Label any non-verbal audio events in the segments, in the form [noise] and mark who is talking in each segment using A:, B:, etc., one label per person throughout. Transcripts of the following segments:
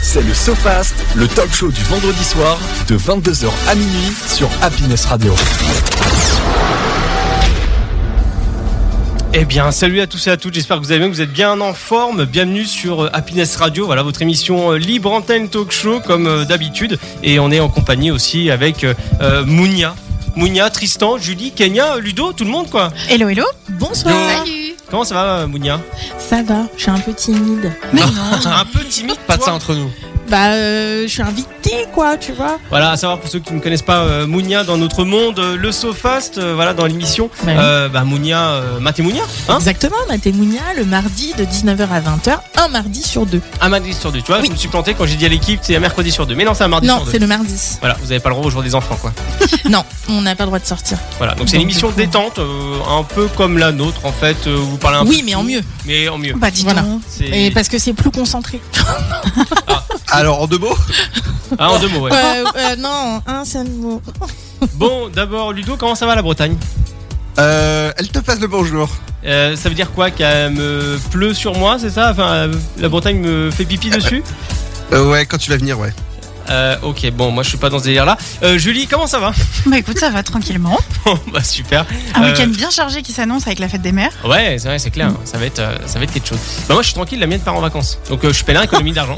A: C'est le SoFast, le talk show du vendredi soir de 22h à minuit sur Happiness Radio.
B: Eh bien, salut à tous et à toutes. J'espère que vous allez bien, que vous êtes bien en forme. Bienvenue sur euh, Happiness Radio. Voilà votre émission euh, libre antenne talk show comme euh, d'habitude. Et on est en compagnie aussi avec euh, Mounia. Mounia, Tristan, Julie, Kenya, euh, Ludo, tout le monde quoi.
C: Hello, hello. Bonsoir.
D: Salut
B: Comment ça va, euh,
E: [laughs]
B: Mounia
C: Ça va, je suis un peu timide.
B: Un peu timide,
E: Pas de
B: toi
E: ça entre nous.
C: Bah, euh, je suis invitée, quoi, tu vois.
B: Voilà, à savoir pour ceux qui ne connaissent pas euh, Mounia dans notre monde, euh, le Sofast, euh, voilà dans l'émission.
C: Ouais.
B: Euh, bah, Mounia, euh, Matt et Mounia, hein
C: Exactement, on a Témounia le mardi de 19h à 20h, un mardi sur deux.
B: Un mardi sur deux. Tu vois,
C: Oui.
B: je me suis planté quand j'ai dit à l'équipe, c'est un mercredi sur deux. Mais non, c'est un mardi
C: non,
B: sur deux.
C: c'est le mardi.
B: Voilà, vous n'avez pas le droit au jour des enfants, quoi.
C: non, on n'a pas le droit de sortir.
B: Voilà, donc c'est une
C: Donc,
B: émission
C: du coup-
B: détente, euh, un peu comme la nôtre, en fait. euh, où vous parlez un
C: oui,
B: peu de
C: mais
B: tout,
C: en mieux.
B: Mais en mieux.
C: Bah, dis
B: Voilà.
C: donc.
B: C'est-
C: Et parce que c'est plus concentré.
E: Alors, en deux mots
B: Ah, en deux mots, ouais.
C: Euh, euh, non, un seul mot.
B: Bon, d'abord, Ludo, comment ça va la Bretagne
E: euh, Elle te passe le bonjour.
B: Euh, Ça veut dire quoi Qu'elle me pleut sur moi, c'est ça Enfin, euh, la Bretagne me fait pipi dessus
E: Euh, ouais, quand tu vas venir, ouais.
B: Euh, Ok, bon, moi je suis pas dans ce délire-là. Euh, Julie, comment ça va [laughs]
D: Bah écoute, ça va tranquillement.
B: Bon, Bah, super.
D: Un
B: Euh,
D: week-end bien chargé qui s'annonce avec la fête des mères.
B: Ouais, c'est vrai, c'est clair. Ça va être, euh, ça va être quelque chose. Bah, moi, je suis tranquille. La mienne part en vacances. Donc, euh, je suis pèlerin, économie d'argent.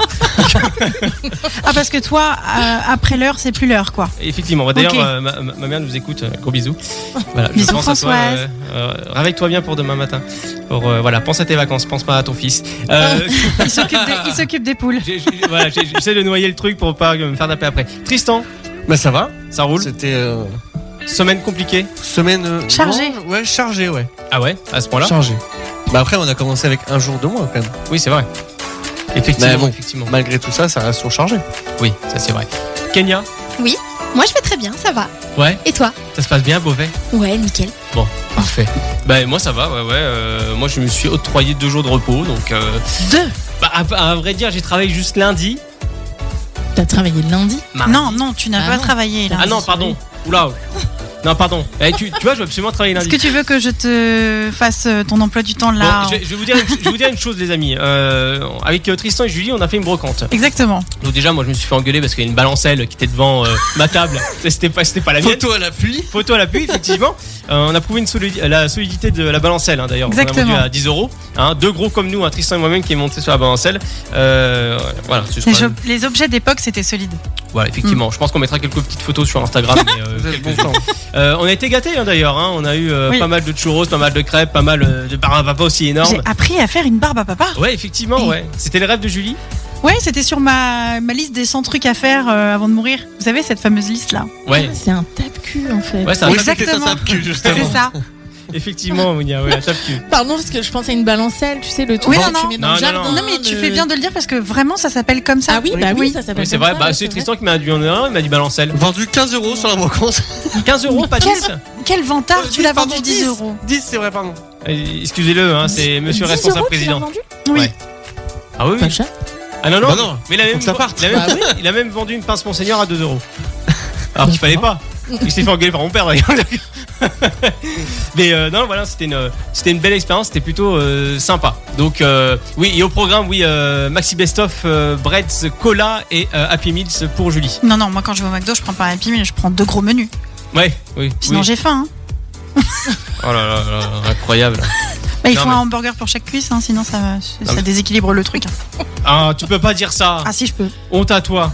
D: Ah parce que toi, euh, après l'heure, c'est plus l'heure quoi.
B: Effectivement. D'ailleurs,
D: Ok.
B: euh, ma, ma- ma mère nous écoute. euh, Gros
D: [laughs]
B: bisous. Voilà, je
D: Bisous,
B: pense à toi.
D: Françoise.
B: euh, euh, Réveille-toi bien pour demain matin. Pour, euh, voilà, pense à tes vacances. Pense pas à ton fils.
D: [laughs]
B: Euh,
D: Il s'occupe des, il s'occupe des poules.
B: j'ai- j'ai- voilà, j'ai- j'essaie de noyer le truc pour pas me faire taper après. Tristan,
E: Bah, ça va.
B: ça roule.
E: C'était euh,
B: Semaine compliquée.
E: semaine. euh,
D: Chargée.
E: non, ouais, chargée, ouais.
B: Ah ouais, à ce point-là.
E: Chargée. Bah, après, on a commencé avec un jour de moins, quand même.
B: Oui, c'est vrai. Effectivement,
E: Mais bon.
B: effectivement.
E: Malgré tout ça, ça reste surchargé.
B: Oui, ça c'est vrai. Kenya,
F: Moi, je vais très bien, ça va.
B: Ouais.
F: Et toi
B: ça se passe bien, Beauvais.
F: Ouais, nickel.
B: Parfait. Bah moi ça va, ouais ouais. euh, moi je me suis octroyé deux jours de repos, donc. euh,
D: Deux
B: bah, à, à vrai dire, j'ai travaillé juste lundi.
C: T'as travaillé le lundi
B: mardi.
D: Non, non, tu n'as
C: Ah
D: pas
C: non.
D: travaillé là.
B: Ah non, pardon. Oula. Non, pardon. Eh, tu, tu vois, je vais absolument travailler
D: Est-ce
B: lundi.
D: que tu veux que je te fasse euh, ton emploi du temps
B: Bon,
D: là
B: je,
D: en-
B: je vais vous dire, je vais vous dire une chose, les amis. Euh, avec euh, Tristan et Julie, on a fait une brocante.
D: Exactement.
B: Donc déjà, moi, je me suis fait engueuler parce qu'il y a une balancelle qui était devant euh, ma
D: [laughs]
B: table. Ça, C'était pas, c'était pas la mienne.
E: Photo à l'appui.
B: Photo à l'appui, effectivement. Euh, on a prouvé une solidi- la solidité de la balancelle, hein, d'ailleurs. On l'a vendue
D: Exactement.
B: à 10 euros. Hein, deux gros comme nous, hein, Tristan et moi-même, qui est monté sur la balancelle. Euh, voilà, c'est- je
D: Les,
B: crois-
D: ob- les objets d'époque, c'était solide.
B: voilà,
D: Mm.
B: effectivement. Je pense qu'on mettra quelques petites photos sur
D: [laughs]
B: Instagram. mais, euh,
E: Vous avez le
B: quelques-
E: bon temps.
B: Euh, on a été gâtés, hein, d'ailleurs. hein. On a eu euh,
D: Oui.
B: pas mal de churros, pas mal de crêpes, pas mal euh, de bar à papa aussi énorme.
D: J'ai appris à faire une barbe à papa.
B: Ouais, effectivement, ouais. C'était le rêve de Julie.
D: Ouais, c'était sur ma, ma liste des 100 trucs à faire euh, avant de mourir. Vous savez, cette fameuse liste là.
B: Ouais,
C: Ah C'est un tape-cul, en fait.
B: ouais, ça.
E: Oui, c'était un
D: Exactement.
E: tape-cul,
D: C'est
B: [laughs]
E: justement.
D: ça.
B: Effectivement, Mounia, ouais, la tape cul.
C: Pardon, parce que je pensais à une balancelle, tu sais, le truc
D: Oui,
C: que
D: non,
C: tu
D: non.
C: mets dans
B: Non,
C: le
B: non,
C: jardin.
D: Non, mais tu
B: Ah,
C: le-
D: fais bien de le dire parce que vraiment, ça s'appelle comme ça.
C: Ah oui, bah oui, ça s'appelle
B: Oui, c'est
C: comme
B: vrai.
C: ça,
B: Bah,
C: ouais,
B: c'est
C: vrai.
B: Tristan qui m'a dû en un, il m'a dit balancelle.
E: Vendu 15 euros sur la brocante.
B: 15 euros, pas 10
D: Quel vantard,
E: Euh,
D: tu l'as
E: [laughs] pardon,
D: vendu 10
E: 10.
D: euros.
E: 10, c'est vrai, pardon.
B: Euh, Excusez-le, hein, c'est monsieur
C: 10
B: responsable
C: euros, tu l'as
B: président.
C: vendu
D: Oui.
B: Ouais. Ah oui,
C: Pas
B: oui.
C: cher.
B: Ah non, non.
E: Bah non,
B: mais il a même,
E: que ça
B: vo-
E: parte.
B: Il, a même,
C: Bah
B: [laughs] il a même vendu une pince Monseigneur à 2 euros. Alors qu'il fallait pas. Il s'est fait engueuler par mon père d'ailleurs. [laughs] Mais euh, non, voilà, c'était une, c'était une belle expérience, c'était plutôt euh, sympa. Donc, euh, oui, et au programme, oui, euh, Maxi Best of, euh, Breads, Cola et euh, Happy Meals pour Julie.
D: Non, non, moi quand je vais au McDo, je prends pas un Happy Meal, je prends deux gros menus.
B: Ouais, oui.
D: Sinon
B: oui.
D: j'ai faim. hein.
B: Oh là là, là, là, incroyable.
D: Bah, il
B: Non,
D: faut
B: mais- Ah
D: un hamburger pour chaque cuisse, hein, sinon ça, ça
B: mais-
D: déséquilibre le truc. hein.
B: Ah, tu peux pas dire ça.
D: Ah si, je peux.
B: Honte à toi.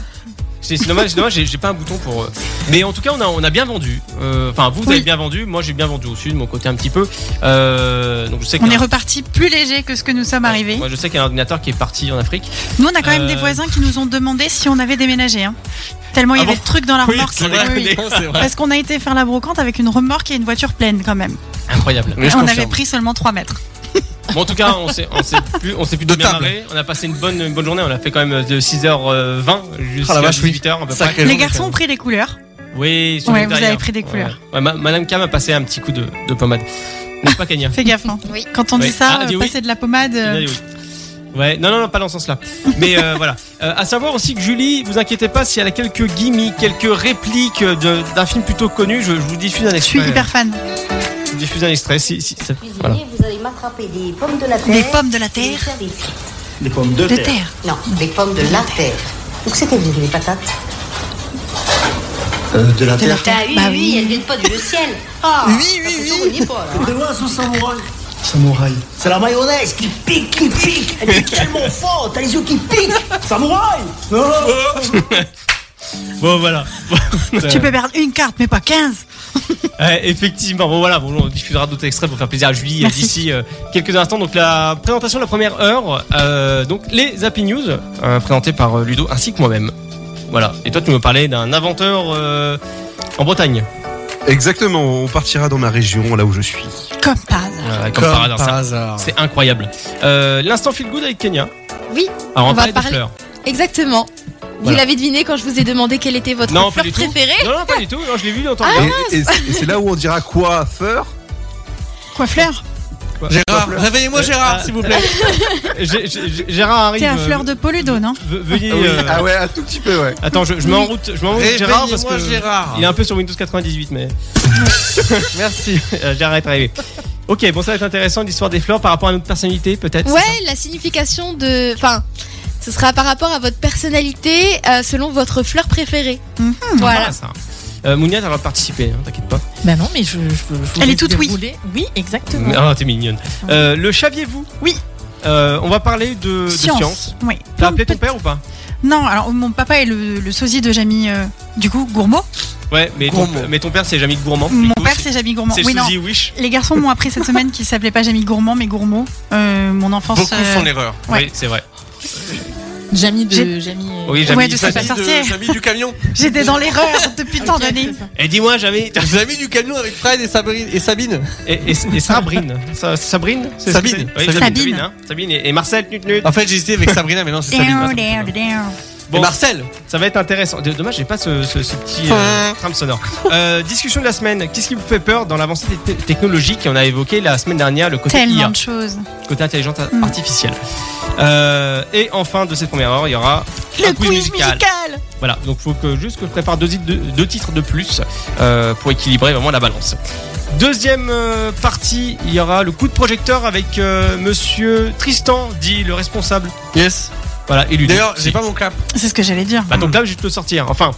B: C'est c'est dommage, c'est dommage j'ai j'ai pas un bouton pour. euh, Mais en tout cas, on a, on a bien vendu. Euh, Enfin, vous, vous
D: Oui.
B: avez bien vendu. Moi, j'ai bien vendu au sud, mon côté un petit peu. Euh, donc, je sais
D: On
B: qu'il y
D: est
B: a un-
D: reparti plus léger que ce que nous sommes arrivés.
B: Moi, je sais qu'il y a un ordinateur qui est parti en Afrique.
D: Nous, on a quand même des
B: Euh,
D: voisins qui nous ont demandé si on avait déménagé. hein. Tellement il y
B: Ah
D: avait
B: bon
D: de trucs dans la
B: Oui,
D: remorque.
B: sans déconner.
D: Oui, oui.
E: C'est vrai.
D: Parce qu'on a été faire la brocante avec une remorque et une voiture pleine quand même.
B: Incroyable.
E: Mais je
D: on avait
E: confirme.
D: pris seulement 3 mètres.
B: Bon, en tout cas, on s'est on s'est plus, on s'est plus
E: De
B: bien
E: table.
B: marré. On a passé une bonne, une bonne journée. On a fait quand même euh, de 6h20 jusqu'à
E: Ah la vache, oui.
B: 18h à peu près.
E: Sacré
D: Les
E: journée,
D: garçons
E: quand
D: ont pris les couleurs.
B: Oui, sur
D: Ouais,
B: le
D: vous
B: derrière.
D: avez pris des couleurs.
B: Ouais. Ouais, ma- Madame Cam a passé un petit coup de, de pommade. N'est-ce pas, Kenya
D: Fais gaffe. hein.
F: Oui.
D: Quand on
B: Oui.
D: dit ça,
B: Ah, dis
D: euh,
B: oui.
D: passer de la pommade. euh,
B: Oui, oui. Ouais, non, non, non, pas dans ce sens-là. Mais euh, [laughs] voilà. Euh, à savoir aussi que Julie, vous inquiétez pas si elle a quelques gimmicks, quelques répliques de- d'un film plutôt connu. Je, je vous diffuse un
D: je suis
B: extrait.
D: hyper fan.
B: Je vous diffuse un extrait. Si, si, ça-
G: cuisinier,
B: voilà.
G: vous allez m'attraper des pommes de la terre.
D: Des pommes de la
G: et
D: terre.
G: faire des frites.
H: Des pommes de
D: De
H: terre.
D: terre.
G: Non, des pommes de la terre. Où que c'était venu les patates
E: Euh, de la terre.
G: Bah oui,
C: Bah
G: oui,
C: oui.
G: elles viennent pas du ciel. Ah, oui, oui, oui. On y est pas, là.
H: C'est quoi son samouraï
E: Samouraï.
H: C'est la mayonnaise qui pique, qui pique. Elle pique
I: [laughs]
H: tellement fort, t'as les yeux qui piquent. Samouraï
I: Euh.
H: Oh.
B: Bon, [laughs] voilà.
D: Tu peux perdre une carte, mais pas 15.
B: Ouais, effectivement, bon voilà, bon, on diffusera d'autres extraits pour faire plaisir à Julie euh,
D: Merci.
B: d'ici euh, quelques instants. Donc la présentation de la première heure, euh, donc les Happy News, euh, présentés par euh, Ludo ainsi que moi-même. Voilà, et toi tu me parlais d'un inventeur euh, en Bretagne,
I: Exactement, on partira dans ma région, là où je suis.
D: Comme par hasard.
B: Euh, comme, par hasard. ça,
E: hasard.
B: C'est incroyable. Euh, L'instant feel good avec Kenya.
F: Oui,
B: Alors on,
F: on
B: va
F: va
B: parler,
F: parler-
B: de fleurs.
F: exactement. Vous
B: Voilà.
F: l'avez deviné quand je vous ai demandé quelle était votre
B: Non, pas
F: fleur
B: du tout.
F: préférée.
B: Non, non, pas du tout. Non, je l'ai vu, entendu.
I: Et- et, et c'est là où on dira quoi faire
D: Quoi, fleur
E: Gérard, réveillez-moi Gérard,
B: Ah.
E: s'il vous plaît.
B: [laughs] J'ai- j'ai- j'ai- Gérard arrive.
D: T'es à
B: euh,
D: fleur de hein. Poludo, non
B: ve- Veuillez.
I: Oui,
B: euh,
I: Ah ouais, un tout petit peu, ouais.
B: Attends, je, je mets en route, je mets en route Gérard parce que.
E: Réveillez-moi Eh, Gérard.
B: Il est un peu sur Windows 98,
E: [laughs]
B: mais. Merci, Euh, j'arrête arrivé. Ok, bon, ça va être intéressant l'histoire des fleurs par rapport à notre personnalité, peut-être. c'est ça
F: Ouais, la signification de. Enfin, ce sera par rapport à votre personnalité euh, selon votre fleur préférée.
D: Mhm.
F: Voilà.
B: Ah, ça. Euh, Mounia, t'as le droit de participer, hein, t'inquiète pas.
C: Bah non, mais je. je, je vous
D: Elle est
C: laisse
D: toute oui.
C: dérouler. Oui, exactement.
B: Ah, t'es mignonne. Euh, le chaviez-vous
D: Oui.
B: Euh, on va parler de de
D: Science.
B: science.
D: Oui.
B: T'as appelé ton père ou pas
D: Non, alors mon papa est le, le sosie de Jamie, euh, du coup, Gourmand.
B: Ouais, mais ton,
E: Gourmand.
B: mais ton père, c'est Jamie Gourmand. du
D: Mon
B: coup,
D: père,
B: c'est-
D: c'est Jamie Gourmand.
B: c'est
D: Oui, non.
B: Suzy Wish.
D: Les garçons m'ont appris cette semaine qu'il s'appelait pas Jamie Gourmand, mais Gourmand. Euh, mon enfance.
E: Beaucoup
D: euh,
E: font l'erreur.
D: Ouais.
B: Oui, c'est vrai.
C: Jamie de.
D: J'ai-
C: Jamie. euh,
B: Oui,
D: Ouais,
B: Jamie.
D: de sa
E: J'ai
D: pas sorcier.
E: mis du camion.
D: J'étais dans l'erreur depuis tant d'années.
B: Et dis-moi, Jamie.
E: J'ai mis du camion avec Fred et Sabrine. Et Sabine.
B: Et, et, et Sabrine. Sa- Sabrine c'est-
E: Sabine.
B: c'est- oui,
E: Sabine.
B: Sabine, Ah. hein. Sabine et, et Marcel, nut, nut.
E: En fait, j'hésitais avec Sabrina, mais non, c'est Sabine.
D: Down, down, down.
E: Et Marcel.
B: Ça va être intéressant. D- Dommage, j'ai pas ce, ce- ce petit euh, trame sonore. Euh, discussion de la semaine. Qu'est-ce qui vous fait peur dans l'avancée des te- technologiques Et On a évoqué la semaine dernière le côté
D: Tellement
B: IA,
D: de choses.
B: côté intelligence a-
D: Mm.
B: artificielle. Euh, et enfin, de cette première heure, il y aura un
D: Le
B: quiz, musical. Voilà, donc faut que juste que je prépare deux, titres de- deux titres de plus euh, pour équilibrer vraiment la balance. Deuxième euh, partie, il y aura le coup de projecteur avec euh, Monsieur Tristan, dit le responsable.
E: Yes.
B: Voilà, élu.
E: D'ailleurs,
B: Si.
E: j'ai pas mon cap.
D: C'est ce que j'allais dire.
B: Bah donc là, je vais te le sortir. Enfin,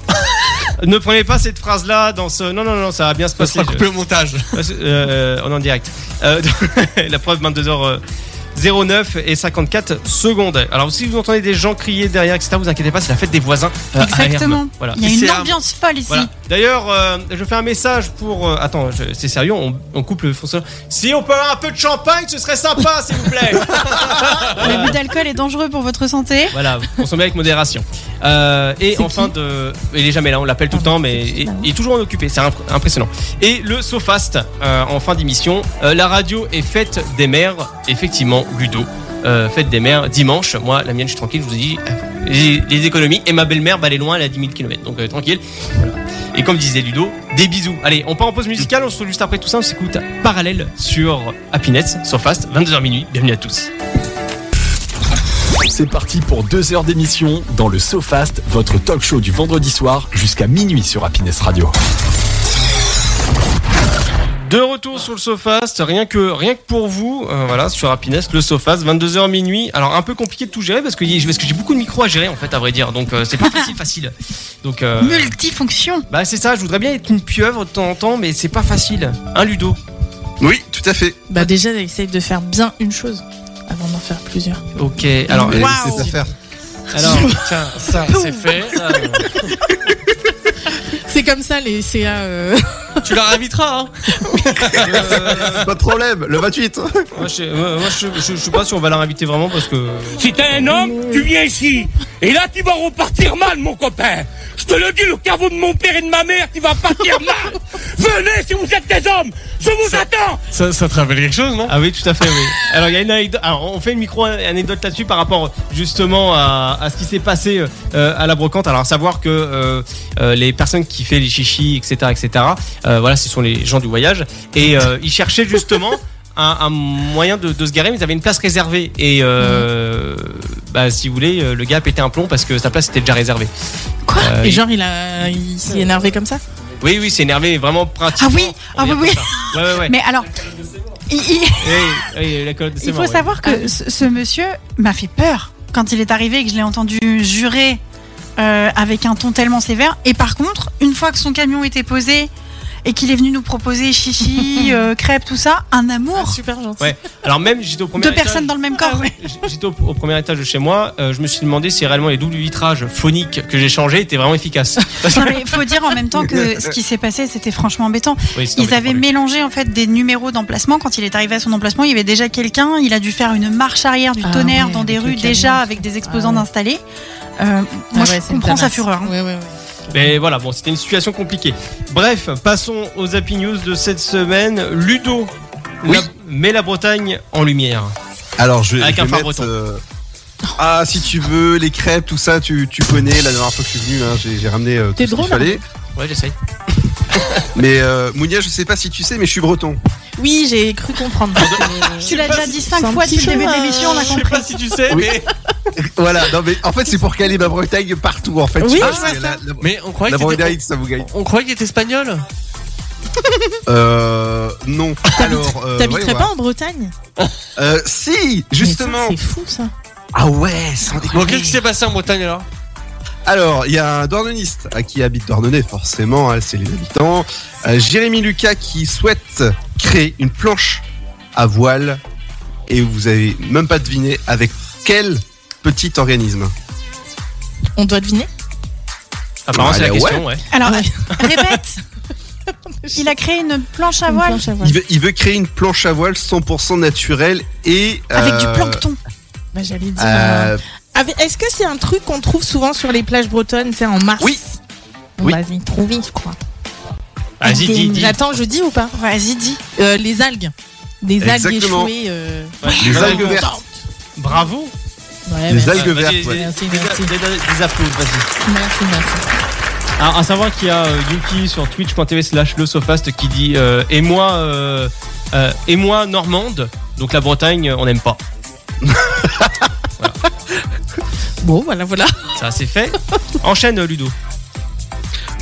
B: [laughs] ne prenez pas cette phrase là dans ce. Non, non, non, ça va bien se
E: Ça
B: passer.
E: sera coupé au [laughs] montage.
B: Je- Euh, on est en direct. Euh, [laughs] la preuve 22h09 et 54 secondes. Alors si vous entendez des gens crier derrière, etc., vous inquiétez pas, c'est la fête des voisins. euh, à
D: Exactement.
B: Herne. Voilà.
D: Il y a
E: Ici,
D: une
E: à-
D: ambiance folle ici.
B: Voilà. D'ailleurs, euh, je fais un message pour. euh, attends, je- c'est sérieux, on, on coupe le fonceur. Si on peut avoir un peu de champagne, ce serait sympa, s'il vous plaît.
D: L'abus d'alcool est dangereux pour votre santé.
B: Voilà, consommez avec modération. Euh, et
C: C'est
B: enfin, de... il est jamais là, on l'appelle tout le temps, mais il- il est toujours en occupé, c'est impr- impressionnant. Et le SoFast, euh, en fin d'émission, euh, la radio est fête des mères, effectivement, Ludo. Euh, fête des mères dimanche, moi la mienne je suis tranquille, je vous ai dit euh, les, les économies et ma belle-mère va aller loin, elle est à 10 000 km donc euh, tranquille. Voilà. Et comme disait Ludo, des bisous. Allez, on part en pause musicale, on se retrouve juste après tout ça, on s'écoute parallèle sur Happiness, SoFast, 22h minuit, bienvenue à tous.
A: C'est parti pour deux heures d'émission dans le SoFast, votre talk show du vendredi soir jusqu'à minuit sur Happiness Radio.
B: De retour sur le Sofast, rien que, rien que pour vous, euh, voilà, sur Happiness, le Sofast, 22h minuit. Alors, un peu compliqué de tout gérer parce que, y- parce que j'ai beaucoup de micros à gérer, en fait, à vrai dire. Donc, euh, c'est pas facile, facile. Donc, euh,
D: Multifonction.
B: bah, c'est ça, je voudrais bien être une pieuvre de temps en temps, mais c'est pas facile. Hein, Ludo
I: Oui, tout à fait.
C: Bah déjà, essaye de faire bien une chose avant d'en faire plusieurs.
B: Ok, alors,
I: Et
J: Ah,
D: Waouh.
I: c'est à faire.
B: alors
E: Tiens, ça, c'est fait.
B: Euh,
C: C'est comme ça les CA.
D: [laughs]
C: euh,
E: Tu la réinviteras, hein.
I: Pas de problème, le 28.
B: moi, je, euh, moi, moi, je, je- je sais pas si on va la réinviter vraiment parce que.
J: Si t'es un homme, tu viens ici. Et là, tu vas repartir mal, mon copain. Je te le dis, le caveau de mon père et de ma mère, tu vas
E: [laughs]
J: partir mal. Venez si vous êtes des hommes. Je vous attends.
E: Ça, ça te rappelle quelque chose, non
B: Ah oui, tout à fait, oui. Alors, il y a une anecdote. Alors, on fait une micro-anecdote là-dessus par rapport justement à, à ce qui s'est passé euh, à la brocante. Alors, à savoir que euh, euh, les personnes qui font les chichis, etc., etc., euh, voilà, ce sont les gens du voyage. Et euh, ils cherchaient justement [laughs] un, un moyen de, de se garer, mais ils avaient une place réservée. Et euh, bah, si vous voulez, euh, le gars a pété un plomb parce que sa place était déjà réservée.
C: Quoi
B: Euh,
C: Et
B: il-
C: genre, il a, il s'est
D: Euh,
C: énervé comme ça
B: Oui, oui, c'est énervé, vraiment pratiquement.
D: Ah oui, ah
B: On est
D: oui,
B: comme ça. Ouais, ouais, ouais.
D: Mais alors, il, il-
B: Et- et la colonne de ses
D: il faut
B: morts, ouais.
D: savoir que ce, ce monsieur m'a fait peur quand il est arrivé et que je l'ai entendu jurer euh, avec un ton tellement sévère. Et par contre, une fois que son camion était posé et qu'il est venu nous proposer chichi, euh, crêpes, tout ça, un
C: Ah,
D: amour.
C: super gentil.
B: Ouais. Alors même j'étais au premier.
D: Deux
B: étage,
D: personnes dans le même corps.
B: J'étais au, au premier étage de chez moi. euh, je me suis demandé si réellement les doubles vitrages phoniques que j'ai changés étaient vraiment efficaces.
D: Non, mais faut dire en même temps que ce qui s'est passé, c'était franchement embêtant.
B: Oui, c'est
D: Ils
B: embêtant
D: avaient
B: pour lui.
D: mélangé en fait des numéros d'emplacement. Quand il est arrivé à son emplacement, il y avait déjà quelqu'un. Il a dû faire une marche arrière du
C: Ah
D: tonnerre
C: ouais,
D: dans des
C: avec le
D: rues
C: camion,
D: déjà
C: tout
D: avec
C: ça.
D: des
C: Ah
D: exposants
C: ouais.
D: installés. Euh,
C: Ah
D: moi,
C: ouais,
D: je
C: c'est une
D: comprends sa
C: tabasse.
D: fureur. hein.
C: Ouais, ouais, ouais.
B: Mais voilà, bon, c'était une situation compliquée. Bref, passons aux Happy News de cette semaine. Ludo la- met la Bretagne en lumière.
I: Alors je,
B: Avec
I: je
B: un
I: vais
B: phare
I: mettre,
B: breton.
I: euh, Ah si tu veux les crêpes tout ça tu, tu connais la dernière fois que je suis venu hein, j'ai j'ai ramené euh, tout
C: T'es
I: ce qu'il
C: drôle, hein
I: fallait
B: Ouais, j'essaye.
I: mais euh, Mounia je sais pas si tu sais mais je suis breton
C: Oui, j'ai cru comprendre.
D: Tu l'as déjà dit cinq
C: c'est un
D: fois
C: petit
D: depuis le début de
C: chemin,
D: l'émission, on a
C: euh,
B: Je sais
D: compris.
B: pas si tu sais,
I: Oui.
B: mais
I: voilà non mais en fait c'est pour caler ma Bretagne partout en fait
C: Oui,
I: Tu vois,
C: je vois
I: c'est la,
C: ça.
I: la-
E: [laughs] Mais on croyait
I: la
E: que
I: Bretagne
E: t'étais-
I: ça vous gagne
E: on, on croyait qu'il était espagnol.
I: euh non alors euh,
C: T'habiterais
I: ouais,
C: pas en Bretagne
I: ouais. Euh, si
C: Mais ça,
I: justement
C: C'est fou ça.
I: ah ouais sans déconner.
E: Bon, qu'est-ce qui s'est passé en Bretagne alors
I: Alors, il y a un Dornoniste à qui habite Dornonais, forcément, hein, c'est les habitants. Euh, Jérémy Lucas qui souhaite créer une planche à voile. Et vous avez même pas deviné avec quel petit organisme.
C: On doit deviner
B: apparemment c'est la
I: Allez, Ah, ouais.
B: question, ouais.
D: [laughs] Alors, répète. Il a créé une planche à
C: Une
D: voile
C: planche à voile.
I: Il veut, il veut créer une planche à voile 100% naturelle et.
D: avec
I: euh,
D: du plancton. Ah,
C: Bah, J'allais dire.
I: euh,
C: Avec- Ah, Est-ce que c'est un truc qu'on trouve souvent sur les plages bretonnes C'est en mars
I: Oui.
C: Bon,
I: Oui.
C: Vas-y, trouve, je crois.
B: Vas-y, dis, dis.
C: Attends, je dis ou pas
D: Vas-y, dis.
C: Euh, Les algues. Des algues
I: Exactement.
C: échouées. euh,
B: Ouais.
I: les
B: Bravo.
I: algues vertes.
B: Bravo.
C: Ouais,
I: Les
C: merci.
I: algues
B: Euh, vas-y,
I: vertes,
B: des-
I: ouais.
C: Merci,
B: des-
C: merci.
B: des- des- Des applauses, vas-y.
C: Merci, merci.
B: Alors, à savoir qu'il y a euh, Yuki sur twitch.tv slash le sofast qui dit euh, Et moi, euh, euh, et moi, Normande, donc la Bretagne, euh, on n'aime pas.
C: Bon, voilà, voilà.
B: Ça, c'est fait. Enchaîne, euh, Ludo.
I: Donc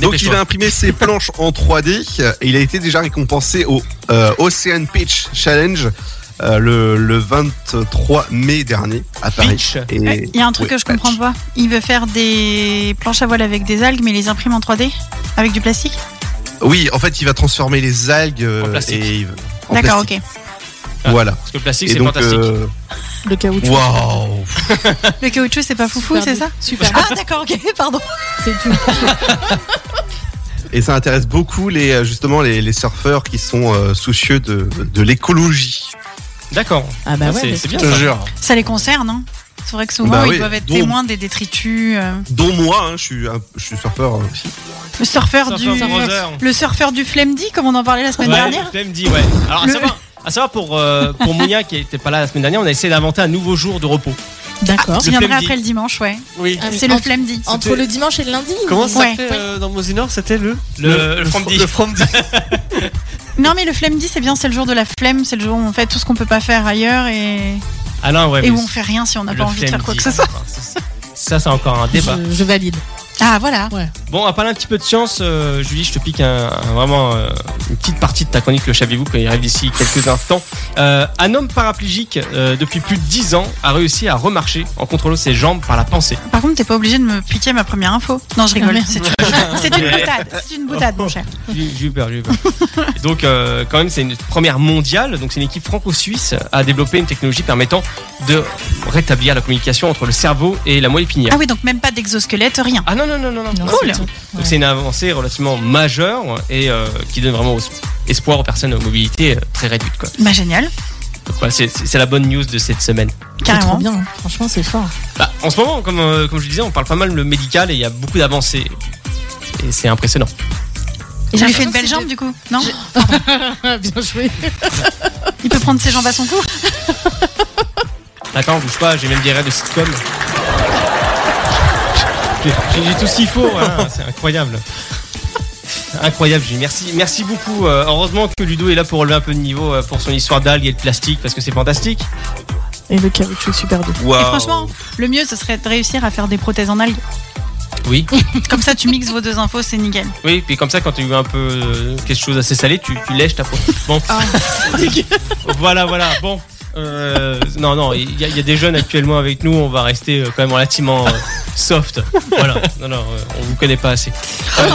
I: il
B: Dépêche-toi.
I: a imprimé
B: [laughs]
I: ses planches en 3D euh, et il a été déjà récompensé au euh, Ocean Pitch Challenge euh, le, le 23 mai dernier à Paris.
B: Pitch.
I: Et-
D: Ouais, Eh, Il y a un truc
I: ouais,
D: que je comprends
I: pitch.
D: pas. Il veut faire des planches à voile avec des algues, mais il les imprime en 3D Avec du plastique
I: Oui, en fait, il va transformer les algues euh,
B: En plastique.
I: et il va- en
D: D'accord, ok.
I: plastique. Voilà.
B: Parce que le plastique,
I: Et
B: c'est
I: donc,
B: fantastique.
I: euh,
C: [laughs] Le caoutchouc.
I: waouh.
D: Le caoutchouc, c'est pas foufou,
C: Super
D: c'est
C: doux.
D: ça
C: Super. [laughs]
D: Ah, d'accord, ok, pardon.
C: C'est tout.
I: Et ça intéresse beaucoup les euh, justement les, les surfeurs qui sont euh, soucieux de, de l'écologie.
B: D'accord.
C: Ah bah
B: Ça, c'est-
C: ouais,
B: c'est
E: Je
B: bien.
E: te
B: ça.
E: jure.
D: Ça les concerne, hein C'est vrai que souvent,
I: Bah
D: ils
I: oui,
D: doivent être
I: donc-
D: témoins des détritus. euh,
I: Dont moi, hein, je suis un- je suis surfeur. euh, aussi.
D: Le surfeur
B: Surfer
D: du.
B: Brother.
D: Le surfeur du Flemdi, comme on en parlait la semaine
B: Ouais,
D: dernière.
B: je l'ai me dit, ouais. Alors, à
D: Le-
B: savoir, à savoir pour, euh,
D: [laughs]
B: pour Mounia qui était pas là la semaine dernière, on a essayé d'inventer un nouveau jour de repos.
C: D'accord.
D: Je
B: Le
D: viendrai
B: Flemdi.
D: après le dimanche, ouais.
E: Oui.
C: Ah, mais
D: C'est le
C: entre-
D: Flemdi.
C: Entre le dimanche et le lundi
E: Comment ça
D: Ouais.
E: s'appelait euh, dans Mosinor C'était le
B: Le- le Fromdi.
E: Le Fromdi.
D: Non, mais le Flemdi, c'est bien, c'est le jour de la flemme, c'est le jour où on fait tout ce qu'on peut pas faire ailleurs et,
B: Alain, ouais.
D: et où
B: Ah, mais
D: on fait rien si on n'a
B: le
D: pas envie de faire
B: flemme
D: quoi
B: dit,
D: que ce soit.
B: enfin, ça- Ça, c'est encore un débat.
C: je, je valide.
D: Ah, voilà.
B: Bon, à parler un petit peu de science, euh, Julie, je te pique un, un- vraiment euh, une petite partie de ta chronique Le Savez-vous quand il arrive d'ici quelques instants. Euh, un homme paraplégique euh, depuis plus de 10 ans a réussi à remarcher en contrôlant ses jambes par la
C: [laughs]
B: pensée.
D: Par contre, t'es pas obligé de me piquer ma première info. Non, je rigole.
C: merde.
D: C'est une, [laughs] c'est une boutade. C'est une boutade, mon cher.
B: J'ai j'ai eu peur, j'ai eu peur. Et Donc, euh, quand même, c'est une première mondiale. Donc, c'est une équipe franco-suisse à développer une technologie permettant de rétablir la communication entre le cerveau et la moelle épinière.
D: Ah oui, donc même pas d'exosquelette, rien.
B: Ah non, non, non, non, non.
C: Non,
D: Cool.
C: c'est tout.
B: Donc, c'est une avancée relativement majeure et euh, qui donne vraiment os- espoir aux personnes aux mobilités euh, très réduites. Quoi.
D: Bah, génial.
B: Donc, voilà, c'est- c'est c'est la bonne news de cette semaine.
C: C'est
D: Carrément.
C: trop bien. hein. Franchement, c'est fort.
B: Bah, en ce moment, comme, euh, comme je le disais, on parle pas mal de médical et il y a beaucoup d'avancées. Et c'est impressionnant.
C: Et
D: Je lui
C: j'ai
D: fais une
C: l'impression que
D: belle jambe, du coup. Non
C: Ah, [laughs] bien joué.
D: Il peut prendre ses jambes à son cou.
B: D'accord, bouge pas, j'ai même des rêves de sitcom. J'ai- J'ai j'ai tout ce qu'il faut, hein, c'est incroyable. Incroyable, Julie. Merci, merci beaucoup. Euh, heureusement que Ludo est là pour relever un peu de niveau euh, pour son histoire d'algues et de plastique parce que c'est fantastique.
C: Et le caoutchouc, super doux.
D: Et
I: Waouh.
D: franchement, le mieux, ce serait de réussir à faire des prothèses en algues.
B: Oui.
D: Comme ça, tu mixes vos deux infos, c'est nickel.
B: Oui, puis comme ça, quand tu veux un peu euh, quelque chose assez salé, tu, tu lèches ta peau. Bon. [laughs] voilà, voilà. Bon. Euh, non, non, il y, a- il y a des jeunes actuellement avec nous. On va rester euh, quand même relativement euh, soft. Voilà. Non, non, euh, on vous connaît pas assez. Euh,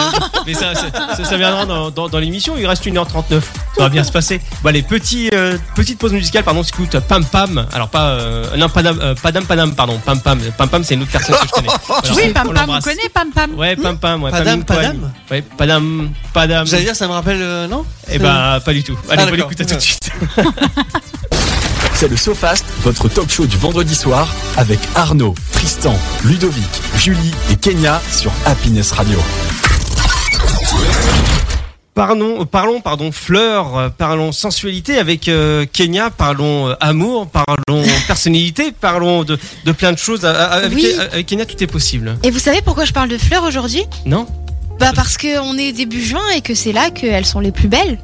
B: mais ça, ça, ça- ça viendra dans, dans- dans l'émission. Il reste 1h39. Ça va bien se passer. Bon, allez, petit, euh, petite pause musicale. Pardon, on s'écoute Pam Pam. Alors, pas. euh, non, Padam, euh, Padam Padam, pardon. Pam Pam. Pam Pam, c'est une autre personne que je connais. Voilà,
D: Oui,
B: on
D: Pam Pam, on
B: l'embrasse.
D: connaît Pam Pam.
B: Ouais, Pam Pam. Ouais,
E: Padam,
B: Pam Incoan.
E: Padam
B: Ouais, Padam Padam.
E: J'allais dire, ça me rappelle, euh, non
B: Eh ben, pas du tout. Allez, on
E: d'accord.
B: l'écoute à tout de suite.
A: C'est le SoFast, votre talk show du vendredi soir avec Arnaud, Tristan, Ludovic, Julie et Kenya sur Happiness Radio.
B: [laughs] Parlons, parlons, pardon, fleurs, euh, parlons sensualité avec euh, Kenya, parlons euh, amour, [laughs] parlons personnalité, parlons de, de plein de choses. A- a- Avec,
F: Oui.
B: avec Kenya, tout est possible.
F: Et vous savez pourquoi je parle de fleurs aujourd'hui
B: Non
F: Bah parce qu'on est début juin et que c'est là qu'elles sont les plus belles.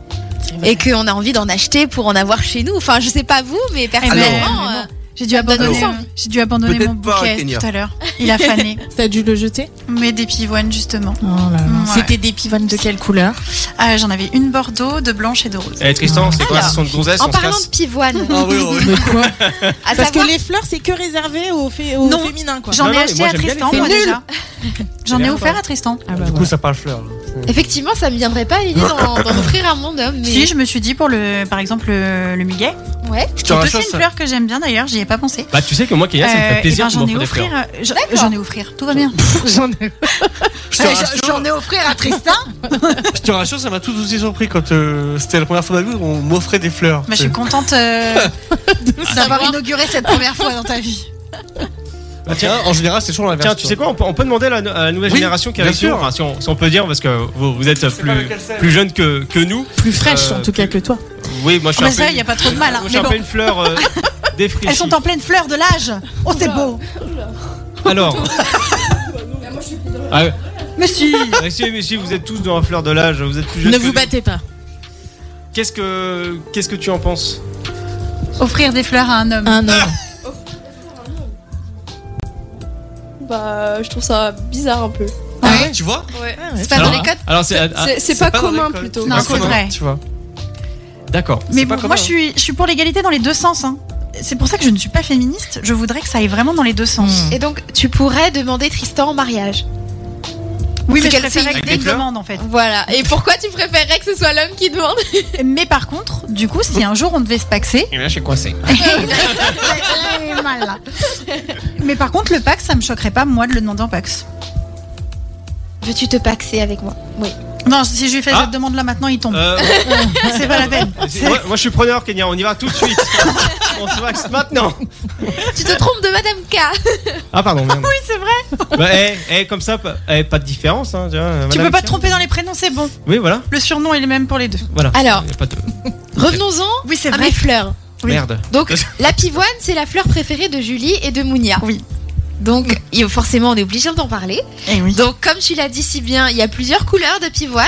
F: Et qu'on a envie d'en acheter pour en avoir chez nous. Enfin, je sais pas vous, mais personnellement.
D: mais
F: euh,
D: J'ai dû
F: Ça me donne
D: abandonner,
F: envie.
D: j'ai dû abandonner
I: Peut-être
D: mon
I: pas,
D: bouquet
I: Kenya.
D: tout à l'heure. Il a fané.
C: T'as dû le jeter
D: Mais des pivoines, justement.
C: Oh
D: Ouais.
C: C'était des pivoines de quelle couleur
D: Ah, J'en avais une bordeaux, de blanche et de rose.
B: Eh, Tristan, c'est quoi
F: Alors,
B: Ce sont de gonzesses,
F: en
B: on se
F: parlant de
B: casse
F: pivoine,
E: Ah oui, oui, oui.
F: à
C: Parce
F: savoir,
C: que les fleurs, c'est que réservé aux, fé- aux
D: Non.
C: féminins, quoi.
D: J'en
B: Non,
D: ai
B: non, mais
D: acheté
B: moi,
D: à
B: j'aime bien
D: Tristan,
B: les
D: moi
B: fleurs.
D: déjà. [laughs] J'en ai
B: bien,
D: offert à Tristan.
C: Ah, bah
E: Du coup, ça parle fleur.
F: effectivement, ça me viendrait pas à l'idée d'en d'en offrir à mon homme. Mais...
D: Si, je me suis dit pour le, par exemple, le, le muguet.
F: Ouais.
E: Je te
D: C'est aussi
E: rassure,
D: une
E: ça.
D: fleur que j'aime bien d'ailleurs, j'y ai pas pensé.
B: Bah, tu sais que moi, Kenya, ça me
D: Euh,
B: fait
D: eh
B: plaisir de
D: ben, j'en ai
B: m'offrir des
D: offert.
B: fleurs.
D: euh, j'en- J'en ai offert, tout va bien. Euh,
C: J'en ai...
E: Eh, Je te rassure-
C: J'en ai offert à Tristan.
E: je te rassure, ça m'a tout aussi surpris quand euh, c'était la première fois de ma vie où on m'offrait des fleurs.
D: Bah, je suis contente euh, d'avoir inauguré cette première fois dans ta vie.
E: Bah, tiens,
B: Ah,
E: en général, c'est toujours l'inverse.
B: Tiens, tu sais quoi, on peut, on peut demander à la, à la nouvelle
E: Oui,
B: génération qui
E: bien
B: arrive.
E: sûr.
B: Enfin, si, on, si on peut dire, parce que vous, vous êtes
E: pas
B: plus,
E: lequel c'est.
B: plus jeune que, que nous.
C: Plus fraîche,
B: Euh,
C: en tout cas, que toi.
B: Oui, moi, je suis
D: Mais
B: un peu
D: ça, il
B: une-
D: n'y a pas trop de mal. hein.
B: moi, je suis
D: Mais
B: un
D: bon,
B: peu une fleur
D: [laughs]
B: euh, défraîchie.
D: elles sont en pleine fleur de l'âge. Oh, c'est beau.
B: Alors. Ah, ouais.
D: Mais si.
B: [laughs] Ah, si, mais si, vous êtes tous dans la fleur de l'âge, vous êtes plus jeunes.
C: Ne
B: que
C: vous
B: nous.
C: battez pas.
B: Qu'est-ce que qu'est-ce que tu en penses
D: Offrir des fleurs à un homme.
C: Un homme.
G: Bah, je trouve ça bizarre un peu.
E: Ah ouais, tu vois
G: Ouais.
F: C'est pas dans les codes.
B: Alors c'est ah,
G: C'est- C'est pas,
E: dans
G: commun
E: les codes.
G: plutôt.
D: Non,
E: Pas
D: c'est
E: commun,
D: vrai.
E: Tu vois.
B: d'accord.
D: Mais
E: C'est pas
D: bon,
E: commun,
D: moi, je
E: hein.
D: suis, je suis pour l'égalité dans les deux sens. hein. C'est pour ça que je ne suis pas féministe. Je voudrais que ça aille vraiment dans les deux sens.
F: Et donc, tu pourrais demander Tristan en mariage.
D: Oui, mais
F: C'est
D: je
F: quelle
D: préférais
F: fille
D: que
B: Avec
D: dès
B: des
D: que
B: fleurs
D: demande, en fait.
F: Voilà. Et pourquoi tu préférerais que ce soit l'homme qui demande
D: Mais par contre, du coup, si un jour on devait se paxer.
B: Et là, Eh je suis
D: [laughs]
B: coincé.
D: Mais par contre, le pax, ça me choquerait pas, moi, de le demander en pax.
F: Veux-tu te paxer avec moi Oui.
D: Non, si je lui fais
B: Ah.
D: cette demande-là maintenant, il tombe.
B: Euh,
D: C'est pas la peine.
B: moi, moi, je suis preneur, Kenya. On y va tout de
D: [laughs]
B: suite. on se vaxe maintenant.
F: Tu te trompes de Madame K.
B: Ah pardon. Merde.
D: Oui, c'est vrai.
B: Bah, eh, eh, comme ça, pas, eh, pas de différence. Hein, tu vois,
D: Tu
B: madame
D: peux pas te
B: Pierre.
D: tromper dans les prénoms, c'est bon.
B: Oui, voilà,
D: Le surnom est le même pour les deux.
B: voilà.
F: Alors.
B: Y a pas de-
F: Revenons-en
D: Oui, c'est
F: à mes fleurs.
D: Oui.
B: Merde.
F: Donc, la pivoine, c'est la fleur préférée de Julie et de Mounia.
D: Oui.
F: Donc, il- forcément, on est obligé d'en parler.
D: Et oui.
F: Donc, comme tu l'as dit si bien, il y a plusieurs couleurs de pivoine.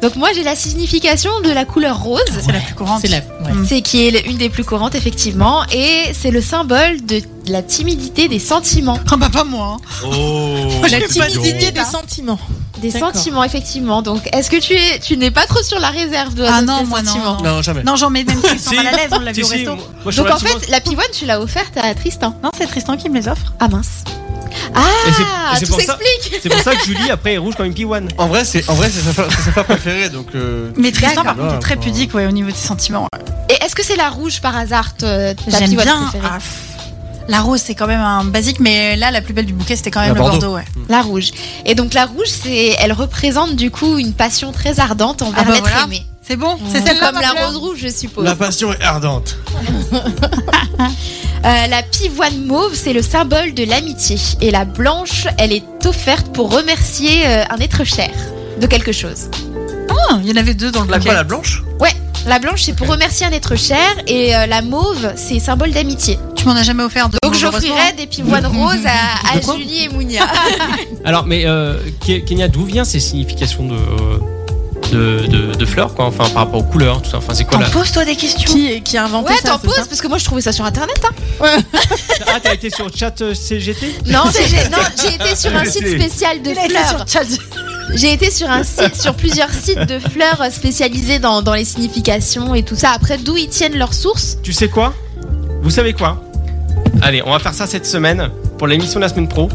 F: Donc, moi, j'ai la signification de la couleur rose.
D: C'est la plus courante.
C: C'est la... ouais.
F: C'est qui est le- une des plus courantes, effectivement. Et c'est le symbole de la timidité des sentiments.
D: Ah bah pas moi.
B: Oh.
D: La
B: c'est
D: timidité
B: mignon.
C: Idée des sentiments.
F: Des
C: D'accord.
F: sentiments, effectivement. Donc, est-ce que tu es, tu n'es pas trop sur la réserve de
D: Ah
F: de
D: non,
F: tes
D: moi
F: euh, sentiments
D: non.
E: Non, jamais.
D: Non, j'en mets même Tristan
B: Si.
D: mal à l'aise, on l'a vu
B: Si,
D: au
B: si,
D: resto.
B: moi, moi, je
F: Donc,
B: suis
F: en
B: relativement-
F: fait, la pivoine, tu l'as offerte à Tristan.
D: Non, c'est Tristan qui me les offre.
F: Ah mince.
B: Et c'est- et
F: Ah,
B: c'est
F: tout
B: pour ça.
F: s'explique.
B: C'est pour ça que Julie après est rouge comme une piwane.
E: En vrai, c'est en vrai, c'est sa fleur- c'est sa fleur préférée, donc. euh,
D: Mais Tristan, par
E: D'accord.
D: contre, est très pudique ouais, au niveau des sentiments.
F: Et est-ce que c'est la rouge par hasard, te- ta
D: J'aime
F: pivoine
D: bien.
F: préférée
D: ah, pff, la rose, c'est quand même un basique, mais là, la plus belle du bouquet, c'était quand même
E: La
D: le
E: Bordeaux.
D: Bordeaux. ouais.
F: La rouge. Et donc la rouge, c'est, elle représente du coup une passion très ardente envers
D: Ah bah
F: l'être
D: voilà.
F: aimé.
D: C'est bon, c'est
F: C'est
D: celle-là.
F: comme
D: ma
F: la
D: fleur.
F: rose rouge, je suppose.
E: La passion est ardente.
F: Euh, la pivoine mauve, c'est le symbole de l'amitié. Et la blanche, elle est offerte pour remercier euh, un être cher de quelque chose.
D: Ah, Il y en avait deux dans le
E: La
D: bouquet.
E: quoi, la blanche
F: La blanche, c'est pour remercier un être cher. Et euh, la mauve, c'est symbole d'amitié.
D: Tu m'en as jamais offert deux.
F: Donc
D: malheureusement.
F: j'offrirai des pivoines roses à, à
B: De quoi
F: Julie et Mounia.
B: Alors, mais euh, Ke- Kenya, d'où vient ces significations de de, de- de fleurs quoi Enfin, par rapport aux couleurs, tout ça. Enfin, c'est quoi la
D: T'en poses-toi des questions.
C: Qui, qui a inventé
F: Ouais,
C: ça
F: t'en
C: c'est ça
F: poses parce que moi je trouvais ça sur internet. hein.
B: Ah, t'as été sur le chat euh, CGT
F: Non, j'ai- non, j'ai été sur un site spécial de
D: Il a été
F: fleurs.
D: sur Tchad.
F: J'ai été sur un site, sur plusieurs sites de fleurs spécialisés dans, dans les significations et tout ça. Après, d'où ils tiennent leurs sources
B: Tu sais quoi Vous savez quoi Allez, on va faire ça cette semaine pour l'émission de la semaine pro.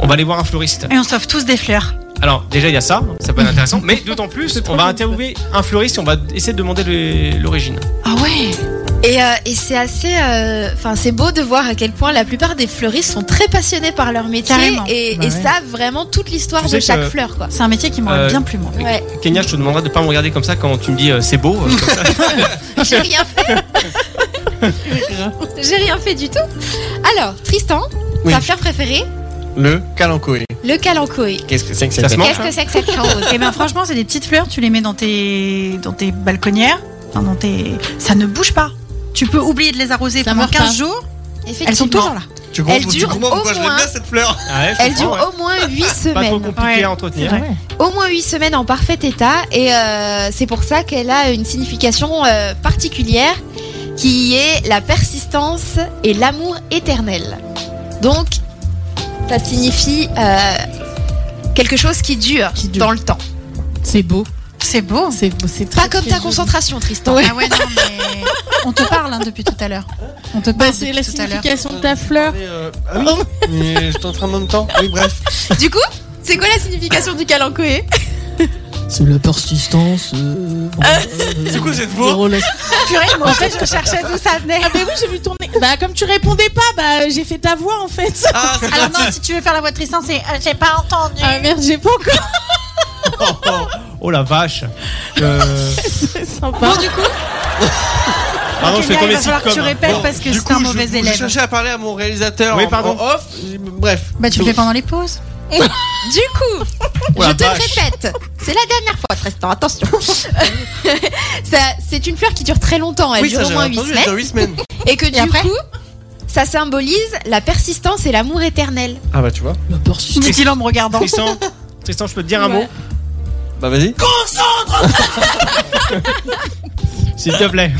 B: on va aller voir un fleuriste.
D: Et on sauve tous des fleurs.
B: Alors déjà il y a ça, ça peut être intéressant, mais d'autant plus on va interviewer un fleuriste et on va essayer de demander le- l'origine.
D: Ah ouais
F: Et, euh, et c'est assez. euh, Enfin, c'est beau de voir à quel point la plupart des fleuristes sont très passionnés par leur métier
D: Carrément.
F: et,
C: Bah ouais.
F: et savent vraiment toute l'histoire
B: Tu
F: de
B: sais
F: chaque
B: que-
F: fleur, quoi.
D: C'est un métier qui m'aurait
B: Euh,
D: bien plu, moi.
F: Ouais,
B: Kenya, je te demanderai de pas me regarder comme ça quand tu me dis euh, c'est beau. euh, comme
D: [laughs]
B: ça.
F: j'ai rien fait. [laughs] j'ai rien fait du tout. Alors, Tristan,
E: Oui.
F: ta fleur préférée,
E: Le calancoé.
F: le calanchoé.
E: Qu'est-ce que c'est que
B: Ça se
E: cette
B: mange hein.
F: Qu'est-ce que c'est que cette fleur
B: [laughs]
F: rose
D: Et ben franchement, c'est des petites fleurs, tu les mets dans tes, dans tes balconnières, enfin, dans tes... ça ne bouge pas. Tu peux oublier de les arroser
C: Ça
D: pendant
C: meurt
D: 15
C: pas.
D: jours,
F: Effectivement.
D: elles sont toujours là.
E: Tu
F: Elle dure
E: comprends
F: au
E: pourquoi je l'aime
F: moins-
E: bien cette fleur
B: Ah ouais, je
F: Elle dure
B: comprends, ouais.
F: au moins
B: Pas
F: 8
B: trop
F: semaines.
B: compliqué
D: Ouais,
B: à entretenir.
C: C'est vrai.
F: Au moins 8 semaines en parfait état. Et euh, c'est pour ça qu'elle a une signification euh, particulière qui est la persistance et l'amour éternel. Donc, ça signifie euh, quelque chose qui dure,
C: Qui dure.
F: dans le temps.
C: C'est beau.
D: C'est beau.
C: C'est beau. C'est
F: Pas
C: très,
F: comme
C: très
F: ta
C: joli.
F: concentration, Tristan.
D: Ah ouais, non, mais on te parle hein, depuis tout à l'heure. On te parle
C: Bah, c'est
D: depuis
C: la
D: tout à l'heure.
C: signification de ta fleur.
B: euh,
E: Ah oui
B: [laughs]
E: Mais J'étais en train en même temps. Oui, bref.
F: Du coup, c'est quoi la signification du calancoé
K: C'est la persistance. euh, euh,
E: C'est quoi cette
K: des
E: voix
K: relations-
D: Purée, moi en fait, je cherchais d'où ça venait.
C: Ah bah oui, j'ai vu tourner. Bah comme tu répondais pas, bah j'ai fait ta voix en fait.
E: Ah, c'est
D: Alors non, si tu veux faire la voix de Tristan, c'est euh, j'ai pas entendu.
C: Ah merde, j'ai pas encore.
B: Oh, oh, oh la vache.
D: [laughs]
B: Euh,
C: C'est sympa.
D: du coup,
B: [laughs] Pardon, je fais comme
D: il
B: les
D: va falloir que tu
B: sitcoms.
D: répètes parce que
E: Du
D: c'est
E: coup,
D: un
E: je-
D: mauvais
E: je
D: élève.
E: cherchais à parler à mon réalisateur
B: Oui,
E: en-
B: pardon.
E: en off. J'ai- Bref.
D: Bah tu le
E: Donc-
D: fais pendant les pauses.
F: Du coup,
B: Oh, la
F: je te le
B: vache.
F: répète, c'est la dernière fois,
D: [laughs]
F: Tristan, attention. Ça- c'est une fleur qui dure très longtemps, elle
E: Oui,
F: dure
E: ça
F: au
E: j'ai
F: moins 8
E: entendu.
F: semaines.
E: Dans 8 semaines.
F: Et que du
C: après
F: coup, ça symbolise la persistance et l'amour éternel.
E: Ah bah tu vois.
K: La persistance.
D: Dit-il en me regardant.
B: Tristan, Tristan, je peux te dire un
C: Ouais.
B: mot
E: Bah vas-y.
B: S'il te plaît.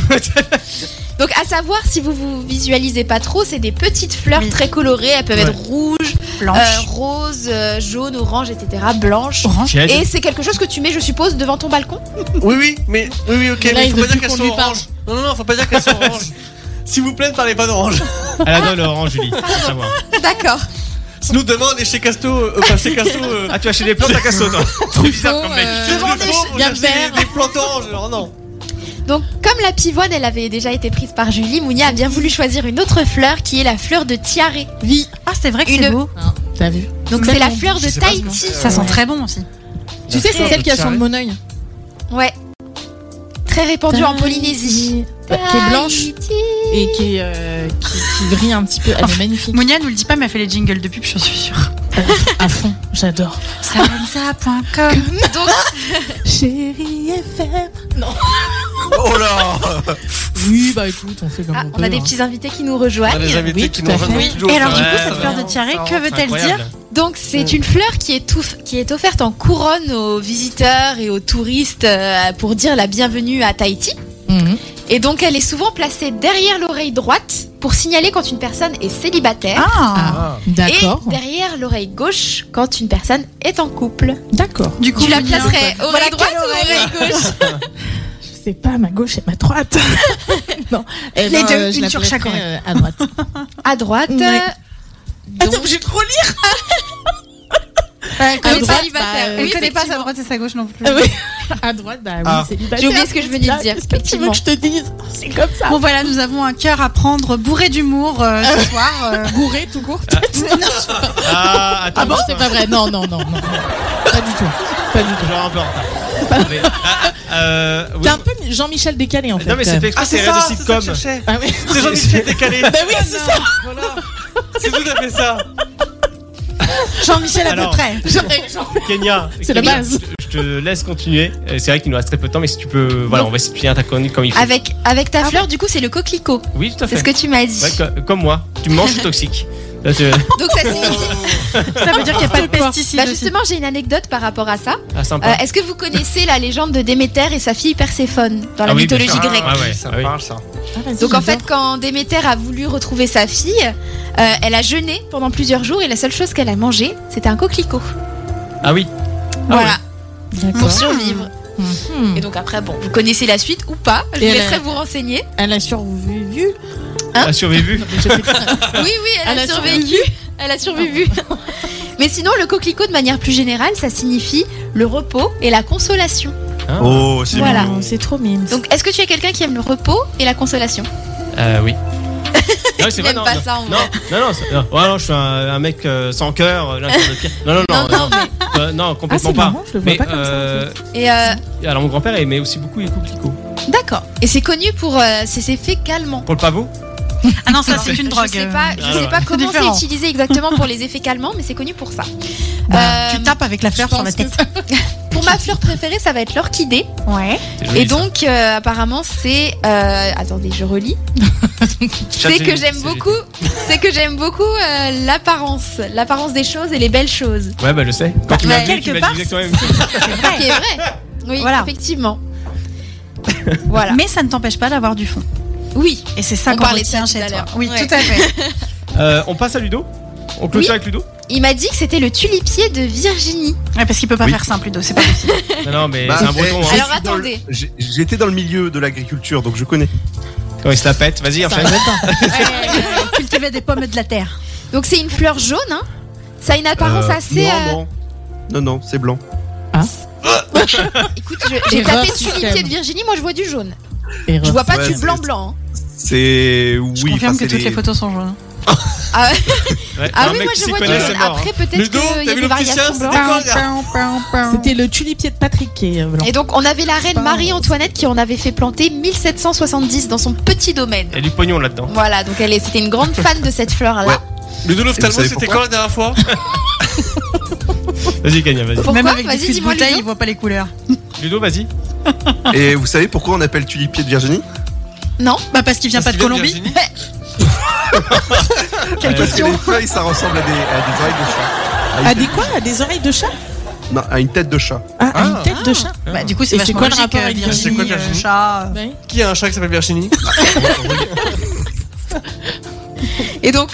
F: Donc à savoir, si vous vous visualisez pas trop, c'est des petites fleurs
D: Oui.
F: très colorées. Elles peuvent être rouges,
D: Blanche.
F: euh, roses, euh, jaunes, oranges, etc. Blanches.
D: Orange.
B: Jade,
F: Et c'est quelque chose que tu mets, je suppose, devant ton balcon
E: Oui, oui, mais oui, oui, ok.
C: Là,
E: mais
C: il
E: faut
C: veut
E: pas dire
C: plus
E: qu'elles
C: qu'on
E: sont
C: lui parle.
E: oranges. Non, non, non, faut pas dire qu'elles sont oranges. S'il vous plaît, ne parlez pas d'orange.
B: elle adore l'orange, Julie. faut savoir.
F: D'accord.
E: Sinon, demain, on est chez Casto. euh, Enfin, chez Casto. euh,
B: Ah, tu as acheté des plantes à casso, toi. Trop bizarre comme mec.
C: euh,
E: Qu'est-ce que
C: Devant
E: je
C: des-
E: prends
C: il y a
E: J'ai acheté
C: vert.
E: des- des plantes oranges. Alors non.
F: Donc comme la pivoine, elle avait déjà été prise par Julie, Mounia a bien voulu choisir une autre fleur qui est la fleur de tiare.
C: Vie.
D: Ah, c'est vrai que c'est
F: Une-
D: beau.
C: T'as vu
F: Donc
C: Même
F: c'est la
C: en-
F: fleur de
E: sais pas ce qu'on-
F: Tahiti.
D: Ça sent très bon aussi.
C: Tu sais, c'est celle qui a son de mon oeil.
F: Ouais. Très répandue en Polynésie.
C: Bah, qui est blanche
F: Tahiti.
C: et qui, est, euh, qui, qui brille un petit peu. Elle est magnifique.
D: Monia nous le dit pas, mais elle fait les jingles de pub, j'en suis sûre.
C: À fond, j'adore.
D: Sarenza.com.
F: Donc
C: Ah, Chérie FM.
I: Oh
C: [laughs]
I: là
K: Oui, bah écoute, on fait comme
F: Ah,
K: on peut.
F: on a des
K: hein.
F: petits invités qui nous
E: On a
F: rejoignent.
E: des invités
C: oui,
E: qui
C: tout
E: nous
C: à fait.
E: rejoignent toujours.
D: Et alors, du
E: Ouais,
D: coup,
E: ça
D: cette
E: va.
D: fleur de tiare, que veut-elle dire
B: Incroyable.
F: Donc c'est une fleur qui est, tout- qui est offerte en couronne aux visiteurs et aux touristes euh, pour dire la bienvenue à Tahiti.
C: Mhm.
F: Et donc elle est souvent placée derrière l'oreille droite pour signaler quand une personne est célibataire.
D: Ah,
E: Ah.
C: D'accord.
F: et derrière l'oreille gauche quand une personne est en couple.
C: D'accord.
D: Du coup,
F: Tu la
D: Monia-
F: placerais oreille
C: Voilà
F: droite
C: quelle
F: ou oreille gauche
C: Je sais pas, ma gauche et ma droite. non. Eh
D: Les deux,
C: je
D: une
C: la
D: sur chaque
C: placerai, euh, à droite.
F: À droite.
C: Ouais.
F: euh,
C: Attends, j'ai trop lire.
F: comme
C: Ah, à droite,
F: célibataire.
C: bah,
D: Elle
C: oui,
D: connaît pas sa
C: effectivement.
D: droite et sa gauche non plus.
C: Ah oui. à droite, bah oui,
E: Ah.
C: célibataire.
F: J'ai oublié ce que je venais de
C: Là,
F: dire,
C: Qu'est-ce que tu veux que je te dise Oh, C'est comme ça.
D: Bon voilà, nous avons un cœur à prendre bourré d'humour Ah. euh, ce soir. euh.
C: Bourré tout court, peut-être Non, je sais pas.
B: Ah, attends.
C: Ah bon, c'est pas vrai. Non, non, non, non. non. Pas du tout. Pas du tout.
B: Genre un peu en retard. Mais, ah, ah, euh, oui.
C: T'es un peu Jean-Michel décalé en fait.
B: Non, mais c'est
C: quand
B: fait
C: même.
B: exprès,
E: Ah,
B: c'est
E: c'est
B: rêve
E: ça,
B: de
E: c'est ça
B: sitcom.
E: que je cherchais.
C: Ah oui.
E: C'est Jean-Michel décalé. [laughs]
C: Bah oui, c'est ça.
E: Voilà. C'est tout à fait ça.
D: [laughs] Jean-Michel à peu
B: Alors.
D: près.
C: J'aurais- j'aurais-
B: Kenya,
C: C'est la
B: Kenya,
C: base.
B: Je te laisse continuer. Euh, C'est vrai qu'il nous reste très peu de temps, mais si tu peux. Voilà, on va essayer de finir ta chronique comme il faut.
F: Avec, avec ta fleur, du coup, c'est le coquelicot.
B: Oui, Ah tout à
F: C'est ce
B: fait.
F: que tu m'as dit.
B: Ouais, co- comme moi, tu me manges, je suis toxique. Là, tu-
F: Donc ça signifie.
B: Oh.
D: Ça veut dire qu'il n'y a pas de pesticides.
F: Bah
D: aussi.
F: justement, j'ai une anecdote par rapport à ça.
B: Ah,
F: Euh,
B: sympa.
F: Est-ce que vous connaissez la légende de Déméter et sa fille Perséphone dans la
B: Ah oui, bien
F: mythologie
B: sûr.
F: grecque
B: Ah ouais,
E: ça
B: ah oui.
E: parle ça.
C: Ah, vas-y,
F: Donc en
C: j'adore.
F: fait, quand Déméter a voulu retrouver sa fille, euh, elle a jeûné pendant plusieurs jours et la seule chose qu'elle a mangée, c'était un coquelicot.
B: Ah oui.
F: voilà, pour
C: D'accord.
F: survivre.
C: Mhm.
F: Et donc après, bon, vous connaissez la suite ou pas Je
C: Et
F: vous
C: elle a-
F: laisserai vous [laughs] renseigner.
C: Elle a survécu.
B: T'as survécu
C: J'ai fait exprès.
F: Oui, oui, elle, a, survécu. Elle a survécu. [laughs] Mais sinon, le coquelicot, de manière plus générale, ça signifie le repos et la consolation.
I: Oh, c'est
D: Ah
F: Voilà.
I: mignon.
C: C'est trop mime.
F: Donc, est-ce que tu es quelqu'un qui aime le repos et la consolation
B: Euh,
F: [laughs]
B: oui. Non,
F: Tu
B: vrai,
F: n'aimes pas
B: non,
F: ça, en
B: non,
F: vrai.
B: non, non, c'est- non, Ouais, non, je suis un, un mec euh, sans cœur. euh, là, c'est le pire. Non, non, non, non, Euh, non, complètement
F: Ah, c'est
B: pas.
F: marrant, je le vois
B: mais,
F: pas comme ça, en
B: euh,
F: Et euh,
B: alors, mon grand-père aimait aussi beaucoup les coquelicots.
F: d'accord. Et c'est connu pour euh, ses effets calmants.
B: Pour le pavot
F: Ah non,
D: ça, c'est une drogue.
F: Je sais pas, je
B: Ah,
F: sais
B: ouais.
F: pas
B: C'est
F: comment c'est
D: différent.
F: utilisé exactement pour les effets calmants, mais c'est connu pour ça.
D: Bah,
F: Euh,
D: tu tapes avec la fleur
F: je
D: sur la
F: pense
D: tête.
F: Pour ma fleur préférée, ça va être l'orchidée.
D: [laughs] Ouais.
F: Et donc, euh, apparemment, c'est. euh, attendez, je relis. c'est
D: Chat
F: que
D: G-
F: j'aime
D: c'est
F: beaucoup. C'est que j'aime beaucoup euh, l'apparence, l'apparence des choses et les belles choses.
B: Ouais, bah, je sais. Quand il m'a
F: Ouais.
B: vu, il
F: Quelque
B: m'a dit exactement
F: part,
B: la même chose.
F: Ce qui est vrai. Oui,
D: Voilà.
F: effectivement.
D: Mais ça ne t'empêche pas d'avoir du fond.
F: Oui.
D: Et c'est ça
F: On
D: qu'on
F: parlait de
D: retient
F: ça tout
D: chez
F: à
D: toi.
F: l'heure.
D: Oui,
F: Ouais.
D: tout à fait.
B: Euh, on passe à Ludo On clôt
F: Oui.
B: ça avec Ludo
F: Il m'a dit que c'était le tulipier de Virginie.
D: parce qu'il peut
B: pas Oui. faire
D: simple, Ludo, c'est pas possible.
B: Non, non, mais
I: Bah,
B: c'est un
I: eh,
B: breton.
I: je
B: hein.
I: suis
F: Alors,
I: dans le-
F: attendez.
I: j'ai- J'étais dans le milieu de l'agriculture, donc je connais.
B: Quand il se la pète, vas-y, enchaîne.
D: [laughs] Cultiver des pommes de la terre.
F: [laughs] Donc c'est une fleur jaune. Hein. Ça a une apparence
I: Euh,
F: assez.
I: non,
F: euh,
I: non. Non, non, c'est blanc.
F: Écoute, je- j'ai
K: Erreur
F: tapé
K: système.
F: tulipier de Virginie. Moi, je vois du jaune. Je vois pas
I: Ouais,
F: du
I: c'est-
F: blanc blanc. hein.
I: C'est. Oui,
D: Je confirme
I: enfin,
D: que
I: c'est
D: toutes
I: les-
D: les photos sont jaunes.
F: Ah,
B: Ouais,
F: ah
B: un
F: oui,
B: mec
F: moi
B: qui
F: je
B: s'y
F: vois du
B: connaît,
F: jaune.
B: c'est mort, hein.
F: Après, peut-être
E: Ludo,
F: qu'il y
E: t'as
F: a
E: vu le
F: des
E: petit
F: variations
E: chien,
F: blanches.
C: C'était le tulipier de Patrick qui est euh, blanc.
F: Et donc, on avait la reine Marie-Antoinette qui en avait fait planter 1770 dans son petit domaine.
B: Il y a du pognon là-dedans.
F: Voilà, donc elle est- c'était une grande fan de cette fleur-là.
I: Ouais.
E: Ludo
I: Et vous
E: l'ophtalmo,
I: savez
E: c'était
I: pourquoi
E: quand la dernière fois
B: Vas-y, Kanya, vas-y.
F: Pourquoi
D: Même avec des
F: Vas-y,
D: fûts de
F: dis-moi,
D: bouteille,
F: Ludo.
D: il voit pas les couleurs.
B: Ludo, vas-y.
I: Et vous savez pourquoi on appelle tulipier de Virginie
F: Non
D: Bah, parce qu'il vient pas de Colombie. [laughs]
I: Parce que les feuilles, ça ressemble à des, à des oreilles de chat. À,
C: À
I: une-
C: Ah, des quoi À des oreilles de chat
I: non, à une tête de chat.
C: Ah, à une tête de chat
D: Bah, du coup, c'est
C: Et c'est
D: vachement
C: quoi le
D: logique,
C: rapport avec
D: euh,
C: Virginie
E: C'est quoi,
D: euh,
E: Virginie
D: chat, euh.
C: Ouais.
E: Qui a un chat qui s'appelle Virginie
F: Et donc,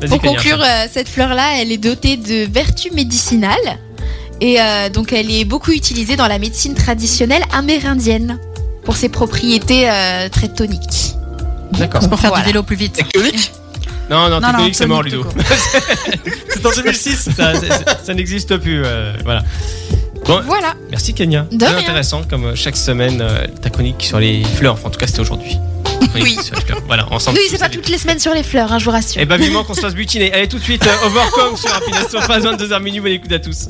B: Vas-y,
F: pour
B: Kanya,
F: conclure, euh, cette fleur-là, elle est dotée de vertus médicinales. Et euh, donc, elle est beaucoup utilisée dans la médecine traditionnelle amérindienne pour ses propriétés euh, très toniques.
B: D'accord.
D: C'est pour faire
F: Voilà.
D: du vélo plus vite.
B: Non, non,
D: Non, non,
B: Tectonic, c'est
D: Tonic,
B: mort,
D: tout
B: Ludo. [laughs]
D: court.
E: C'est en 2006
B: ça ça- ça n'existe plus. euh, voilà. Bon,
F: Voilà.
B: merci Kenya.
F: De
B: Très
F: rien.
B: intéressant, comme euh, chaque semaine, euh, ta chronique sur les fleurs. Enfin, en tout cas, c'était aujourd'hui.
F: Oui.
B: Sur les fleurs. Voilà, ensemble.
F: Oui, c'est pas toutes les semaines sur les fleurs, hein, je vous rassure.
B: Et bah, vivement qu'on se fasse butiner. Allez, tout de suite, euh, Overcome sur Happiness Sofa, 22h minuit. Bonne écoute à tous.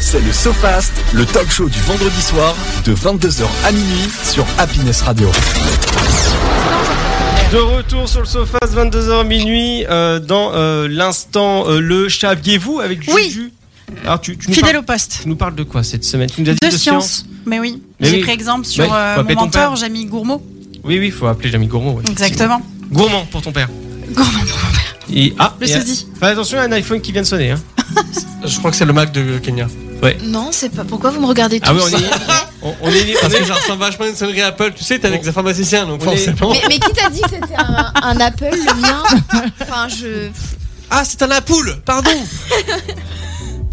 A: C'est le SoFast, le talk show du vendredi soir de 22h à minuit sur Happiness Radio.
B: De retour sur le sofa, 22h minuit, euh, dans euh, l'instant euh, le chaviez-vous avec Juju.
D: Oui.
B: Alors, tu, tu nous
D: Fidèle
B: parles-
D: au poste.
B: tu nous parles de quoi cette semaine Tu nous as dit
D: De
B: de
D: science. Mais oui.
B: Mais
D: J'ai
B: oui.
D: pris exemple sur
B: Ouais,
D: euh,
B: faut
D: mon
B: appeler ton père.
D: mentor, Jamie Gourmaud.
B: Oui, oui, il faut appeler Jamie Gourmand. ouais.
D: Exactement.
B: Gourmand pour ton père.
D: Gourmand pour mon père.
B: Et, ah,
D: Le
B: et-
D: sosie.
B: Fais attention, il y a un iPhone qui vient de sonner. Hein.
E: Je crois que c'est le Mac de Kenya.
F: Non, c'est pas. Pourquoi vous me regardez tous
B: ben. Ah oui, on est. On, on est, on
E: Parce
B: est-
E: que ça ressemble vachement à une sonnerie Apple, tu sais, t'es avec un pharmacien, donc
B: On est-
E: forcément.
F: mais, mais qui t'a dit que c'était un, un Apple, le mien Enfin, je.
E: Ah, c'est un Apple, pardon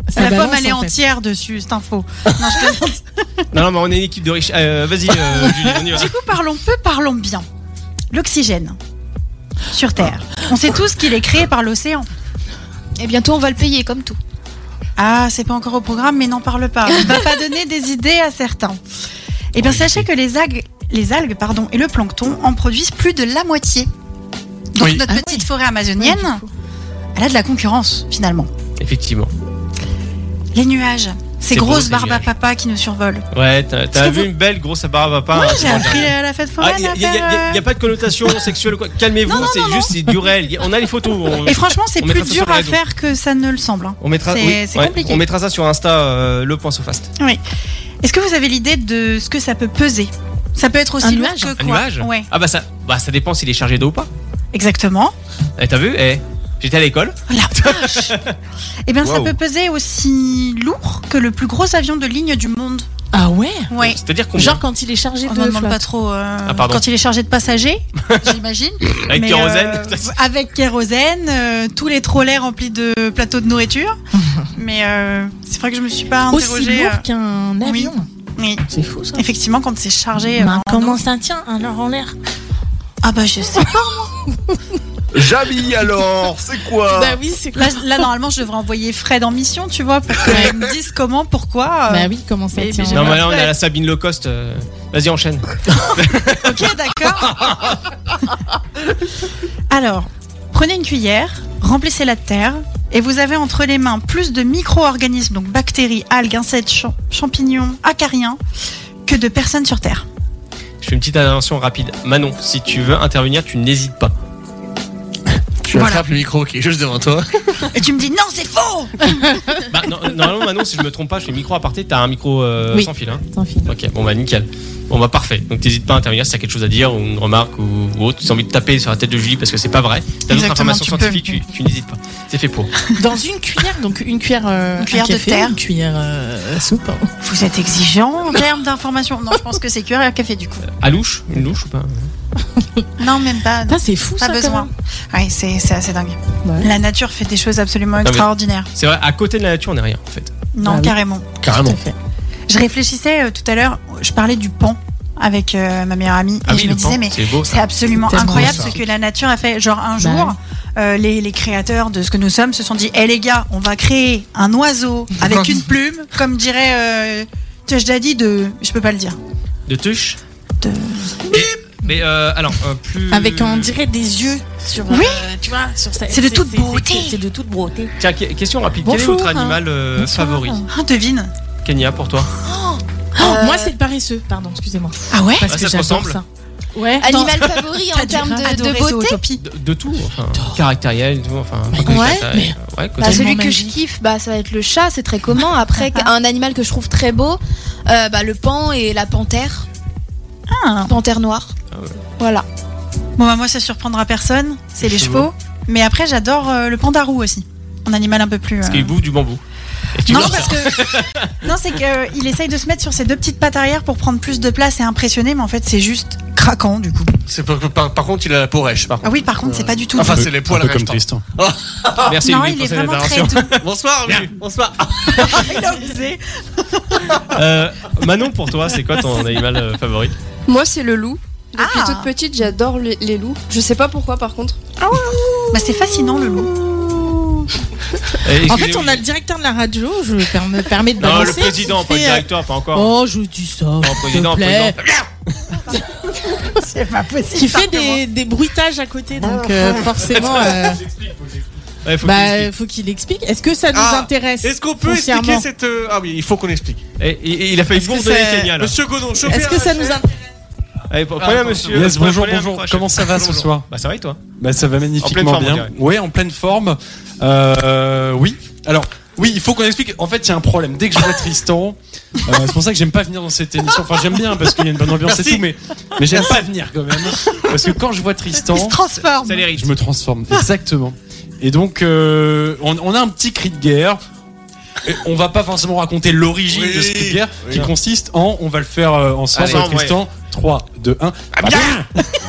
C: Ça
D: La
C: balance,
D: pomme, elle est
C: en fait.
D: entière dessus, c'est info. Non, je plaisante.
B: Non, non, mais on est une équipe de riches. Euh, Vas-y, euh, Julie, on y va.
D: Du coup, parlons peu, parlons bien. L'oxygène sur Terre. On sait tous qu'il est créé par l'océan.
F: Et bientôt, on va le payer, comme tout.
D: Ah, c'est pas encore au programme, mais n'en parle pas. On va pas donner des idées à certains. Eh bien, sachez que les algues, les algues pardon, et le plancton en produisent plus de la moitié. Donc,
E: Oui.
D: notre
C: Ah
D: petite forêt amazonienne,
C: Ouais, du
D: elle a de la concurrence, finalement.
B: Effectivement.
D: Les nuages,
B: C'est
D: ces
B: beau,
D: grosses
B: ces
D: barbes à
B: nuages.
D: papa qui nous survolent.
B: Ouais, t'as t'as
D: que
B: vu une belle grosse barbe à part. hein,
D: J'ai appris à la fête
B: Ah,
D: foraine
B: Il
D: à
B: n'y a, y
D: faire,
B: a- y a- y a pas de connotation sexuelle ou quoi. Calmez-vous, c'est juste c'est du réel. Y a- On a les photos. On,
D: euh, Et franchement, c'est
B: on mettra
D: plus
B: ça sur
D: dur
B: les
D: à
B: réseaux.
D: faire que ça ne le semble. hein.
B: On mettra,
D: C'est-
B: oui,
D: c'est
B: ouais,
D: compliqué.
B: on mettra ça sur Insta, euh, le point Sofast.
D: Est-ce que vous avez l'idée de ce que ça peut peser Ça peut être
C: Un
D: aussi lourd
C: nuage
D: que
B: Un
D: quoi
B: nuage
D: Ouais,
B: Ah bah ça, bah ça dépend s'il est chargé d'eau ou pas.
D: exactement.
B: Eh, T'as vu Eh, J'étais à l'école.
D: La vache [laughs] Eh bien, ça
I: Wow.
D: peut peser aussi lourd que le plus gros avion de ligne du monde.
C: Ah ouais
D: Ouais.
B: C'est-à-dire qu'on
C: Genre quand il est chargé
D: On
C: de
D: n'en demande
C: flotte.
D: pas trop. euh,
B: Ah, pardon.
D: quand il est chargé
C: [laughs]
D: de passagers, j'imagine.
B: avec
D: Mais,
B: kérosène.
D: euh, avec kérosène, euh, tous les trolleys remplis de plateaux de
C: [laughs]
D: nourriture. Mais euh, c'est vrai que je me suis pas
C: Aussi
D: interrogée.
C: lourd
D: euh,
C: qu'un
D: oui.
C: avion.
D: oui.
C: C'est fou ça.
D: Effectivement, quand c'est chargé. euh,
C: Bah,
D: en
C: comment
D: eau.
C: ça tient alors en l'air
D: Ah bah je sais pas moi.
I: Jamie, alors, c'est quoi
D: [laughs] Bah oui, c'est là, là, normalement, je devrais envoyer Fred en mission, tu vois, pour qu'il me dise comment, pourquoi. euh,
C: Bah oui, comment ça tient.
B: Non, mais là, on est à la Sabine low cost. euh, Vas-y, enchaîne.
D: Ok, d'accord. [laughs] Alors, prenez une cuillère, remplissez la terre, et vous avez entre les mains plus de micro-organismes, donc bactéries, algues, insectes, champ- champignons, acariens, que de personnes sur Terre.
B: Je fais une petite intervention rapide. Manon, si tu veux intervenir, tu n'hésites pas.
E: Tu attrapes le micro qui est juste devant toi.
D: Et tu me dis non, c'est faux
B: Bah, non, normalement, Manon, si je me trompe pas, je fais micro aparté. T'as un micro euh,
C: Oui,
B: sans fil. Hein
C: sans fil.
B: Ok, bon, bah nickel. Bon, bah parfait. Donc, t'hésites pas à intervenir si t'as quelque chose à dire ou une remarque ou, ou autre. Si t'as envie de taper sur la tête de Julie parce que c'est pas vrai, t'as d'autres
C: Exactement,
B: informations
C: tu peux.
B: scientifiques, tu, tu n'hésites pas. C'est fait pour.
C: Dans une cuillère, donc une cuillère, euh,
D: Une cuillère
C: à
D: de
C: café,
D: terre.
C: une cuillère euh, à soupe. hein.
D: Vous êtes exigeant en termes d'informations. Non, je pense que c'est cuillère à café du coup.
B: À louche Une louche ou pas
D: Non, même pas.
C: Putain, c'est fou
D: Pas
C: ça. quand
D: besoin.
C: même.
D: Ouais, c'est c'est assez dingue.
C: Ouais.
D: La nature fait des choses absolument
B: mais-
D: extraordinaires.
B: C'est vrai, à côté de la nature, on n'est rien en fait.
D: Non,
C: Ah oui.
D: carrément.
B: Carrément.
D: Je réfléchissais euh, tout à l'heure, je parlais du pan avec euh, ma meilleure amie
B: Ah
D: et
B: oui,
D: je me
B: le pan,
D: disais mais
B: c'est beau, ça.
D: c'est absolument
C: C'est tellement
D: incroyable
C: beau, ça.
D: ce que la nature a fait. Genre un
C: Bah
D: jour, euh, les, les créateurs de ce que nous sommes se sont dit, hé les gars, on va créer un oiseau avec une plume, comme dirait euh, Tush Daddy de... Je peux pas le dire.
B: De tuche
D: De-
B: Mais euh, alors, euh, plus.
C: Avec on dirait des yeux sur.
D: Oui.
C: euh, tu vois, sur sa-
D: C'est de toute beauté.
C: C'est de toute beauté.
B: Tiens, que- question rapide. Quel est
C: Bonjour,
B: votre
C: hein.
B: animal euh, favori
D: Ah, devine.
B: Kenya, pour toi
C: Oh,
D: Euh,
C: Moi, c'est le paresseux. Pardon, excusez-moi.
D: Ah ouais
C: Parce
B: Ah,
C: que
B: ça te
C: j'adore
B: ressemble
C: ça. Ouais.
F: Animal
G: [laughs]
F: favori en termes de, de beauté
B: de, de tout, enfin, caractériel, tout, enfin.
F: Ouais,
B: ça-
C: mais-
B: ouais, côté-
F: Bah, celui
C: Tellement
F: que je
C: magique.
F: kiffe, bah, ça va être le chat, c'est très commun. Après,
G: Ah,
F: un animal que je trouve très beau, euh, bah, le pan et la panthère.
D: Ah.
F: Panthère noire.
B: Ah ouais.
F: Voilà.
D: Bon bah moi ça surprendra personne, c'est les,
B: Les
D: chevaux. Mais après j'adore euh, le pandarou aussi. Un animal un peu plus.
B: Parce
D: euh,
B: qu'il bouffe du bambou. Et tu
D: Non
B: dors
D: parce que [laughs] non c'est qu'il essaye de se mettre sur ses deux petites pattes arrière pour prendre plus de place et impressionner, mais en fait c'est juste craquant du coup.
E: C'est par, par- par contre, il a la peau rêche, par
D: Ah
E: contre.
D: oui par contre c'est pas du tout.
E: Enfin,
I: Un peu-
E: c'est les poils
I: un peu
E: rêches.
I: comme Tristan.
B: ça. [laughs] Merci
D: non
B: Louis,
D: il
B: pour
D: est
B: cette
D: vraiment très
B: intervention.
D: doux.
E: Bonsoir, Rudy. Bonsoir. Ah
D: Il a osé.
B: Euh, Manon, pour toi, c'est quoi ton animal euh, favori
G: Moi, c'est le loup. Depuis
D: Ah.
G: toute petite, j'adore les, les loups. Je sais pas pourquoi, par contre.
D: Bah c'est fascinant le loup.
B: Eh,
C: En fait,
B: excusez-moi.
C: on a le directeur de la radio. Je per- me permets de
B: Non,
C: balancer.
B: le président,
C: qui
B: pas le
C: fait, euh,
B: directeur, pas encore.
C: Oh, je dis ça.
B: Non,
C: s'il te
B: président,
C: plaît.
B: président.
D: C'est pas possible.
C: Qui fait
D: ça
C: des, des bruitages à côté, donc euh,
B: [laughs]
C: forcément, euh,
B: Ouais, faut qu'il
C: bah,
B: explique.
C: faut qu'il explique. Est-ce que ça nous
E: Ah,
C: intéresse
E: Est-ce qu'on peut
C: foncièrement
E: expliquer cette. euh, Ah oui, il faut qu'on explique.
B: Eh, il, il a failli
C: Est-ce que
B: bourdonner
C: c'est-
B: Kenya là.
E: Monsieur Godon, je
C: Est-ce que ça nous intéresse
B: Allez, pre- prenez un monsieur.
L: Yes,
B: prenez-
L: bonjour,
B: prenez un
L: bonjour.
B: micro,
L: Comment
B: chef.
L: ça va ce
B: Bonjour.
L: soir
B: Bah, ça va et toi
L: Bah, ça va
B: En pleine
L: magnifiquement
B: forme, on
L: bien.
B: dirait.
L: Oui, en pleine forme. Euh, oui. Alors, oui, il faut qu'on explique. En fait, il y a un problème. Dès que je vois Tristan, euh, c'est pour ça que j'aime pas venir dans cette émission. Enfin, j'aime bien parce qu'il y a une bonne ambiance et
E: Merci.
L: tout, mais, mais j'aime pas venir quand même. Parce que quand je vois Tristan,
D: Il se transforme.
B: Ça les rites.
L: je me transforme. Exactement. Et donc, euh, on, on a un petit cri de guerre. Et on va pas forcément raconter l'origine
E: Oui.
L: de ce cri de guerre qui
E: Oui.
L: consiste en on va le faire euh, ensemble,
B: Allez.
L: Tristan. 3, 2, 1. Fabien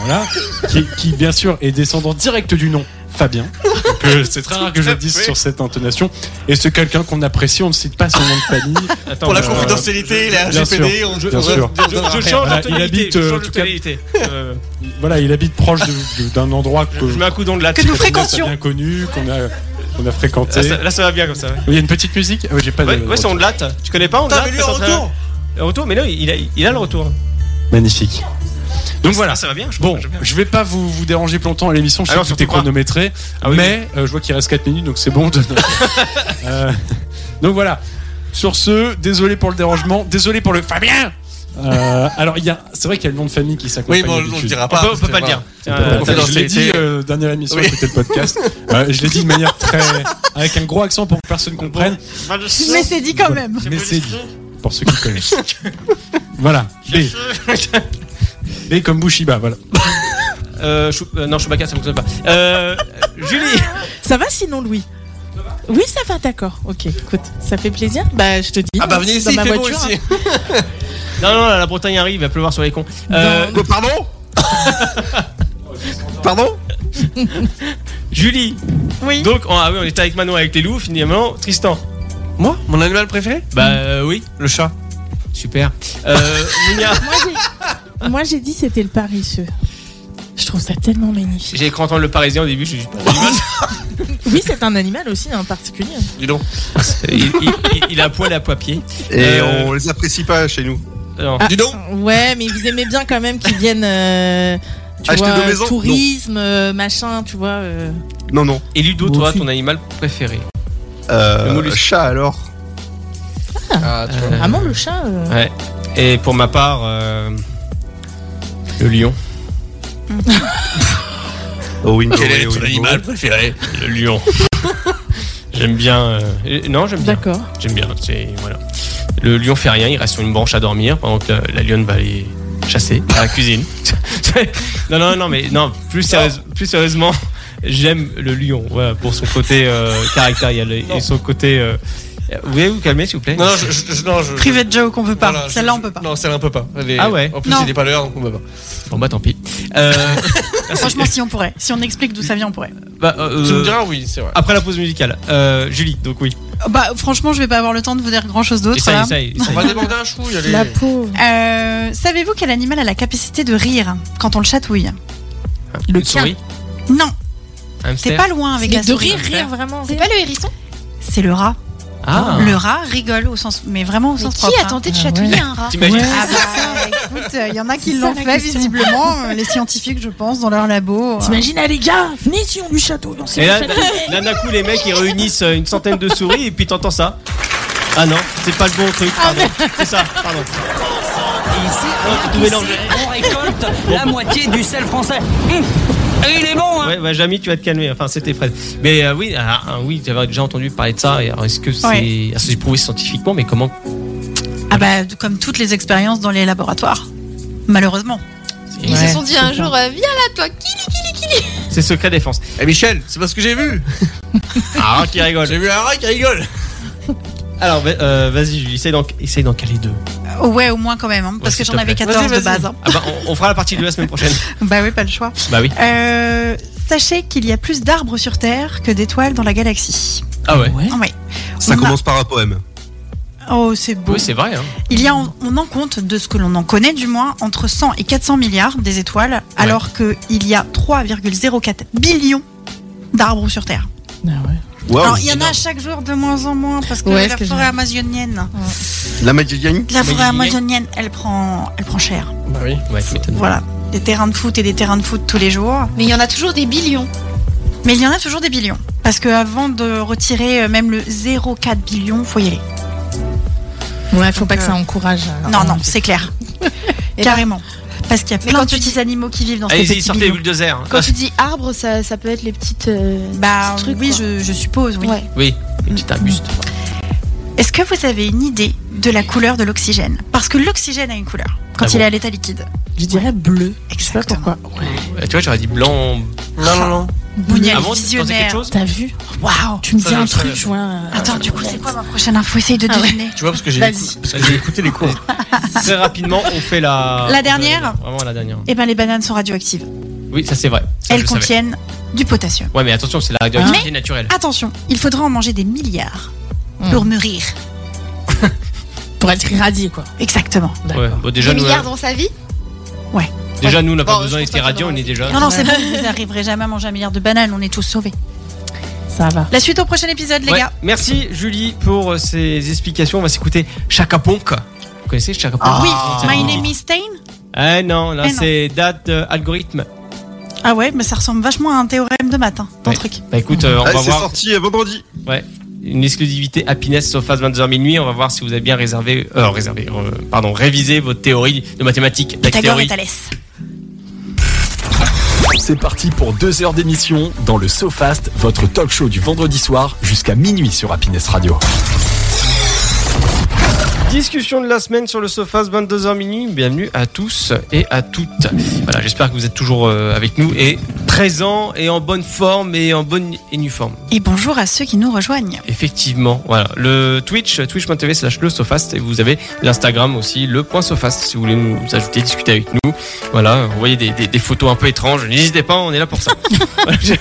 L: Voilà. Qui, qui, bien sûr, est descendant direct du nom
G: [laughs]
L: Fabien. Donc, euh, C'est très rare que je le dise
E: Oui.
L: sur cette intonation. Et c'est quelqu'un qu'on apprécie, on ne cite pas son nom de famille.
B: Attends,
E: Pour la
B: euh,
E: confidentialité, la
L: bien
E: RGPD, on
L: bien
E: on-
L: sûr.
E: on- on-
B: Je,
E: on-
B: je
E: on-
B: change
L: Voilà,
B: de
L: il
B: tonalité.
L: habite,
B: Je
L: euh,
B: change
L: en
B: de
L: tout cas-
B: tonalité. Euh,
L: Voilà, il habite proche de- de- d'un endroit que,
B: Je mets un coup dans le lac.
D: Que nous
L: qu'on a
D: fréquentions.
L: bien connu, qu'on a, qu'on a fréquenté.
B: Là, Ah, ça-
L: Il
B: là, ça va bien comme ça. ouais.
L: y a une petite musique Ah ouais, j'ai pas
B: Ouais,
L: de-
B: ouais, c'est on latte. Tu connais pas on
E: Putain, mais lui, en retour
B: Le retour, mais là, il a, il a le retour.
L: Magnifique. Donc voilà.
B: ça va bien. Je
L: Bon,
B: je-
L: je vais pas vous, vous déranger plus longtemps à l'émission, je sais
B: Alors,
L: que tout est
B: surtout pas.
L: chronométré,
B: Ah oui,
L: mais euh, je vois qu'il reste 4 minutes, donc c'est bon. de- Euh, donc voilà. Sur ce, désolé pour le dérangement, désolé pour le Fabien. Euh, alors, il y a, c'est vrai qu'il y a le nom de famille qui s'accompagne.
E: Oui, bon, on le
L: d'habitude.
E: dira
B: On
E: pas.
B: peut, on peut pas le dire. Euh,
L: Enfin, je l'ai dit
E: c'était-
L: euh, dernière émission,
E: Oui.
L: c'était le podcast. Euh, je l'ai dit de manière très, avec un gros accent pour que personne comprenne,
D: Mais c'est dit quand même.
L: mais c'est dit pour ceux qui
B: [laughs]
L: connaissent. voilà. B. B comme Bushiba, voilà.
B: Euh, Chou- euh, non, Chewbacca, ça fonctionne pas. Euh, [laughs] Julie,
C: Ça va sinon, Louis oui, ça va, d'accord. Ok, écoute, ça fait plaisir. Bah, je te dis.
E: Ah bah venez ici,
C: dans
E: il
C: ma
E: fait bon
C: voiture. hein.
E: ici.
B: non, non, la Bretagne arrive, il va pleuvoir sur les cons. Euh,
I: Oh,
E: [laughs]
I: Pardon Pardon
B: Julie,
D: Oui.
B: donc on, ah oui, on était avec Manon avec les loups, finalement Tristan.
E: Moi, mon animal préféré
B: Bah euh, oui,
E: Le chat.
B: super. Euh, Mounia,
C: Moi, j'ai dit c'était le paresseux. Je trouve ça tellement magnifique.
B: J'ai cru entendre le parisien au début, je suis
C: Oui, c'est un animal aussi, en particulier.
B: dis donc. Il, il- il- il a poil à poipier.
I: Et on les apprécie pas chez nous.
C: Ah, Ouais, mais vous aimez bien quand même qu'ils viennent. euh, tu
I: Acheter
C: vois,
I: nos maisons
C: tourisme, euh, machin, tu vois. euh.
I: Non, non.
B: Et Ludo, toi, ton animal préféré
I: Euh, chat alors.
B: Ah,
C: Euh, Vraiment, le chat. euh,
B: Ouais. Et pour ma part, euh, le lion.
I: oh oui,
B: Quel est
I: oui,
B: ton
I: oui,
B: animal [laughs] préféré Le
E: [laughs]
B: lion. j'aime bien. euh, et- non, j'aime bien.
C: D'accord.
B: J'aime bien. C'est voilà. Le lion fait rien, il reste sur une branche à dormir pendant que la, la lionne va aller chasser à la cuisine. [laughs] non, non, non, mais non. Plus, sérieuse- plus sérieusement, j'aime le lion. Voilà, pour son côté euh, caractériel et- et son côté. euh, vous voulez vous calmer, s'il vous plaît
E: Non, non, je, je- je- non, je-
D: Privé de joke, on peut pas.
E: Voilà, je-
D: Celle-là, on peut pas.
E: Non, celle-là, on peut pas. Elle est-
B: Ah ouais
E: En plus,
D: Non.
E: il est pas l'heure, donc on peut pas.
B: Bon, bah tant pis.
E: [laughs]
B: Euh,
D: Franchement, si on pourrait. Si on explique d'où ça vient, on pourrait.
B: [laughs] bah, euh,
E: Tu me diras, oui, c'est vrai.
B: Après la pause musicale, Euh, Julie, donc oui.
D: Bah, franchement, je vais pas avoir le temps de vous dire grand chose d'autre.
B: Essaye,
D: là.
B: essaye, essaye.
E: On [laughs] va déborder un chou, il y a les-
D: peau. Savez-vous quel animal a la capacité de rire quand on le chatouille
B: Le
D: souris Non, t'es pas loin avec
C: Mais
D: la
C: de
D: souris.
C: rire, rire, vraiment.
F: C'est pas le hérisson
D: C'est le rat.
B: Ah.
D: Le rat rigole au sens, mais vraiment au sens
F: qui
D: propre. hein.
F: a tenté de chatouiller un rat
B: T'imagines
D: Ah bah, écoute, euh, il y en a qui
F: C'est
D: l'ont
F: ça, la
D: fait
F: question.
D: visiblement, euh, les scientifiques, je pense, dans leur labo. euh.
C: T'imagines, ah, les gars, venez si on lui chatouille. On
B: Et
C: s'est
B: là,
C: fait
B: là, d'un coup, les mecs ils réunissent euh, une centaine de souris et puis t'entends ça. Ah non, c'est pas le bon truc, pardon. C'est ça, pardon.
H: Ah,
B: tout mélangé.
H: ici, On récolte la moitié du sel français. Mmh. Et il est bon, hein
B: Ouais, bah, Jamy, tu vas te calmer. Enfin, c'était Fred. Mais euh, oui, ah, ah, oui, j'avais déjà entendu parler de ça. Et alors, est-ce que c'est,
D: Ouais.
B: ah, c'est prouvé scientifiquement Mais comment
D: Ah bah, d- comme toutes les expériences dans les laboratoires, malheureusement.
F: Ils se sont dit un jour, euh, viens là, toi, qui
B: C'est secret défense.
E: Eh, Michel, c'est parce que j'ai vu.
B: Ah, qui rigole.
E: J'ai vu un rat qui rigole.
B: Alors, va- euh, vas-y, Julie, essaye d'en, essaye d'en caler deux.
D: Euh, Ouais, au moins quand même, hein, parce
B: Ouais, s'il
D: que j'en
B: te
D: avais
B: plaît.
D: 14
B: Vas-y,
D: de
B: vas-y.
D: base. hein.
B: Ah bah, on, on fera la partie de la semaine prochaine.
D: Bah oui, pas le choix.
B: Bah oui.
D: Euh, sachez qu'il y a plus d'arbres sur Terre que d'étoiles dans la galaxie.
B: Ah ouais.
D: Ah ouais.
I: Ça
D: On a-
I: commence par un poème.
D: Oh, c'est beau.
B: Oui, c'est vrai. hein.
D: Il y a, en- on en compte, de ce que l'on en connaît du moins, entre 100 et 400 milliards des étoiles, alors qu'il y a 3,04 billions d'arbres sur Terre.
C: Ah
B: Ah
D: Alors, il y en a chaque jour de moins en moins, parce que
C: Ouais,
D: la
C: ce que
D: forêt
C: j'ai-
D: amazonienne,
I: La Magellanique
D: la forêt
B: Amazonienne.
D: amazonienne, elle prend, elle prend cher.
E: Bah oui.
B: Ouais, tu m'étonnes.
D: Voilà. Des terrains de foot et des terrains de foot tous les jours.
F: Mais il y en a toujours des billions.
D: Mais il y en a toujours des billions. Parce qu'avant de retirer euh, même le 0,4 billion, faut y aller.
C: Ouais, faut pas
D: Donc,
C: que ça encourage. euh,
D: Non, non, c'est clair. [laughs] Carrément. Parce qu'il y a
F: Eh ben, Mais
D: plein
F: quand
D: de
F: tu
D: petits animaux qui vivent dans ces
B: Allez-y,
D: petits
B: sortez les
D: billions.
B: bulldozers. hein.
F: Quand tu dis arbre, ça, ça peut être les petites. euh,
D: Bah
F: petits trucs,
D: oui,
F: quoi.
D: je, je suppose, oui.
F: Ouais.
B: Oui, une petite arbuste.
D: Est-ce que vous avez une idée de la couleur de l'oxygène Parce que l'oxygène a une couleur quand
B: Ah
D: il
B: bon
D: est à l'état liquide.
C: Je dirais bleu. Je sais pas
D: Exactement.
C: pourquoi.
B: Euh, Tu vois, j'aurais dit blanc.
E: Non, non, non.
D: Mouniel,
B: Ah bon, t'as pensé quelque
D: visionnaire.
B: chose
C: T'as vu
D: Waouh
C: Tu me
E: Ça,
C: dis un
E: je savais.
C: truc, euh, je vois. un-
B: Ah,
D: Attends, du coup, c'est quoi ma prochaine info Essaye de
C: Ah ouais.
D: deviner.
E: Tu vois, parce que j'ai
C: Vas-y.
E: écou- parce que j'ai écouté les
B: [laughs]
E: cours.
B: Très rapidement, on fait la.
D: La dernière
B: Vraiment la dernière.
D: Eh ben, les bananes sont radioactives.
B: Oui, ça c'est vrai. Ça, Ah, je
D: Elles
B: le savais.
D: contiennent du potassium.
B: Ouais, mais attention, c'est la radioactivité naturelle.
D: Attention, il faudra en manger des milliards
B: Hmm.
D: pour mûrir.
C: Pour être irradié, quoi.
D: Exactement.
B: Ouais. Bon, déjà,
F: des
B: nous,
F: milliards
B: euh,
F: dans sa vie
B: déjà, nous, on n'a pas
F: Bon,
B: besoin
F: je
B: d'être
F: trouve pas
B: radio,
F: ça
B: on est déjà.
D: Non, non, c'est bon,
B: [laughs]
D: vous n'arriverez jamais à manger un milliard de bananes, on est tous sauvés.
C: Ça va.
D: La suite au prochain épisode, les
B: Ouais.
D: gars.
B: Merci Julie pour euh, ces explications. On va s'écouter Chaka Ponk. Vous connaissez Chaka Ponk
D: Ah. oui,
B: Ah, C'est
D: my
B: un
D: name
B: titre.
D: is Stein.
B: Eh non, là
D: Eh non.
B: c'est date euh, algorithme.
D: Ah ouais, mais ça ressemble vachement à un théorème de matin, ton
B: Ouais.
D: truc.
B: Bah écoute, euh, on
I: Ah,
B: va
I: c'est
B: voir
I: sorti euh, vendredi.
B: une exclusivité happiness sauf à 22h minuit. On va voir si vous avez bien réservé, euh, réservé, euh, pardon, révisé votre théorie de mathématiques. la
D: Pythagore
B: théorie.
D: et Thalès.
A: C'est parti pour deux heures d'émission dans le SoFast, votre talk show du vendredi soir jusqu'à minuit sur Happiness Radio.
B: Discussion de la semaine sur le Sofas, 22h minuit. Bienvenue à tous et à toutes. Voilà, j'espère que vous êtes toujours euh, avec nous et présents et en bonne forme et en bonne et nue forme.
D: Et bonjour à ceux qui nous rejoignent.
B: Effectivement, voilà. Le Twitch, twitch.tv slash le Sofast et vous avez l'Instagram aussi, le point Sofast si vous voulez nous ajouter, discuter avec nous. Voilà, envoyez des, des- des photos un peu étranges. N'hésitez pas, on est là pour ça. Voilà, je-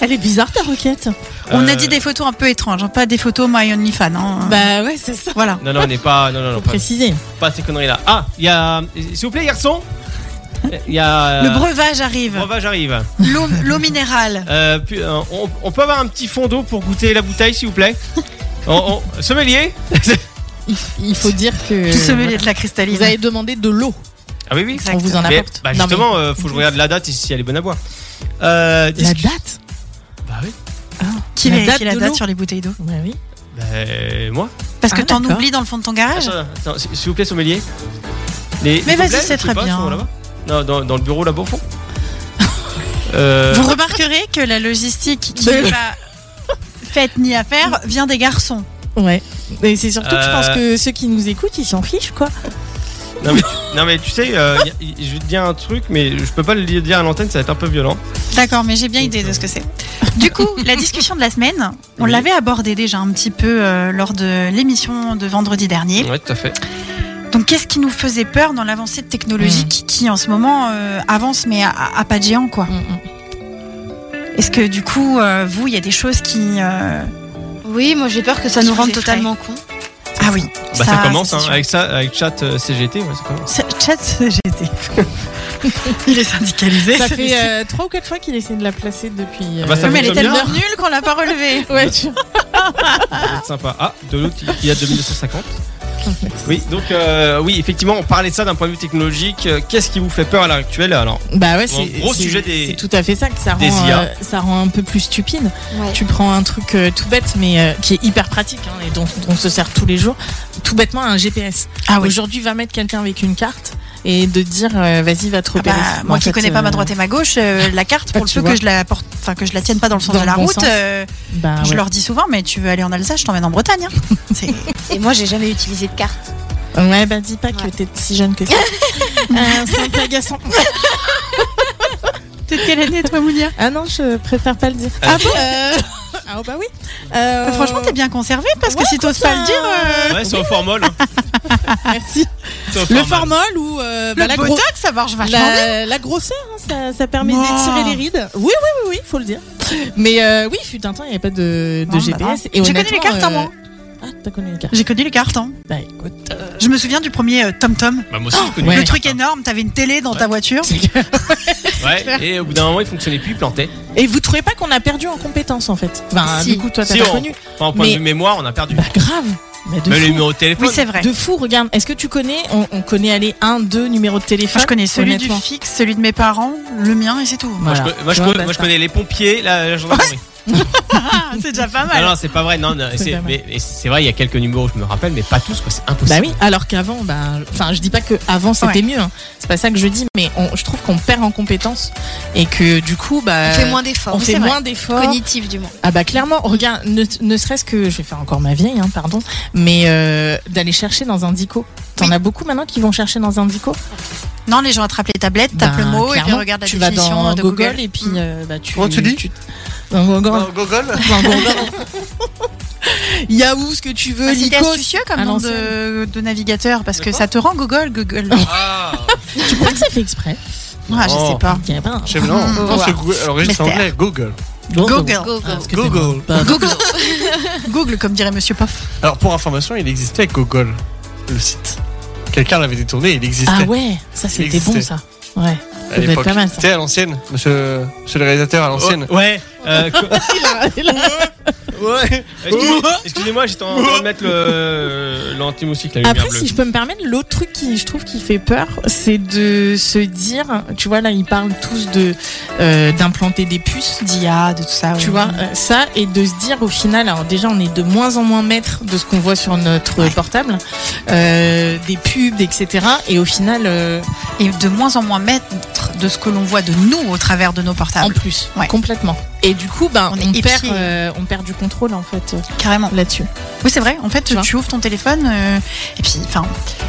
C: Elle est bizarre ta requête.
D: On
B: Euh,
D: a dit des photos un peu étranges, hein, pas des photos My OnlyFans. Hein.
C: Bah ouais, c'est ça.
D: voilà.
B: Non, non, on n'est pas. Non, non, non, pas,
C: Précisé.
B: pas ces conneries là. Ah, il y a. S'il vous plaît, garçon Il y a, euh,
D: [laughs] Le breuvage arrive.
B: Le breuvage arrive.
D: L'eau l'eau minérale.
B: Euh, puis, euh, on, on peut avoir un petit fond d'eau pour goûter la bouteille, s'il vous
D: [laughs]
B: plaît On- on- Sommelier
C: Il faut dire
B: Euh.
C: que.
D: Tout sommelier de la cristalline.
C: Vous avez demandé de l'eau.
B: Ah oui, oui.
C: On vous en
B: Mais,
C: apporte.
B: bah,
C: Non, mais-
B: justement, euh, faut que je regarde la date et si elle est bonne à boire. Euh,
C: La
B: discu-
C: date
B: Bah oui.
D: Qui
C: La
D: est
C: date
D: qui est la
C: de
D: date
C: l'eau
D: sur les bouteilles d'eau
C: Bah oui.
B: Bah, moi
D: Parce que
C: Ah,
D: t'en
C: d'accord.
D: oublies dans le fond de ton garage
B: Attends, attends, s'il vous plaît, sommelier. Les-
D: Ah. Mais
B: les
D: vas-y,
B: gobelets,
D: c'est
B: je
D: très
B: sais pas,
D: bien.
B: sont là-bas Non, dans, dans le bureau là-bas au
D: [laughs]
B: fond. Euh,
D: Vous remarquerez que la logistique qui
C: Mais-
D: n'est pas faite ni à faire vient des garçons.
C: Ouais. Et c'est surtout que je pense
B: Euh.
C: que ceux qui nous écoutent, ils s'en fichent,
B: [laughs]
C: quoi.
B: non, mais, tu- non, mais tu sais, euh, y a- y- je vais te dire un truc, mais je peux pas le dire à l'antenne, ça va être un peu violent.
D: D'accord, mais j'ai bien idée de ce que c'est. Du coup, la discussion de la semaine, on
B: Oui.
D: l'avait abordée déjà un petit peu euh, lors de l'émission de vendredi dernier.
B: Ouais, tout à fait. Bah,
D: Donc, qu'est-ce qui nous faisait peur dans l'avancée technologique
B: Mm.
D: qui, en ce moment, euh, avance, mais à, à pas de géant, quoi
B: mm.
D: Est-ce que, du coup, euh, vous, il y a des choses qui. euh,
F: Oui, moi j'ai peur que ça
D: Qui
F: nous
D: vous
F: rende
D: effraie.
F: totalement cons.
D: Ah oui.
B: Bah, ça, commence
D: c'est
B: hein,
D: sûr.
B: avec ça, avec chat euh, CGT. Ouais, ça commence.
D: C'est- Chat CGT.
C: [laughs]
D: il est syndicalisé.
C: Ça
D: celui-ci.
C: fait euh, trois ou quatre fois qu'il essaie de la placer depuis.
B: Ah bah, ça fait
C: euh,
D: Mais elle est
B: comme bien.
D: tellement nulle qu'on l'a pas relevée.
C: [laughs] Ouais, tu-
B: Ça va être sympa. Ah, de l'autre qui, qui date de 1950. Oui, donc euh, oui, effectivement, on parlait de ça d'un point de vue technologique. Euh, Qu'est-ce qui vous fait peur à l'heure actuelle Alors,
C: Bah ouais,
B: Bon,
C: c'est
B: gros
C: c'est-
B: sujet des-
C: c'est tout à fait ça que ça
B: des
C: rend,
B: IA.
C: euh, ça rend un peu plus stupide.
F: Ouais.
C: Tu prends un truc euh, tout bête, mais euh, qui est hyper pratique hein, et dont, dont on se sert tous les jours. Tout bêtement, un GPS.
D: Ah oui.
C: Aujourd'hui, va mettre quelqu'un avec une carte et de dire euh, vas-y, va te
D: Ah bah,
C: repérer. Mais
D: moi
C: en
D: qui
C: fait,
D: connais pas
C: euh,
D: ma droite et ma gauche,
C: [laughs]
D: euh, la carte, pour le
C: tu
D: peu
C: vois.
D: que je la porte, enfin que je la tienne pas dans le sens
C: Dans
D: de
C: le
D: la
C: bon
D: route,
C: sens.
D: euh,
C: bah
D: je
C: ouais.
D: leur dis souvent, mais tu veux aller en Alsace, je t'emmène en Bretagne.
C: [laughs]
D: hein. C'est-
F: Et moi j'ai jamais utilisé de carte.
C: Ouais, bah dis pas que t'es si jeune que ça. Euh, c'est un peu agaçant.
D: T'es de quelle année, toi, Mounia
C: Ah non, je préfère pas le dire. Ah bon Euh, Ah bah oui. Euh,
D: Franchement, t'es bien conservé parce que
C: ouais,
D: si t'oses pas le dire, euh,
B: ouais, c'est au formol. hein.
C: Merci.
B: C'est au
C: Le
B: formol.
C: formol ou euh, bah,
D: le
C: la, gro-
D: Botox, ça marche vachement bien.
C: la, la grosseur, hein, ça, ça permet
D: Wow.
C: d'étirer les rides. Oui, oui, oui, oui, faut le dire. Mais euh, oui, fut un temps, il n'y avait pas de, de
D: Non, bah
C: GPS.
D: non.
C: et
D: J'ai connu
C: honnêtement,
D: les cartes, hein,
C: euh,
D: moi.
C: Ah, t'as connu les cartes.
D: J'ai connu les cartes. hein.
C: Bah écoute. euh,
D: Je me souviens du premier euh, Tom Tom.
B: Bah, moi aussi, j'ai connu
C: Ouais.
D: Le truc énorme, t'avais une télé dans ta voiture.
B: Ouais, et au bout d'un moment, il fonctionnait plus, il plantait.
C: Et vous trouvez pas qu'on a perdu en compétence en fait Enfin,
F: Si.
C: du coup, toi, t'as
B: Si,
C: pas
B: on-
C: connu.
B: Enfin, au point
C: Mais-
B: de vue mémoire, on a perdu.
C: Bah grave. Bah, de
B: Mais les
C: fou.
B: numéros de téléphone.
D: Oui, c'est vrai.
C: De fou, regarde, est-ce que tu connais, on, on connaît aller un, deux numéros de téléphone
D: Moi, Ah, je connais celui du
C: honnêtement.
D: fixe, celui de mes parents, le mien et c'est tout.
B: Moi, je
C: Voilà.
B: co- moi, je,
C: Tu
B: co-
C: vois, bah,
B: moi, je
C: basta.
B: connais les pompiers, la, la gendarmerie.
D: Ah, c'est déjà pas
B: Non,
D: mal.
B: non, c'est pas vrai. Non, non,
C: C'est
B: c'est-
C: pas mal.
B: mais- mais c'est vrai, il y a quelques numéros, je me rappelle, mais pas tous, quoi. C'est
C: Bah
B: impossible.
C: oui, alors qu'avant, bah, enfin, je dis pas que avant c'était
D: Ouais.
C: mieux, hein. c'est pas ça que je dis, mais on- je trouve qu'on perd en compétences et que du coup, bah,
F: Euh, On fait moins d'efforts.
C: on
F: Oui,
C: fait
F: c'est vrai.
C: moins d'efforts.
F: Cognitif du moins.
C: Ah bah clairement, regarde, ne, ne serait-ce que, je vais faire encore ma vieille, hein, pardon, mais euh, d'aller chercher dans un dico. T'en
D: Oui.
C: as beaucoup maintenant qui vont chercher dans un dico.
D: Non, les gens attrapent les tablettes, tapent
C: Bah,
D: le mot et puis
C: clairement,
D: regarde la
C: tu vas
D: définition
C: dans
D: de
C: Google,
D: Google.
C: et puis
D: Mm.
C: euh, bah, tu.
E: Comment tu dis
C: Dans Google.
E: Google
C: Dans Google. [laughs] Yahoo, ce que tu veux,
D: Bah, C'était
C: Lycos.
D: astucieux comme
C: à
D: nom de, de navigateur parce que ça te rend Google, Google.
B: Ah,
C: Tu crois que c'est fait exprès
D: Ah, je sais pas.
C: Il y a pas un-
E: Je sais pas, non.
B: Ah.
D: Mmh.
E: Non, c'est Google. Alors, juste en
D: Mystère.
E: anglais, Google.
D: Google.
F: Go, go.
C: Ah, excusez-moi.
E: Google.
C: Pas-
D: Google. Google, comme dirait Monsieur Poff.
E: [laughs] Alors, pour information, il existait Google, le site. Quelqu'un l'avait détourné, il existait.
C: Ah ouais, ça c'était
E: existait.
C: bon ça. Ouais.
E: à
C: doit être
E: l'époque.
C: pas mal, ça.
E: C'était à l'ancienne, monsieur, monsieur le réalisateur, à
B: Oh,
E: l'ancienne.
B: ouais.
E: [laughs]
B: euh, co-
E: Ouais.
B: Excusez- Excusez-moi, j'étais en train de mettre le- l'antimoustique, la lumière
C: Après,
B: bleue.
C: si je peux me permettre, l'autre truc qui, je trouve, qui fait peur, c'est de se dire, tu vois, là, ils parlent tous de euh, d'implanter des puces,
D: D'IA, de tout ça.
C: tu
D: ouais.
C: vois, euh, ça, et de se dire au final, alors déjà, on est de moins en moins maître de ce qu'on voit sur notre portable, euh, des pubs, etc. Et au final, euh,
D: Et de moins en moins maître de ce que l'on voit de nous au travers de nos
C: en
D: portables.
C: plus,
D: Ah, Ouais.
C: complètement. Et du coup, ben,
D: On est
C: on, perd,
D: épié.
C: euh, on perd du contrôle en fait euh,
D: Carrément.
C: là-dessus.
D: Oui, c'est vrai. En fait,
C: Tu
D: tu,
C: vois.
D: ouvres ton téléphone euh, et puis, enfin,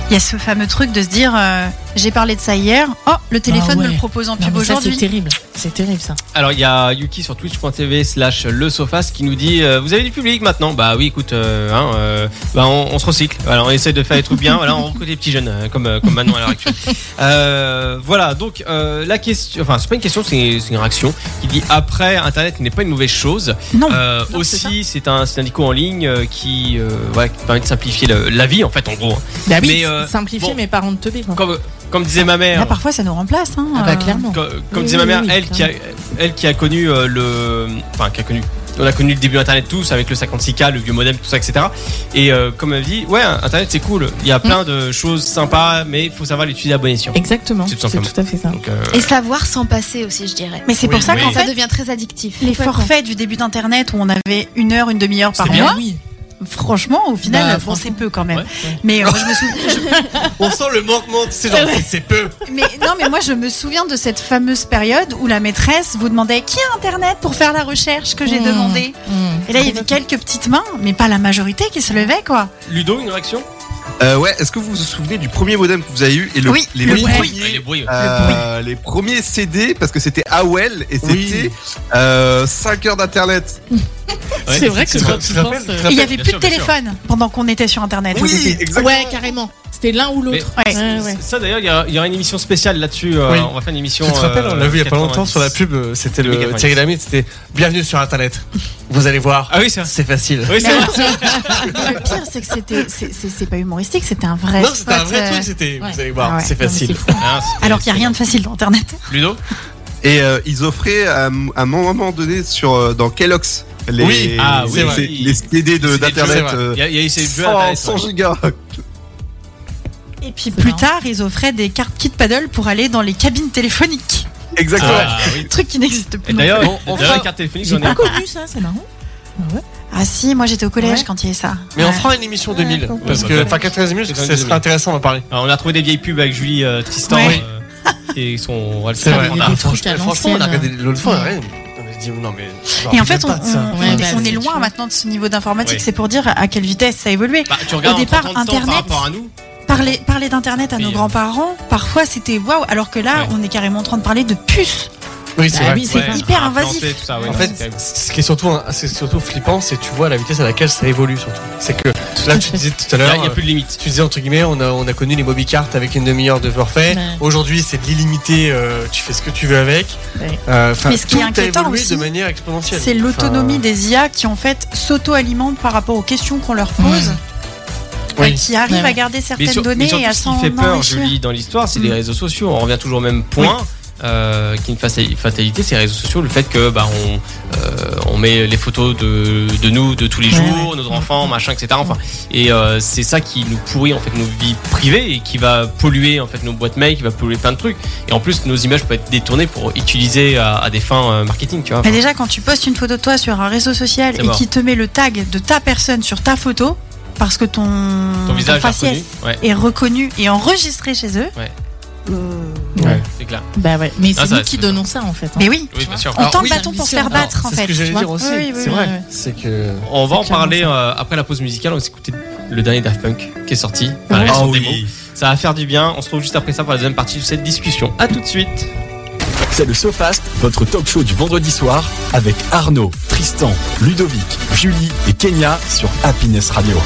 D: il y a ce fameux truc de se dire euh, j'ai parlé de ça hier. Oh, le téléphone me
C: Bah ouais.
D: le propose en
C: Non,
D: pub
C: mais ça, c'est
D: aujourd'hui.
C: terrible. C'est terrible ça.
B: Alors il y a Yuki sur twitch.tv slash le sofas qui nous dit euh, vous avez du public maintenant bah oui écoute euh, hein, euh, bah, on, on se recycle voilà, on essaie de faire les trucs bien voilà on recrute des petits jeunes euh, comme euh, comme Manon à l'heure actuelle Euh, voilà donc euh, la question enfin c'est pas une question c'est c'est une réaction qui dit après internet n'est pas une mauvaise chose
D: Non.
B: Euh,
D: Non, c'est ça.
B: aussi c'est un syndicat en ligne euh, qui euh, voilà, qui permet de simplifier le- la vie en fait en gros hein.
C: Bah oui,
B: Mais, euh,
C: simplifier
B: bon.
C: mes parents de teubé. quoi.
B: comme, Comme disait ma mère.
D: Là, parfois, ça nous remplace. Hein,
C: Ah bah,
D: euh,
C: clairement.
B: Co- Comme
D: Oui,
B: disait ma
D: oui,
B: mère,
D: oui,
B: elle qui a, elle qui a connu euh, le, enfin qui a connu, on a connu le début Internet tous avec le 56K, le vieux modem, tout ça, etc. Et euh, comme elle dit, ouais, Internet c'est cool. Il y a
D: Mm.
B: plein de choses sympas, mais il faut savoir l'utiliser à bon escient.
C: Exactement.
B: C'est tout simplement.
C: à fait ça.
B: Donc, euh,
F: Et savoir s'en passer aussi, je dirais.
D: Mais c'est
B: Oui,
D: pour ça
B: oui.
D: qu'en
F: Ça
D: fait,
F: devient très addictif.
D: les
F: Complètement.
D: forfaits du début d'Internet où on avait une heure, une demi-heure par
C: C'est bien.
D: mois,
C: Ah oui.
D: franchement, au final,
C: Bah,
D: bon, c'est peu quand même. Mais euh, je me souviens.
B: On sent le manquement, c'est
D: genre, c'est-
B: peu.
D: Mais non, mais moi je me souviens de cette fameuse période où la maîtresse vous demandait qui a internet pour faire la recherche que j'ai
C: Mmh,
D: demandé. Et là il y avait quelques petites mains, mais pas la majorité qui se levait quoi.
B: Ludo, une réaction
I: Euh, ouais, est-ce que vous vous souvenez du premier modem que vous avez eu et le,
D: Oui,
I: les,
D: le
I: premiers,
D: bruit.
B: Les bruits.
I: euh, les premiers CD parce que c'était AOL et c'était euh, 5 heures d'internet.
C: C'est vrai que quand tu penses, euh,
D: Et il y avait plus de téléphone pendant qu'on était sur internet.
I: Oui,
D: au début.
I: exactement.
C: Ouais, carrément. C'était l'un ou l'autre.
D: Mais-
C: Ouais, ouais.
B: Ça d'ailleurs, il y a- il y, aura une émission spéciale là-dessus. euh,
E: Oui.
B: On va faire une émission. euh,
E: Tu te rappelles, on l'a vu il y a pas
B: 90.
E: longtemps sur la pub, euh, c'était le
B: 1090.
E: Thierry Lamy, c'était Bienvenue sur Internet. Vous allez voir.
B: Ah oui, c'est vrai.
E: C'est facile.
B: Oui, c'est vrai.
D: Le pire c'est que c'était c'est- c'est c'est pas humoristique, c'était un vrai.
E: Non, c'était un
D: spot,
E: vrai
D: euh,
E: truc, c'était. Vous allez
D: Ah
E: voir,
D: ouais.
E: c'est
D: Non, mais
E: facile.
B: Ah, c'est-
D: Alors qu'il n'y a rien de facile dans internet.
B: Ludo
I: Et euh, ils offraient à, m- à un moment donné sur euh, dans Kellogg's les,
E: Oui,
B: ah oui,
I: les-
B: c'est vrai.
I: les CD de-
B: C'est des
I: d'internet.
B: jeux, c'est vrai.
I: euh,
B: Il y a- il y a eu ces jeux
I: 100
B: Internet,
I: 100
B: ouais.
I: gigas.
D: Et puis plus tard ils offraient des cartes kit paddle pour aller dans les cabines téléphoniques. [laughs]
I: Exactement.
B: Ah, oui.
D: Truc qui n'existe plus.
B: Et d'ailleurs,
E: On- on
B: d'ailleurs,
E: fera-
B: la carte téléphonique,
C: J'ai
B: j'en ai.
C: pas connu ça, c'est marrant.
D: Ah si, moi j'étais au collège
C: Ouais.
D: quand il y avait ça.
E: Mais on
D: Ouais.
E: fera une émission 2000.
C: compris.
E: Parce que, enfin, 95 minutes,
B: C'est
E: ce
B: vrai.
E: serait intéressant d'en parler.
B: Alors, on a retrouvé des vieilles pubs avec Julie euh, Tristan.
D: Ouais.
B: euh, et son.
D: [laughs]
B: on va le
E: C'est
B: faire.
E: vrai.
B: On a-
C: Des trucs à
E: Ah, Franchement, on a regardé
C: l'ancienne.
E: l'autre fois, rien. On a dit, non, mais. genre,
D: Et en fait, on,
E: même pas de ça.
D: on-
C: Ouais,
D: on-
C: bah,
D: on est
C: c'est-
D: loin maintenant de ce niveau d'informatique.
B: Ouais.
D: C'est pour dire à quelle vitesse ça a évolué.
B: Bah, tu regardes
D: Au
B: en
D: départ,
B: 30 ans
D: Internet,
B: par rapport à nous.
D: Parler, parler d'internet à
B: Oui,
D: nos
B: euh.
D: grands-parents, parfois c'était waouh, alors que là,
B: Ouais.
D: on est carrément en train de parler de puces.
E: Oui, c'est
C: Bah
E: vrai.
C: oui, c'est
B: Ouais,
C: vrai.
D: hyper
B: implanté,
D: invasif.
B: tout ça, ouais,
E: En
B: non,
E: fait,
B: c'est terrible.
E: ce qui est surtout, hein, c'est surtout flippant, c'est tu vois la vitesse à laquelle ça évolue surtout. C'est que là,
C: à
E: tu
C: fait.
E: disais tout
B: il
E: à
B: n'y a, il
E: l'heure,
B: y
E: euh,
B: a plus de limite.
E: tu disais entre guillemets, on a, on a connu les mobicartes avec une demi-heure de forfait.
C: Ouais.
E: Aujourd'hui, c'est de l'illimité, euh, tu fais ce que tu veux avec.
C: Ouais.
E: Euh, 'fin,
D: Mais ce qui
E: tout
D: est
E: a
D: inquiétant
E: évolué
D: aussi,
E: de manière exponentielle.
D: C'est l'autonomie des IA qui en fait s'auto-alimentent par rapport aux questions qu'on
B: Hmm.
D: leur pose, euh,
E: Oui.
D: qui arrivent
C: Ouais.
D: à garder certaines
B: sur-
D: données
B: surtout,
D: et à
B: ce qui
D: s'en
B: fait peur,
D: enrichir.
B: Julie, dans l'histoire, c'est
D: Mm.
B: les réseaux sociaux. On revient toujours au même point. euh, qui est une fata- fatalité, c'est les réseaux sociaux, le fait que bah, on, euh, on met les photos de, de nous de tous les
C: Ouais,
B: jours, nos enfants, machin, etc. Enfin, et euh, c'est ça qui nous pourrit en fait nos vies privées et qui va polluer en fait nos boîtes mail, qui va polluer plein de trucs. Et en plus, nos images peuvent être détournées pour utiliser à, à des fins euh, marketing, tu vois.
D: Mais déjà, quand tu postes une photo de toi sur un réseau social
B: C'est
D: et
B: mort.
D: qui te met le tag de ta personne sur ta photo, parce que ton,
B: Ton visage est
D: faciès
B: reconnu. Ouais,
D: est reconnu et enregistré chez eux.
B: Ouais.
D: Euh,
E: Ouais.
B: c'est clair.
C: Bah ouais, mais
B: Ah,
C: c'est
B: ça,
C: nous qui
B: c'est-
C: donnons ça en fait. hein.
D: Mais oui,
B: Oui, bien sûr.
D: on
E: Alors,
D: tend
E: oui,
D: le bâton pour se faire
C: l'ambition.
D: battre en
E: C'est ce
D: fait.
E: que j'allais
D: tu vois.
E: dire aussi.
D: Oui, oui,
E: c'est
D: oui,
E: vrai.
D: oui.
E: C'est que.
B: On va en
C: clairement
B: parler
C: ça.
B: euh, après la pause musicale. On va s'écouter le dernier Daft Punk qui est sorti. Enfin, la
I: Ah
B: version démo.
I: oui.
B: Ça va faire du bien. On se retrouve juste après ça pour la deuxième partie de cette discussion. À tout de suite.
A: C'est le SoFast, votre talk show du vendredi soir avec Arnaud, Tristan, Ludovic, Julie et Kenya sur Happiness Radio.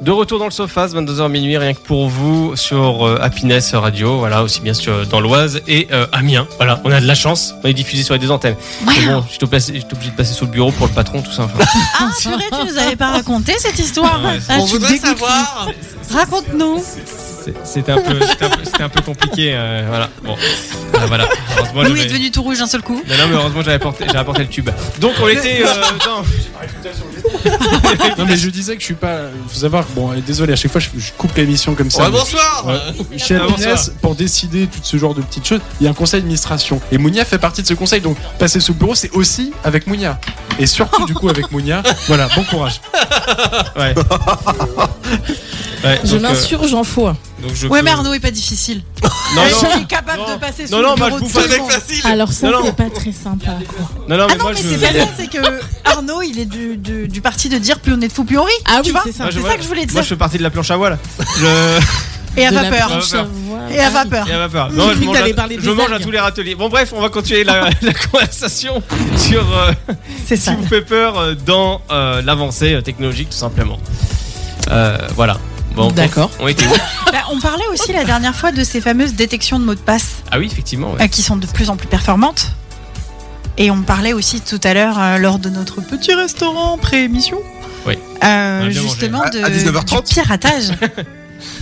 B: De retour dans le Sofas, 22h minuit, rien que pour vous sur euh, Happiness Radio. Voilà, aussi bien sûr dans l'Oise et euh, Amiens. Voilà, on a de la chance. On est diffusé sur les deux antennes. Mais bon, j'étais obligé j'étais obligé de passer sous le bureau pour le patron, tout ça. enfin.
D: Ah, c'est vrai, tu nous avais pas raconté cette histoire.
B: Ouais, c'est-
D: Ah,
E: On
D: je suis
E: voudrait
D: dégoûtée.
E: savoir.
D: Raconte-nous.
B: [laughs] C'est- C'était un peu, c'était un peu, c'était un peu compliqué. euh, voilà. Bon, Ah, voilà. Heureusement,
D: Louis est
B: j'avais-
D: devenu tout rouge d'un seul coup.
B: Non, non, mais heureusement, j'avais apporté, j'avais apporté le tube. Donc, on était.
C: [laughs]
B: euh, dans-
L: Non, mais je disais que je suis pas. Vous savoir, bon, euh, désolé, à chaque fois je, je coupe l'émission comme ça.
E: Ouais,
L: mais-
E: bonsoir.
L: Ouais. Chez
B: Ah, bonsoir.
L: Happiness, pour décider tout ce genre de petites choses, il y a un conseil d'administration. Et Mounia fait partie de ce conseil. Donc, passer sous le bureau, c'est aussi avec Mounia. Et surtout, du coup, avec Mounia. Voilà, bon courage.
B: [laughs] Ouais. Ouais,
C: Je
B: donc, euh,
C: m'insurge en faux.
B: donc je
D: Ouais,
B: peux-
D: mais Arnaud est pas difficile.
B: Non,
D: Je
B: non.
D: suis capable
B: Non.
D: de passer
B: Non,
D: sous
B: non, bah,
D: le
B: je
D: bureau de
B: vous
D: tout
B: fais
D: le monde.
C: Alors ça,
B: Non, non.
C: c'est pas très sympa.
B: Non, non, mais
D: Ah non,
B: moi,
D: mais
B: je.
D: c'est pas ça, c'est que Arnaud, il est du, du- du parti de dire plus on est de fou, plus on rit.
C: Ah
D: tu
C: oui,
D: vois
C: c'est ça.
B: Moi,
D: C'est
B: vois-
D: ça que je voulais dire.
B: Moi, je fais partie de la planche à voile. Je. Ah,
D: Et à
C: De la
D: vapeur.
C: planche à voile.
D: Et à
B: Et elle
D: vapeur.
B: va pas.
C: J'ai cru
B: je
C: que
B: mange,
C: t'allais
B: à-
C: parler des
B: je mange à
C: algues.
B: tous les râteliers. Bon, bref, on va continuer la, [laughs] la conversation sur euh,
D: C'est
B: ce qui
D: ça.
B: vous fait peur euh, dans euh, l'avancée euh, technologique, tout simplement. Euh, voilà. Bon,
C: D'accord.
B: On était où
D: Bah, on parlait aussi la dernière fois de ces fameuses détections de mots de passe.
B: Ah oui, effectivement. ouais.
D: euh, qui sont de plus en plus performantes. Et on parlait aussi tout à l'heure euh, lors de notre petit restaurant pré-émission.
B: Oui.
D: Euh,
B: On a bien
D: justement
I: mangé.
D: de,
I: À- à 19h30.
D: du piratage.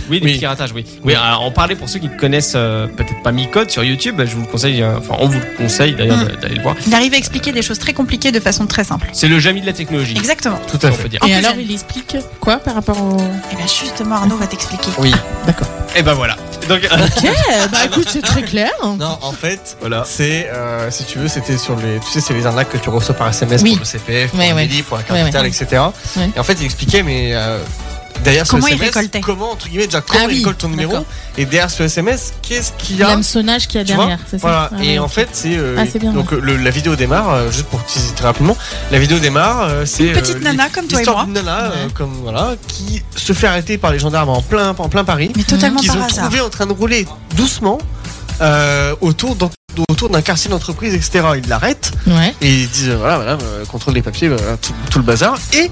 B: Oui, du piratage, oui. Oui, alors on parlait pour ceux qui connaissent euh, peut-être pas Micode sur YouTube, je vous le conseille, euh, enfin on vous le conseille d'ailleurs
E: Hmm.
D: Mm.
B: de- d'aller le voir.
D: Il arrive à expliquer des choses très compliquées de façon très simple.
B: C'est le Jamie de la technologie.
D: Exactement.
B: Tout à fait. On peut dire.
D: En
C: Et
D: plus,
C: alors,
D: elle-
C: il explique quoi par rapport au.
D: Eh bien, justement, Arnaud va t'expliquer.
B: Oui. D'accord. Et ben voilà. Donc,
E: [laughs]
C: Ok, bah écoute, c'est très clair.
E: [laughs] Non, en fait, c'est, euh, si tu veux, c'était sur les. Tu sais, c'est les arnaques que tu reçois par SMS
C: Oui.
E: pour le CPF, pour
C: Ouais,
E: le
C: ouais.
E: Midi, pour la carte
C: Ouais, ouais.
E: vitale, etc.
C: Ouais.
E: Et en fait, il expliquait, mais euh, derrière ce
C: Comment il
E: SMS,
C: récoltait.
E: comment, entre guillemets, déjà, comment
C: Ah oui,
E: il récolte ton numéro
C: d'accord.
E: Et derrière ce SMS, qu'est-ce qu'il y a
C: L'hameçonnage qu'il y a
E: Tu vois
C: derrière, c'est ça
E: Voilà.
C: Ah,
E: et
C: ouais.
E: en fait, c'est euh,
C: Ah, c'est bien,
E: donc euh, le- la vidéo démarre euh, juste pour teaser très rapidement. La vidéo démarre, euh, c'est
D: Une petite
E: euh,
D: nana comme toi et moi.
E: l'histoire d'une nana euh, comme voilà qui se fait arrêter par les gendarmes en plein en plein Paris.
D: Mais totalement
E: Qu'ils
D: par
E: ont
D: hasard.
E: trouvé en train de rouler doucement euh, autour d'en- autour d'un quartier d'entreprise, etc. Ils l'arrêtent
C: Ouais.
E: et ils disent euh, voilà, madame, euh, contrôle les papiers, voilà, tout, tout le bazar. Et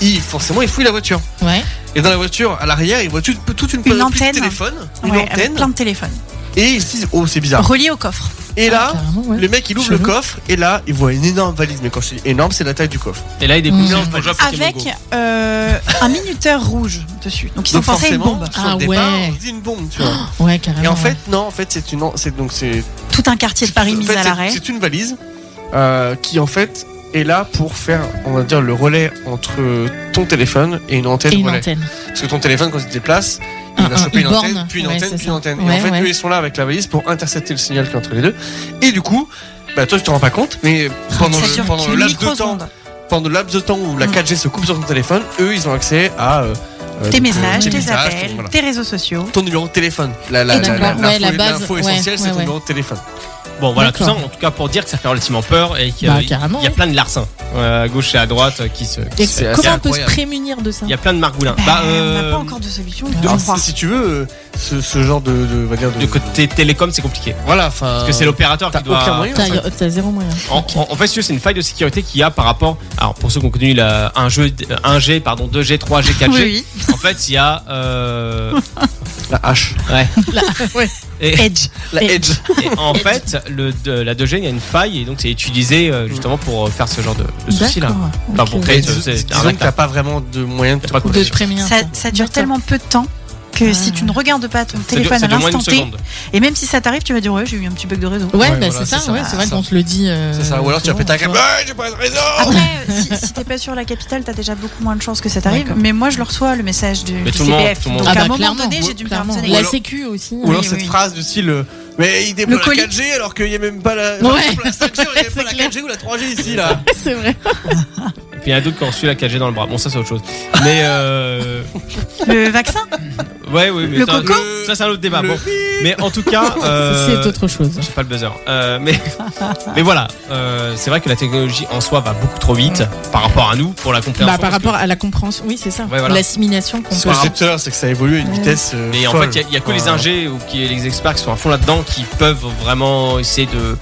E: ils, forcément, ils fouillent la voiture.
C: Ouais.
E: Et dans la voiture, à l'arrière, ils voient tout- toute une, panoplie de
D: antenne.
E: téléphones, une
D: Ouais,
E: antenne.
D: avec plein de téléphones.
E: Et ils se disent oh c'est bizarre.
D: Relié au coffre.
E: Et là,
C: Ah,
E: le mec il ouvre le coffre et là il voit une énorme valise. Mais quand je dis énorme, c'est la taille du coffre.
B: Et là il
E: découvre
D: Avec euh, un minuteur rouge dessus. Donc ils ont
E: Donc
D: pensé à une
E: forcément,
D: bombe.
E: sur le Ah départ, ouais. on se dit une bombe, tu vois.
C: Ah, Ouais, carrément.
E: Et en fait, non, en fait, c'est une. C'est, donc, c'est,
D: Tout un quartier de Paris
E: en
D: mis
E: fait,
D: à
E: c'est-
D: l'arrêt.
E: c'est une valise euh, qui en fait est là pour faire, on va dire, le relais entre ton téléphone et une antenne.
C: Et une
E: relais.
C: antenne.
E: Parce que ton téléphone, quand il se déplace, il
C: Un,
E: va
C: un,
E: choper
C: il
E: une antenne,
C: borne.
E: puis une
C: Ouais,
E: antenne,
C: c'est
E: puis
C: ça.
E: une antenne.
C: Ouais,
E: et en fait,
C: ouais.
E: eux, ils sont là avec la valise pour intercepter le signal qui est entre les deux. Et du coup, bah, toi, tu t'en rends pas compte, mais pendant
D: Ça
E: le,
D: dure
E: pendant le
D: une
E: laps de temps,
D: microseconde.
E: pendant le laps de temps où la
D: Mm.
E: 4G se coupe sur ton téléphone, eux, ils ont accès à euh, euh,
D: Tes
E: donc, euh,
D: messages, tes
E: messages,
D: appels,
E: ton- voilà
D: tes réseaux sociaux.
E: ton numéro de téléphone. La, la,
D: Et
E: la,
D: donc,
E: la-
D: ouais,
E: l'info-
D: la base,
E: l'info
D: ouais,
E: essentielle, c'est
D: ouais,
E: ton
D: ouais.
E: numéro de téléphone.
B: Bon voilà, tout ça
C: D'accord.
B: en tout cas pour dire que ça fait relativement peur et qu'il y a-
C: Bah,
B: il y a,
C: carrément, oui.
B: plein de larcins euh, à gauche et à droite euh, qui se. qui
C: Et
B: se- c'est
C: comment on peut se
B: incroyable.
C: prémunir de ça
B: Il y a plein de margoulins. Bah,
D: On n'a
B: euh,
D: pas encore de solution, je
E: Alors,
D: crois.
E: si, si tu veux, euh, ce, ce genre de, de, on va dire de,
B: côté télécom, c'est compliqué.
E: Voilà, enfin.
B: Parce que c'est l'opérateur qui
E: Euh, t'as
B: doit-
E: aucun moyen, en
C: T'as
E: fait.
C: t'as zéro
E: [laughs]
C: moyen.
B: En, en- en fait, si tu veux, c'est une faille de sécurité qu'il y a par rapport. Alors, pour ceux qui ont connu la, un jeu, d- euh, 1G, pardon, 2G, 3G, 4G,
C: Oui,
B: en fait, il y a. euh,
E: La hache.
B: Ouais.
C: Ouais.
B: Et-
D: Edge.
E: La edge.
B: Et en fait, le, de- la 2G, il y a une faille et donc c'est utilisé euh, justement pour euh, faire ce genre de, de soucis-là.
C: D'accord,
B: Enfin,
C: ok.
B: pour
E: Et
B: créer ce-
E: dis-
B: c'est un
E: Disons que
B: acte
E: t'as pas vraiment de moyen de te
B: pas de
E: protéger.
C: prémunir.
D: Ça, ça dure tellement peu de temps que si tu ne regardes pas ton
E: dure-
D: téléphone
E: ça
D: à
E: dure moins
D: l'instant
E: d'une
D: T,
E: seconde.
D: et même si ça t'arrive, tu vas dire ouais, j'ai eu un petit bug de réseau.
C: Ouais,
E: Ouais,
C: bah,
E: voilà,
C: c'est ça,
E: c'est ça.
C: ouais, c'est vrai
E: Ça.
C: qu'on se le dit. euh,
E: C'est ça. Ou alors tu vas
C: souvent,
E: péter un câble.
C: tu vois.
E: Ouais, j'ai pas de réseau
D: Après, si, si t'es pas sur la capitale, t'as déjà beaucoup moins de chances que ça t'arrive. Mais moi, je le reçois le message de,
E: Mais
D: du
E: tout le monde-
D: CPF.
E: tout le monde-
D: Donc
E: Ah
D: à
E: bah,
D: un moment
C: clairement,
D: donné, j'ai dû me faire
C: clairement.
D: harceler.
C: La sécu aussi.
E: Ou alors
C: oui,
E: cette
C: oui.
E: phrase du style. euh, Mais il débloque la 4G alors qu'il n'y a même pas la.
C: Ouais.
E: Enfin, pour la 5G, il y a même
D: [laughs]
E: pas la 4G ou la 3G ici là.
C: C'est vrai.
B: Et puis il y en a d'autres qui ont reçu la 4G dans le bras. Bon, ça c'est autre chose. Mais euh...
D: Le vaccin
B: ouais, oui, mais
D: Le
B: ça,
D: coco
B: ça c'est un autre débat. Bon. Mais en tout cas, euh...
C: C'est autre chose. Bah,
B: j'ai pas le buzzer. Euh, mais mais voilà, euh, c'est vrai que la technologie en soi va beaucoup trop vite par rapport à nous pour la compréhension.
C: Bah, par
B: parce que-
C: rapport à la compréhension, oui, c'est ça.
B: Ouais, voilà.
C: L'assimilation qu'on
E: Ce
C: peut
E: que je disais tout à l'heure, c'est que ça évolue à une vitesse. euh,
B: Mais en
E: folle.
B: fait, il y a- il y, a que les
E: Enfin,
B: ingés ou qui, les experts qui sont à fond là-dedans qui peuvent vraiment essayer de,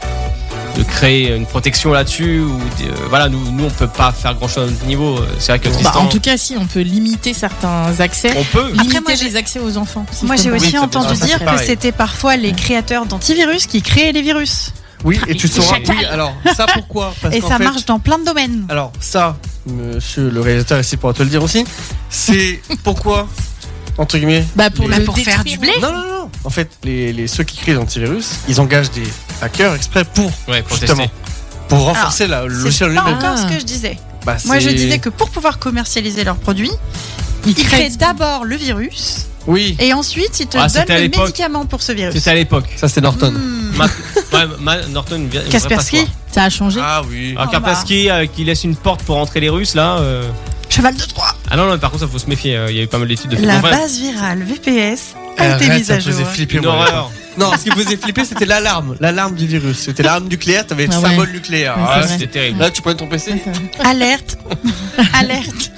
B: de créer une protection là-dessus. Ou des- euh, voilà, nous, nous, on peut pas faire grand-chose à notre niveau. Euh, C'est vrai que
C: Bah,
B: Tristan,
C: en tout cas, si on peut limiter certains accès,
B: on peut.
C: limiter
D: Après, moi, j'ai-
C: les accès aux enfants. si
D: Moi,
C: je peux
D: j'ai
C: me
D: aussi
C: permettre.
D: entendu
E: ça, c'est
D: dire que
E: pareil.
D: c'était parfois les créateurs d'antivirus qui créaient les virus.
E: Oui, et tu
D: Et
E: sauras.
D: chacal.
E: Oui, alors, ça pourquoi Parce
D: et
E: qu'en
D: ça
E: fait,
D: marche dans plein de domaines.
E: Alors ça, monsieur le réalisateur ici pourra te le dire aussi, [laughs] c'est pourquoi, entre guillemets,
C: Bah, pour,
E: les-
C: le
D: pour faire du blé.
E: Non, non, non. en fait, les, les- ceux qui créent l'antivirus, ils engagent des hackers exprès pour,
B: Ouais, pour
E: justement,
B: tester.
E: pour renforcer la- le
D: C'est
E: logiciel
D: pas
E: lui-même.
D: encore ce que je disais.
E: Bah,
D: Moi, je
E: c'est-
D: disais que pour pouvoir commercialiser leurs produits, ils, créent d'abord le virus
E: Oui,
D: et ensuite ils te
B: Ah, c'était à
D: donnent le
B: l'époque.
D: médicament pour ce virus.
B: C'était à l'époque.
E: ça c'est Norton.
B: Ma- ouais, ma- Norton, une vraie- une vraie
D: Kaspersky
B: passoire.
C: Ça a changé.
E: Ah oui.
B: Alors,
D: Oh, bah.
B: Kaspersky euh, qui laisse une porte pour entrer les Russes là. euh,
D: Cheval de Troie.
B: Ah non, non, par contre, ça faut se méfier. euh, Il y a eu pas mal d'études de
D: La
B: Enfin,
D: base virale
C: [laughs]
D: VPS a
E: Arrête,
D: été mise à
E: ça me faisait
D: jour.
E: flipper.
B: une
E: moi, à
B: horreur.
E: l'époque. Non, ce qui me faisait flipper, c'était l'alarme, l'alarme du virus. C'était l'alarme nucléaire, t'avais le
C: Ah ouais.
E: symbole nucléaire.
C: Ouais,
E: Ah,
C: c'est vrai.
B: C'était terrible.
E: Là, tu prenais ton PC,
C: [laughs]
D: Alerte, alerte.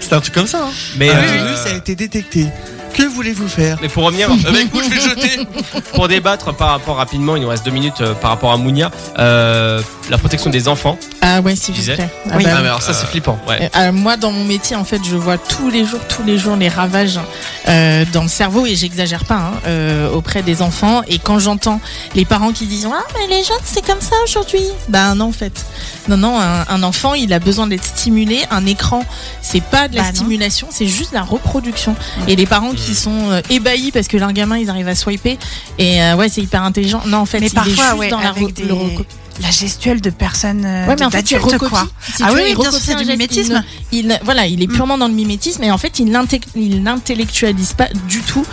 E: c'était un truc comme ça. hein.
B: Mais,
E: Ah,
B: euh,
E: le virus a été détecté. Que voulez-vous faire
B: mais pour revenir,
E: Euh, Mec, moi je vais [laughs] jeter.
B: pour débattre par rapport rapidement, il nous reste deux minutes euh, par rapport à Mounia, euh, la protection des enfants.
C: Ah ouais, s'il vous
B: Disais.
C: plaît. Ah
E: Ah,
C: bah
E: mais
C: oui.
E: alors ça, c'est flippant.
B: Ouais.
C: Euh, moi, dans mon métier, en fait, je vois tous les jours, tous les jours les ravages euh, dans le cerveau, et j'exagère pas, hein, euh, auprès des enfants. Et quand j'entends les parents qui disent Ah, mais les jeunes, c'est comme ça aujourd'hui. Ben non, en fait. Non, non, un, un enfant, il a besoin d'être stimulé. Un écran, c'est pas de la
D: Bah non.
C: stimulation, c'est juste la reproduction. Et les parents qui qui sont euh, ébahis parce que leur gamin, ils arrivent à swiper. Et euh, ouais, c'est hyper intelligent. Non, en fait,
D: Mais
C: il est
D: parfois,
C: juste
D: ouais,
C: dans la,
D: avec
C: re-
D: des-
C: le reco-
D: la gestuelle de personnes euh,
C: Ouais, mais en fait, tu
D: d'adultes
C: recopies.
D: quoi.
C: Si
D: ah
C: tu
D: oui,
C: veux,
D: oui,
C: il Mm.
D: bien sûr,
C: recopie
D: c'est
C: un
D: du
C: geste,
D: mimétisme.
C: Il, ne- voilà, il est purement dans le mimétisme et en fait, il n'intec- il n'intellectualise pas du tout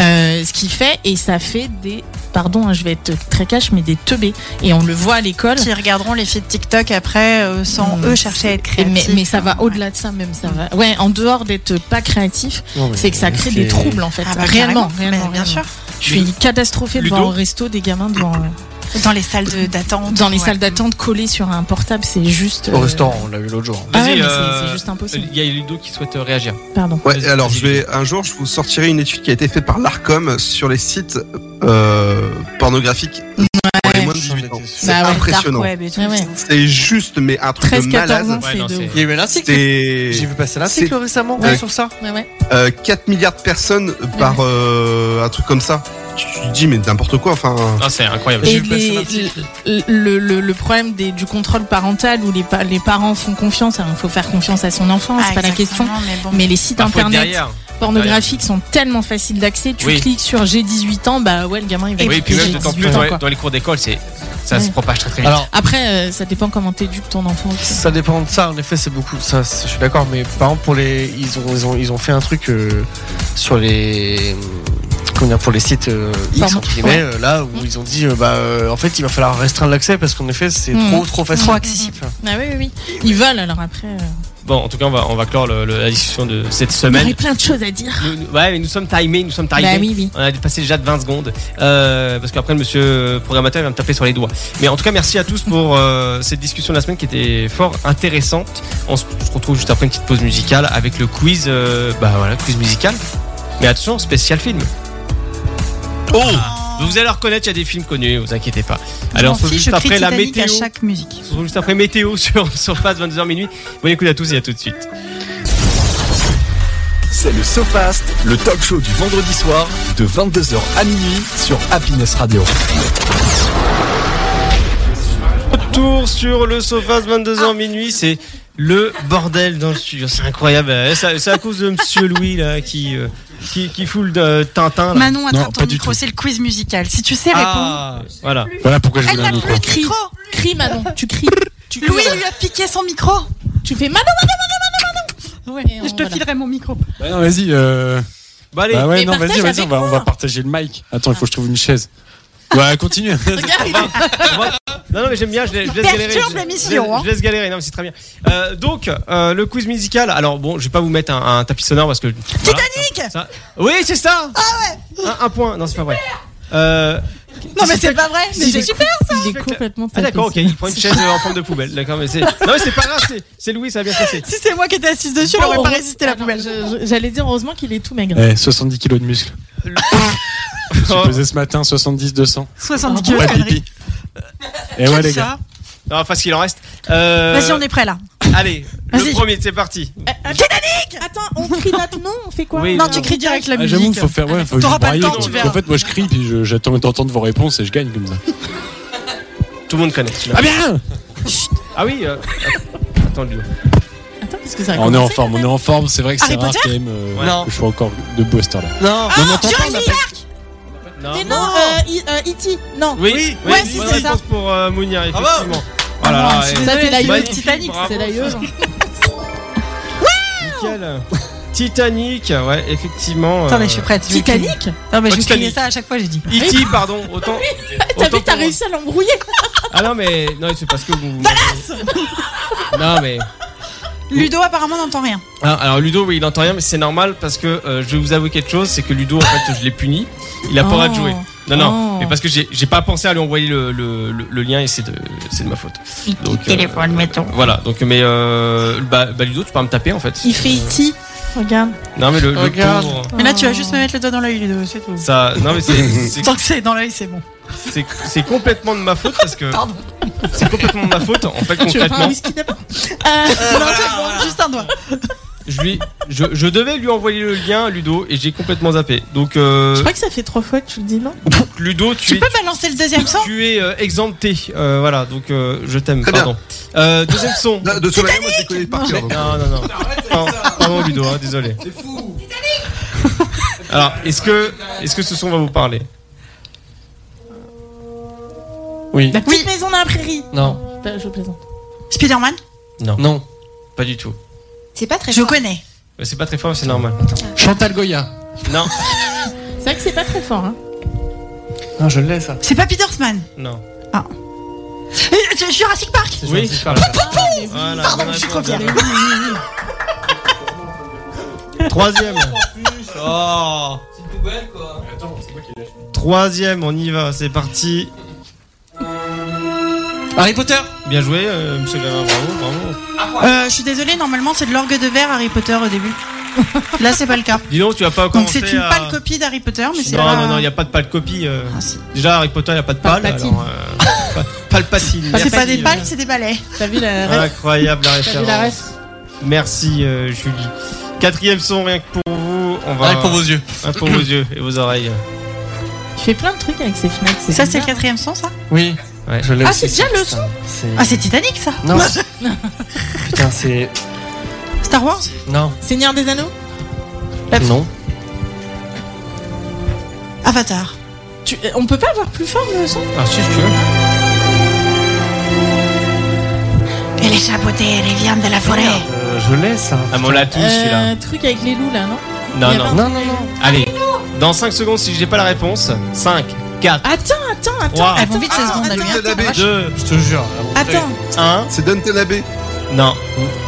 C: euh, ce qu'il fait et ça fait des. Pardon, hein, je vais être très cash, mais des teubés. Et on le voit à l'école.
D: Qui regarderont les filles de TikTok après euh, sans
C: Mm,
D: eux chercher à être
C: Et
D: créatifs.
C: Mais, mais ça va au-delà de ça même ça va. Ouais, en dehors d'être pas créatif,
D: Non, mais
C: c'est que ça crée
D: c'est-
C: des troubles en fait.
D: Ah bah,
C: réellement,
D: carrément.
C: réellement,
D: Mais bien
C: réellement.
D: sûr.
C: Je suis catastrophée de
D: Ludo
C: voir au resto des gamins devant
D: dans les salles de- d'attente.
C: Dans les
D: ouais.
C: salles d'attente collés sur un portable, c'est juste
E: Au
C: euh,
E: restaurant, on l'a vu l'autre jour.
C: Ah ouais,
B: Vas-y,
C: mais c'est-
B: euh,
C: c'est juste impossible. Ah,
B: Il y a Ludo qui souhaite euh, réagir.
C: Pardon.
I: Ouais, alors je vais un jour je vous sortirai une étude qui a été faite par l'Arcom sur les sites euh, pornographiques pour les moins de 18 ans. C'est
C: Bah ouais,
I: impressionnant.
C: dark web et tout, Ouais, ouais. c'est
I: C'est juste mais un truc
C: 13,
I: de
C: 14
I: malade.
C: ans, c'est Ouais, non, de c'est- ouf.
E: Il y a eu un article.
I: C'est-
E: J'ai vu passer l'article
I: c'est-
E: récemment
I: Ouais.
E: sur ça.
C: Ouais, ouais.
I: Euh, 4 milliards de personnes par euh, un truc comme ça. Tu tu te dis mais n'importe quoi enfin.
B: Ah, c'est incroyable.
C: Et les- le, le- le problème des- du contrôle parental où les, pa- les parents font confiance, il faut faire confiance à son enfant,
D: Ah,
C: c'est pas la question.
D: exactement, mais bon.
C: les sites
D: Bah, faut être
C: internet
D: derrière.
C: pornographiques sont tellement faciles d'accès, tu
B: Oui.
C: cliques sur j'ai 18 ans, bah ouais, le gamin il va
B: Oui,
C: être-
B: puis
C: j'ai
B: même d'autant plus
C: 18 ans,
B: dans les-
C: quoi.
B: dans les cours d'école, c'est ça se
C: Ouais.
B: propage très très vite.
C: Après, euh, ça dépend comment t'éduques ton enfant. aussi.
E: Ça dépend de ça, en effet, c'est beaucoup. Ça, c'est- je suis d'accord, mais par exemple, pour les, ils ont, ils ont, ils ont fait un truc euh, sur les. euh, Comment dire, pour les sites euh, X,
L: Pardon.
E: entre guillemets,
L: Ouais.
E: euh, là où ils ont dit, euh, bah, euh, en fait, il va falloir restreindre l'accès parce qu'en effet, c'est
C: Mm.
E: trop, trop facile. Mm,
C: Trop accessible. Ah oui, oui, oui. Ils veulent alors après. euh,
B: Bon, en tout cas, on va, on va clore le- le- la discussion de cette
C: Il y
B: semaine.
C: aurait plein de choses à dire.
B: Nous- nous- ouais, mais nous sommes timés, nous sommes timés.
C: Bah oui, oui.
B: On a dépassé déjà de 20 secondes. Euh, parce qu'après, le monsieur programmateur il va me taper sur les doigts. Mais en tout cas, merci à tous pour euh, cette discussion de la semaine qui était fort intéressante. On se on se retrouve juste après une petite pause musicale avec le quiz, euh, bah voilà, quiz musical. Mais attention, spécial film. Oh Vous allez reconnaître, il y a des films connus, vous inquiétez pas.
D: Je
B: Allez, on
D: m'en
B: se retrouve
D: fiche,
B: juste
D: je crie
B: après la
D: Titanic
B: météo.
D: à chaque musique.
B: On se retrouve juste après météo sur, [laughs] sur Face 22h minuit. Bon écoute à tous et à tout de suite.
A: C'est le SoFast, le talk show du vendredi soir de 22h à minuit sur Happiness Radio.
B: Retour sur le sofa 22h minuit, c'est le bordel dans le studio, c'est incroyable. Euh, ça- C'est à cause de monsieur Louis là qui euh, qui, qui fout le euh, Tintin. Là.
D: Manon, attrape ton micro, c'est le quiz musical. Si tu sais répondre.
B: Ah, voilà.
L: Voilà pourquoi
D: Elle n'a plus de cri.
C: Crie, Manon, tu cries. Tu
D: Louis
C: cries.
D: lui a piqué son micro.
C: Tu fais Manon,
D: Manon, Manon, Manon, Manon.
C: Et
D: Ouais,
C: on-
D: je te
C: voilà.
D: filerai mon micro.
L: Bah non, vas-y. euh,
B: Bah allez,
L: ouais,
B: mais
L: non,
B: partage
L: vas-y, vas-y, on
B: avec
L: va, on va partager le mic. Attends, il faut que je trouve une chaise. Ouais, continue.
B: Non, non, mais j'aime bien, je, laisse- je laisse
D: Perturbe
B: galérer. Je-
D: l'émission,
B: je laisse-
D: hein.
B: je laisse galérer, non, mais c'est très bien. Euh, donc, euh, le quiz musical. Alors, bon, je vais pas vous mettre un, un tapis sonore parce que. voilà.
D: Titanic
B: Ça- Oui, c'est ça
D: Ah ouais
B: un, un point, non, c'est pas vrai. Euh,
D: Non, mais c'est pas vrai. Mais c'est super ça.
C: Il est complètement
B: ah, d'accord, ok,
C: tapé.
B: il prend une chaise en forme de poubelle. D'accord, mais c'est. Non, mais c'est pas grave, c'est- c'est Louis, ça va bien se
C: [laughs]
B: passer.
D: Si c'est moi qui étais assise dessus,
C: Bon,
D: j'aurais pas
C: heureuse-
D: résisté à la
C: Attends,
D: poubelle.
C: Oh, je- je- J'allais dire heureusement qu'il est tout maigre.
L: Eh, 70 kilos de muscles. J'ai pesé ce matin 70-200.
D: 70
L: Ouais,
D: kilos,
L: pipi. Et ouais, les gars.
B: Non, parce qu'il en reste. Euh,
D: Vas-y, on est prêt là.
B: Allez, le
D: Vas-y.
B: premier, c'est parti.
D: Titanic
C: Attends, on crie notre nom, on fait quoi
B: Oui,
D: Non,
B: oui.
D: tu cries direct la
L: Ah,
D: musique.
L: J'avoue, faut faire. Ouais, faut que
D: T'auras
L: je
D: pas le
L: braille.
D: temps, tu verras.
L: En fait, moi je crie, puis je- j'attends d'entendre vos réponses et je gagne comme ça.
B: Tout le monde connaît. celui-là.
L: Ah bien
B: Ah oui, euh, attends, Ludo.
C: Attends, parce que ça a
L: Ah, On est en
C: commencé.
L: forme, on est en forme. C'est vrai que c'est
C: Harry
L: rare
C: Potter
L: quand même euh,
B: Ouais. Non.
L: que je sois encore de Buster là.
E: Non,
L: on entend pas, on
D: Jurassic
L: appelle-
D: Park
B: Non.
C: Mais non, euh, I- euh, E.T. Non.
B: Oui, oui,
C: Ouais,
B: oui,
C: si,
B: bonne
C: c'est ça.
B: réponse pour euh, Mounir, effectivement. Oh là là,
C: Ça,
B: eh.
C: c'est la gueule de
B: Magnifique,
C: Titanic.
B: bravo.
C: C'est la gueule.
B: Nickel. Titanic, ouais, effectivement.
D: Attendez,
B: euh,
D: je suis prête. je vais crier.
C: Titanic
D: Non, mais
B: Oh,
D: je criais
B: Titanic.
D: ça à chaque fois, j'ai dit.
B: E.T., pardon, autant.
C: [laughs] T'as
B: autant
C: vu, t'as
B: pour-
C: réussi à l'embrouiller.
B: Ah non, mais. Non, c'est parce que vous. Non, mais.
D: Ludo apparemment n'entend rien.
B: Ah, alors Ludo, oui, il entend rien, mais c'est normal parce que euh, je vais vous avouer quelque chose, c'est que Ludo, en fait, je l'ai puni. Il a pas
C: Oh.
B: à jouer. Non, non,
C: Oh.
B: mais parce que j'ai j'ai pas pensé à lui envoyer le, le- le- le lien et c'est de, c'est de ma faute. Donc, euh,
C: téléphone, mettons.
B: Voilà, donc, mais euh, bah, bah, Ludo, tu peux me taper en fait.
C: Il fait E.T. Regarde.
B: Non, mais le, le
E: Regarde.
B: pauvre.
D: Mais là, tu vas juste me mettre le doigt dans l'œil, Ludo, c'est tout.
B: Ça, non, mais c'est- c'est
D: Tant que c'est dans l'œil, c'est bon.
B: c'est- c'est complètement de ma faute parce que. C'est complètement de ma faute
C: [laughs]
B: en fait,
C: Tu veux pas un
B: concrètement.
C: whisky d'abord Euh,
D: Non, c'est bon, juste un doigt.
B: Je, lui, je, je devais lui envoyer le lien, Ludo, et j'ai complètement zappé. Donc, euh,
C: Je crois que ça fait trois fois que tu le dis, non
B: Ludo, tu,
D: Tu
B: es.
D: peux balancer le deuxième son
B: Tu es euh, exempté, Euh, voilà, donc euh, je t'aime,
I: Très bien.
B: pardon. Euh, deuxième son.
I: Là, de toute manière, moi je les connais par cœur. donc.
B: Non, non, non. Pardon, pardon, Ludo, hein, désolé. C'est fou. [laughs] Alors, est-ce que, est ce que ce son va vous parler Oui.
C: La petite maison dans la prairie.
B: Non.
C: Bah, Je plaisante.
D: Spider-Man
B: Non. Non. Pas du tout.
F: C'est pas très
D: Je connais.
B: Bah, C'est pas très fort, mais c'est normal.
E: Chantal Goya.
B: Non.
C: C'est vrai que c'est pas très fort. Hein.
E: Non, je l'ai ça.
D: C'est pas Petersman
B: Non.
D: Euh, C'est Jurassic Park
B: Oui, c'est
D: Pou, pou, pou Pardon, je suis trop fière.
B: Troisième. Oh. Troisième, on y va, c'est parti. Harry Potter Bien joué, euh, monsieur Gavin, bravo, bravo.
D: Euh, je suis désolée, normalement c'est de l'orgue de verre Harry Potter au début. Là, c'est pas le cas.
B: Dis donc, tu vas pas
D: Donc
B: commencer
D: c'est une
B: à-
D: pâle copie d'Harry Potter, mais c'est
B: euh, Non,
D: pas. Ah,
B: non, non, il n'y a pas de pâle copie. euh. Déjà, Harry Potter, il n'y a pas de pâle.
D: Palpatine.
B: Alors, euh,
D: [laughs]
B: pa- Palpatine.
D: Ah, c'est pas
B: merci.
D: des pales, c'est des balais.
C: T'as vu la
B: Incroyable la
C: T'as vu
B: référence.
C: la ref
B: Merci euh, Julie. Quatrième son, rien que pour vous. On va...
M: Rien que pour vos yeux.
B: Rien que pour vos yeux et vos oreilles.
C: Tu fais plein de trucs avec ces fenêtres.
D: Ça, c'est le
C: bizarre.
D: quatrième son, ça
E: Oui. Je l'ai
D: Ah, c'est
E: aussi,
D: déjà
E: ça,
D: le
E: putain.
D: son
E: C'est-
D: Ah, c'est Titanic, ça
E: Non. [laughs] Putain, c'est.
D: Star Wars
E: Non.
C: Seigneur des Anneaux
D: Euh,
E: Non.
D: Avatar.
C: Tu- euh, On peut pas avoir plus fort le son
B: Ah, si, si tu veux.
D: Et les chapeautés, les viandes de la forêt.
E: Euh, je l'ai ça.
B: Ah, mais on l'a tous
D: Euh,
B: celui-là.
C: Un Euh, truc avec les loups là, non
B: Non,
C: Il y a
B: non.
C: pas un
B: Non,
C: truc avec les loups
B: Allez, dans 5 secondes, si j'ai pas la réponse, 5, 4,
C: Attends, attends, attends.
B: Trois.
C: Elles vont vite ces secondes, Damien.
I: Ah,
B: deux, je te jure.
E: Ah,
C: Attends.
B: 1.
I: C'est Downton Abbey.
B: Non.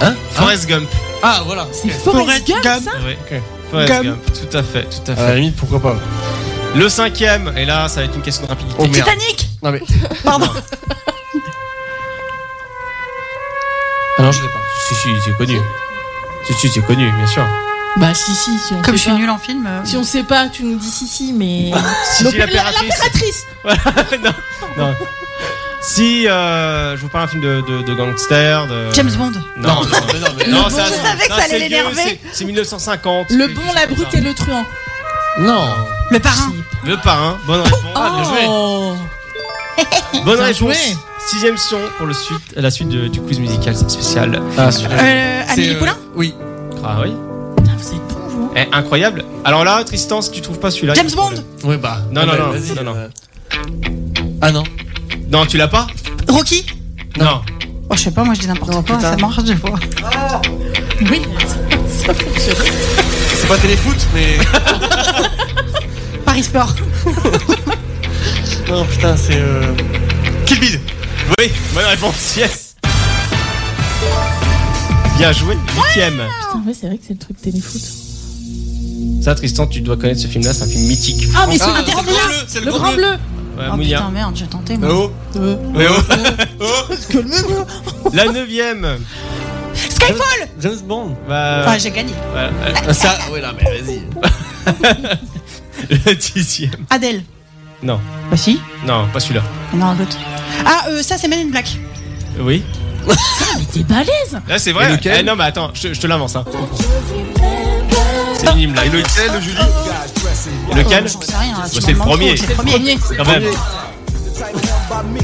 B: Hein Forrest Gump.
E: Ah, voilà.
C: C'est Forrest Gump, ça
D: Ah.
B: Oui. Forrest
E: Gump.
B: Gump. Tout à fait, tout à fait.
E: À la limite, pourquoi pas.
B: Le cinquième, et là, ça va être une question de rapidité.
E: Oh, merde.
D: Titanic
E: Non, mais.
D: Pardon.
E: Ah non, je l'ai pas.
B: Si, si, c'est connu. Si, si, c'est connu, bien sûr.
C: Bah si si, si on
D: Comme
C: sait
D: je suis
C: pas.
D: nulle en film. euh,
C: Si on sait pas, tu nous dis si si, mais
B: Si,
C: Donc,
B: si, la
C: la-
B: pératrice.
C: l'impératrice.
B: non, non. Si euh, je vous parle un film de, de, de gangster, de...
D: James Bond.
B: Non, non,
E: mais non, mais
B: non,
C: Le
B: ça,
C: bon.
B: c'est-
C: Je savais que
B: non,
C: ça
B: c'est
C: allait
B: vieux,
C: l'énerver.
B: c'est- C'est 1950.
C: Le
B: c'est
C: bon,
B: quelque
C: la
B: chose comme
C: brute
B: ça.
C: et le truand.
E: Non.
D: Le parrain.
B: Le parrain. Bonne réponse. Ah,
C: Oh.
B: Bonne
C: Bien
B: réponse.
C: oh, joué.
B: Sixième son pour le suite, la suite de- du quiz musical spécial.
E: Ah, celui-là.
D: Euh, Amélie Poulain
E: Oui.
B: Ah oui.
C: Vous êtes bon, vous.
B: Eh, incroyable. Alors là, Tristan, si tu trouves pas celui-là.
D: James
B: il y a
D: Bond
B: problème.
E: Oui, bah.
B: Non,
E: ah,
B: non,
E: bah,
B: non,
E: vas-y,
B: non, non.
E: euh, Ah non.
B: Non, tu l'as pas
D: Rocky
B: Non.
D: Oh, je sais pas, moi je dis n'importe quoi, ça marche des fois.
C: Oui. Ça fonctionne.
E: C'est pas téléfoot, mais.
D: Paris Sport.
E: [laughs] non, putain, c'est. Euh...
B: Kill Bill. Oui, bonne réponse, yes. Bien joué, huitième.
C: Putain, ouais, c'est vrai que c'est le truc téléfoot.
B: Ça, Tristan, tu dois connaître ce film-là, c'est un film mythique.
C: Ah mais c'est
E: Ah,
C: le
E: c'est
C: grand
E: le
C: bleu.
E: grand bleu, c'est le
C: Le
E: grand
C: grand bleu.
B: Ouais,
D: Oh
B: Mounia.
D: putain, merde, j'ai tenté
E: Mais
D: moi.
E: oh,
C: Euh,
E: mais oh.
C: que le bleu.
B: La neuvième.
E: Euh,
D: Skyfall
E: James Bond.
B: Bah, [laughs]
D: Enfin, j'ai gagné.
B: voilà, euh,
E: Ah, Ça, ouais, là, mais vas-y.
B: le dixième.
D: Adèle.
B: Non,
D: Bah si.
B: non, pas celui-là.
D: Non, l'autre. Ah, euh, ça, c'est Men in Black.
B: Oui.
C: Mais t'es balèze.
B: Là, c'est vrai.
I: Et lequel
B: Eh, non, mais attends, je, je te l'avance. Hein.
D: Ah.
B: C'est une blague.
I: Lequel, Julie
B: Lequel
D: Oh, J'en sais rien. tu
B: Bah, c'est le
D: m'en demandes
B: premier.
D: trop, C'est le premier.
B: Quand même.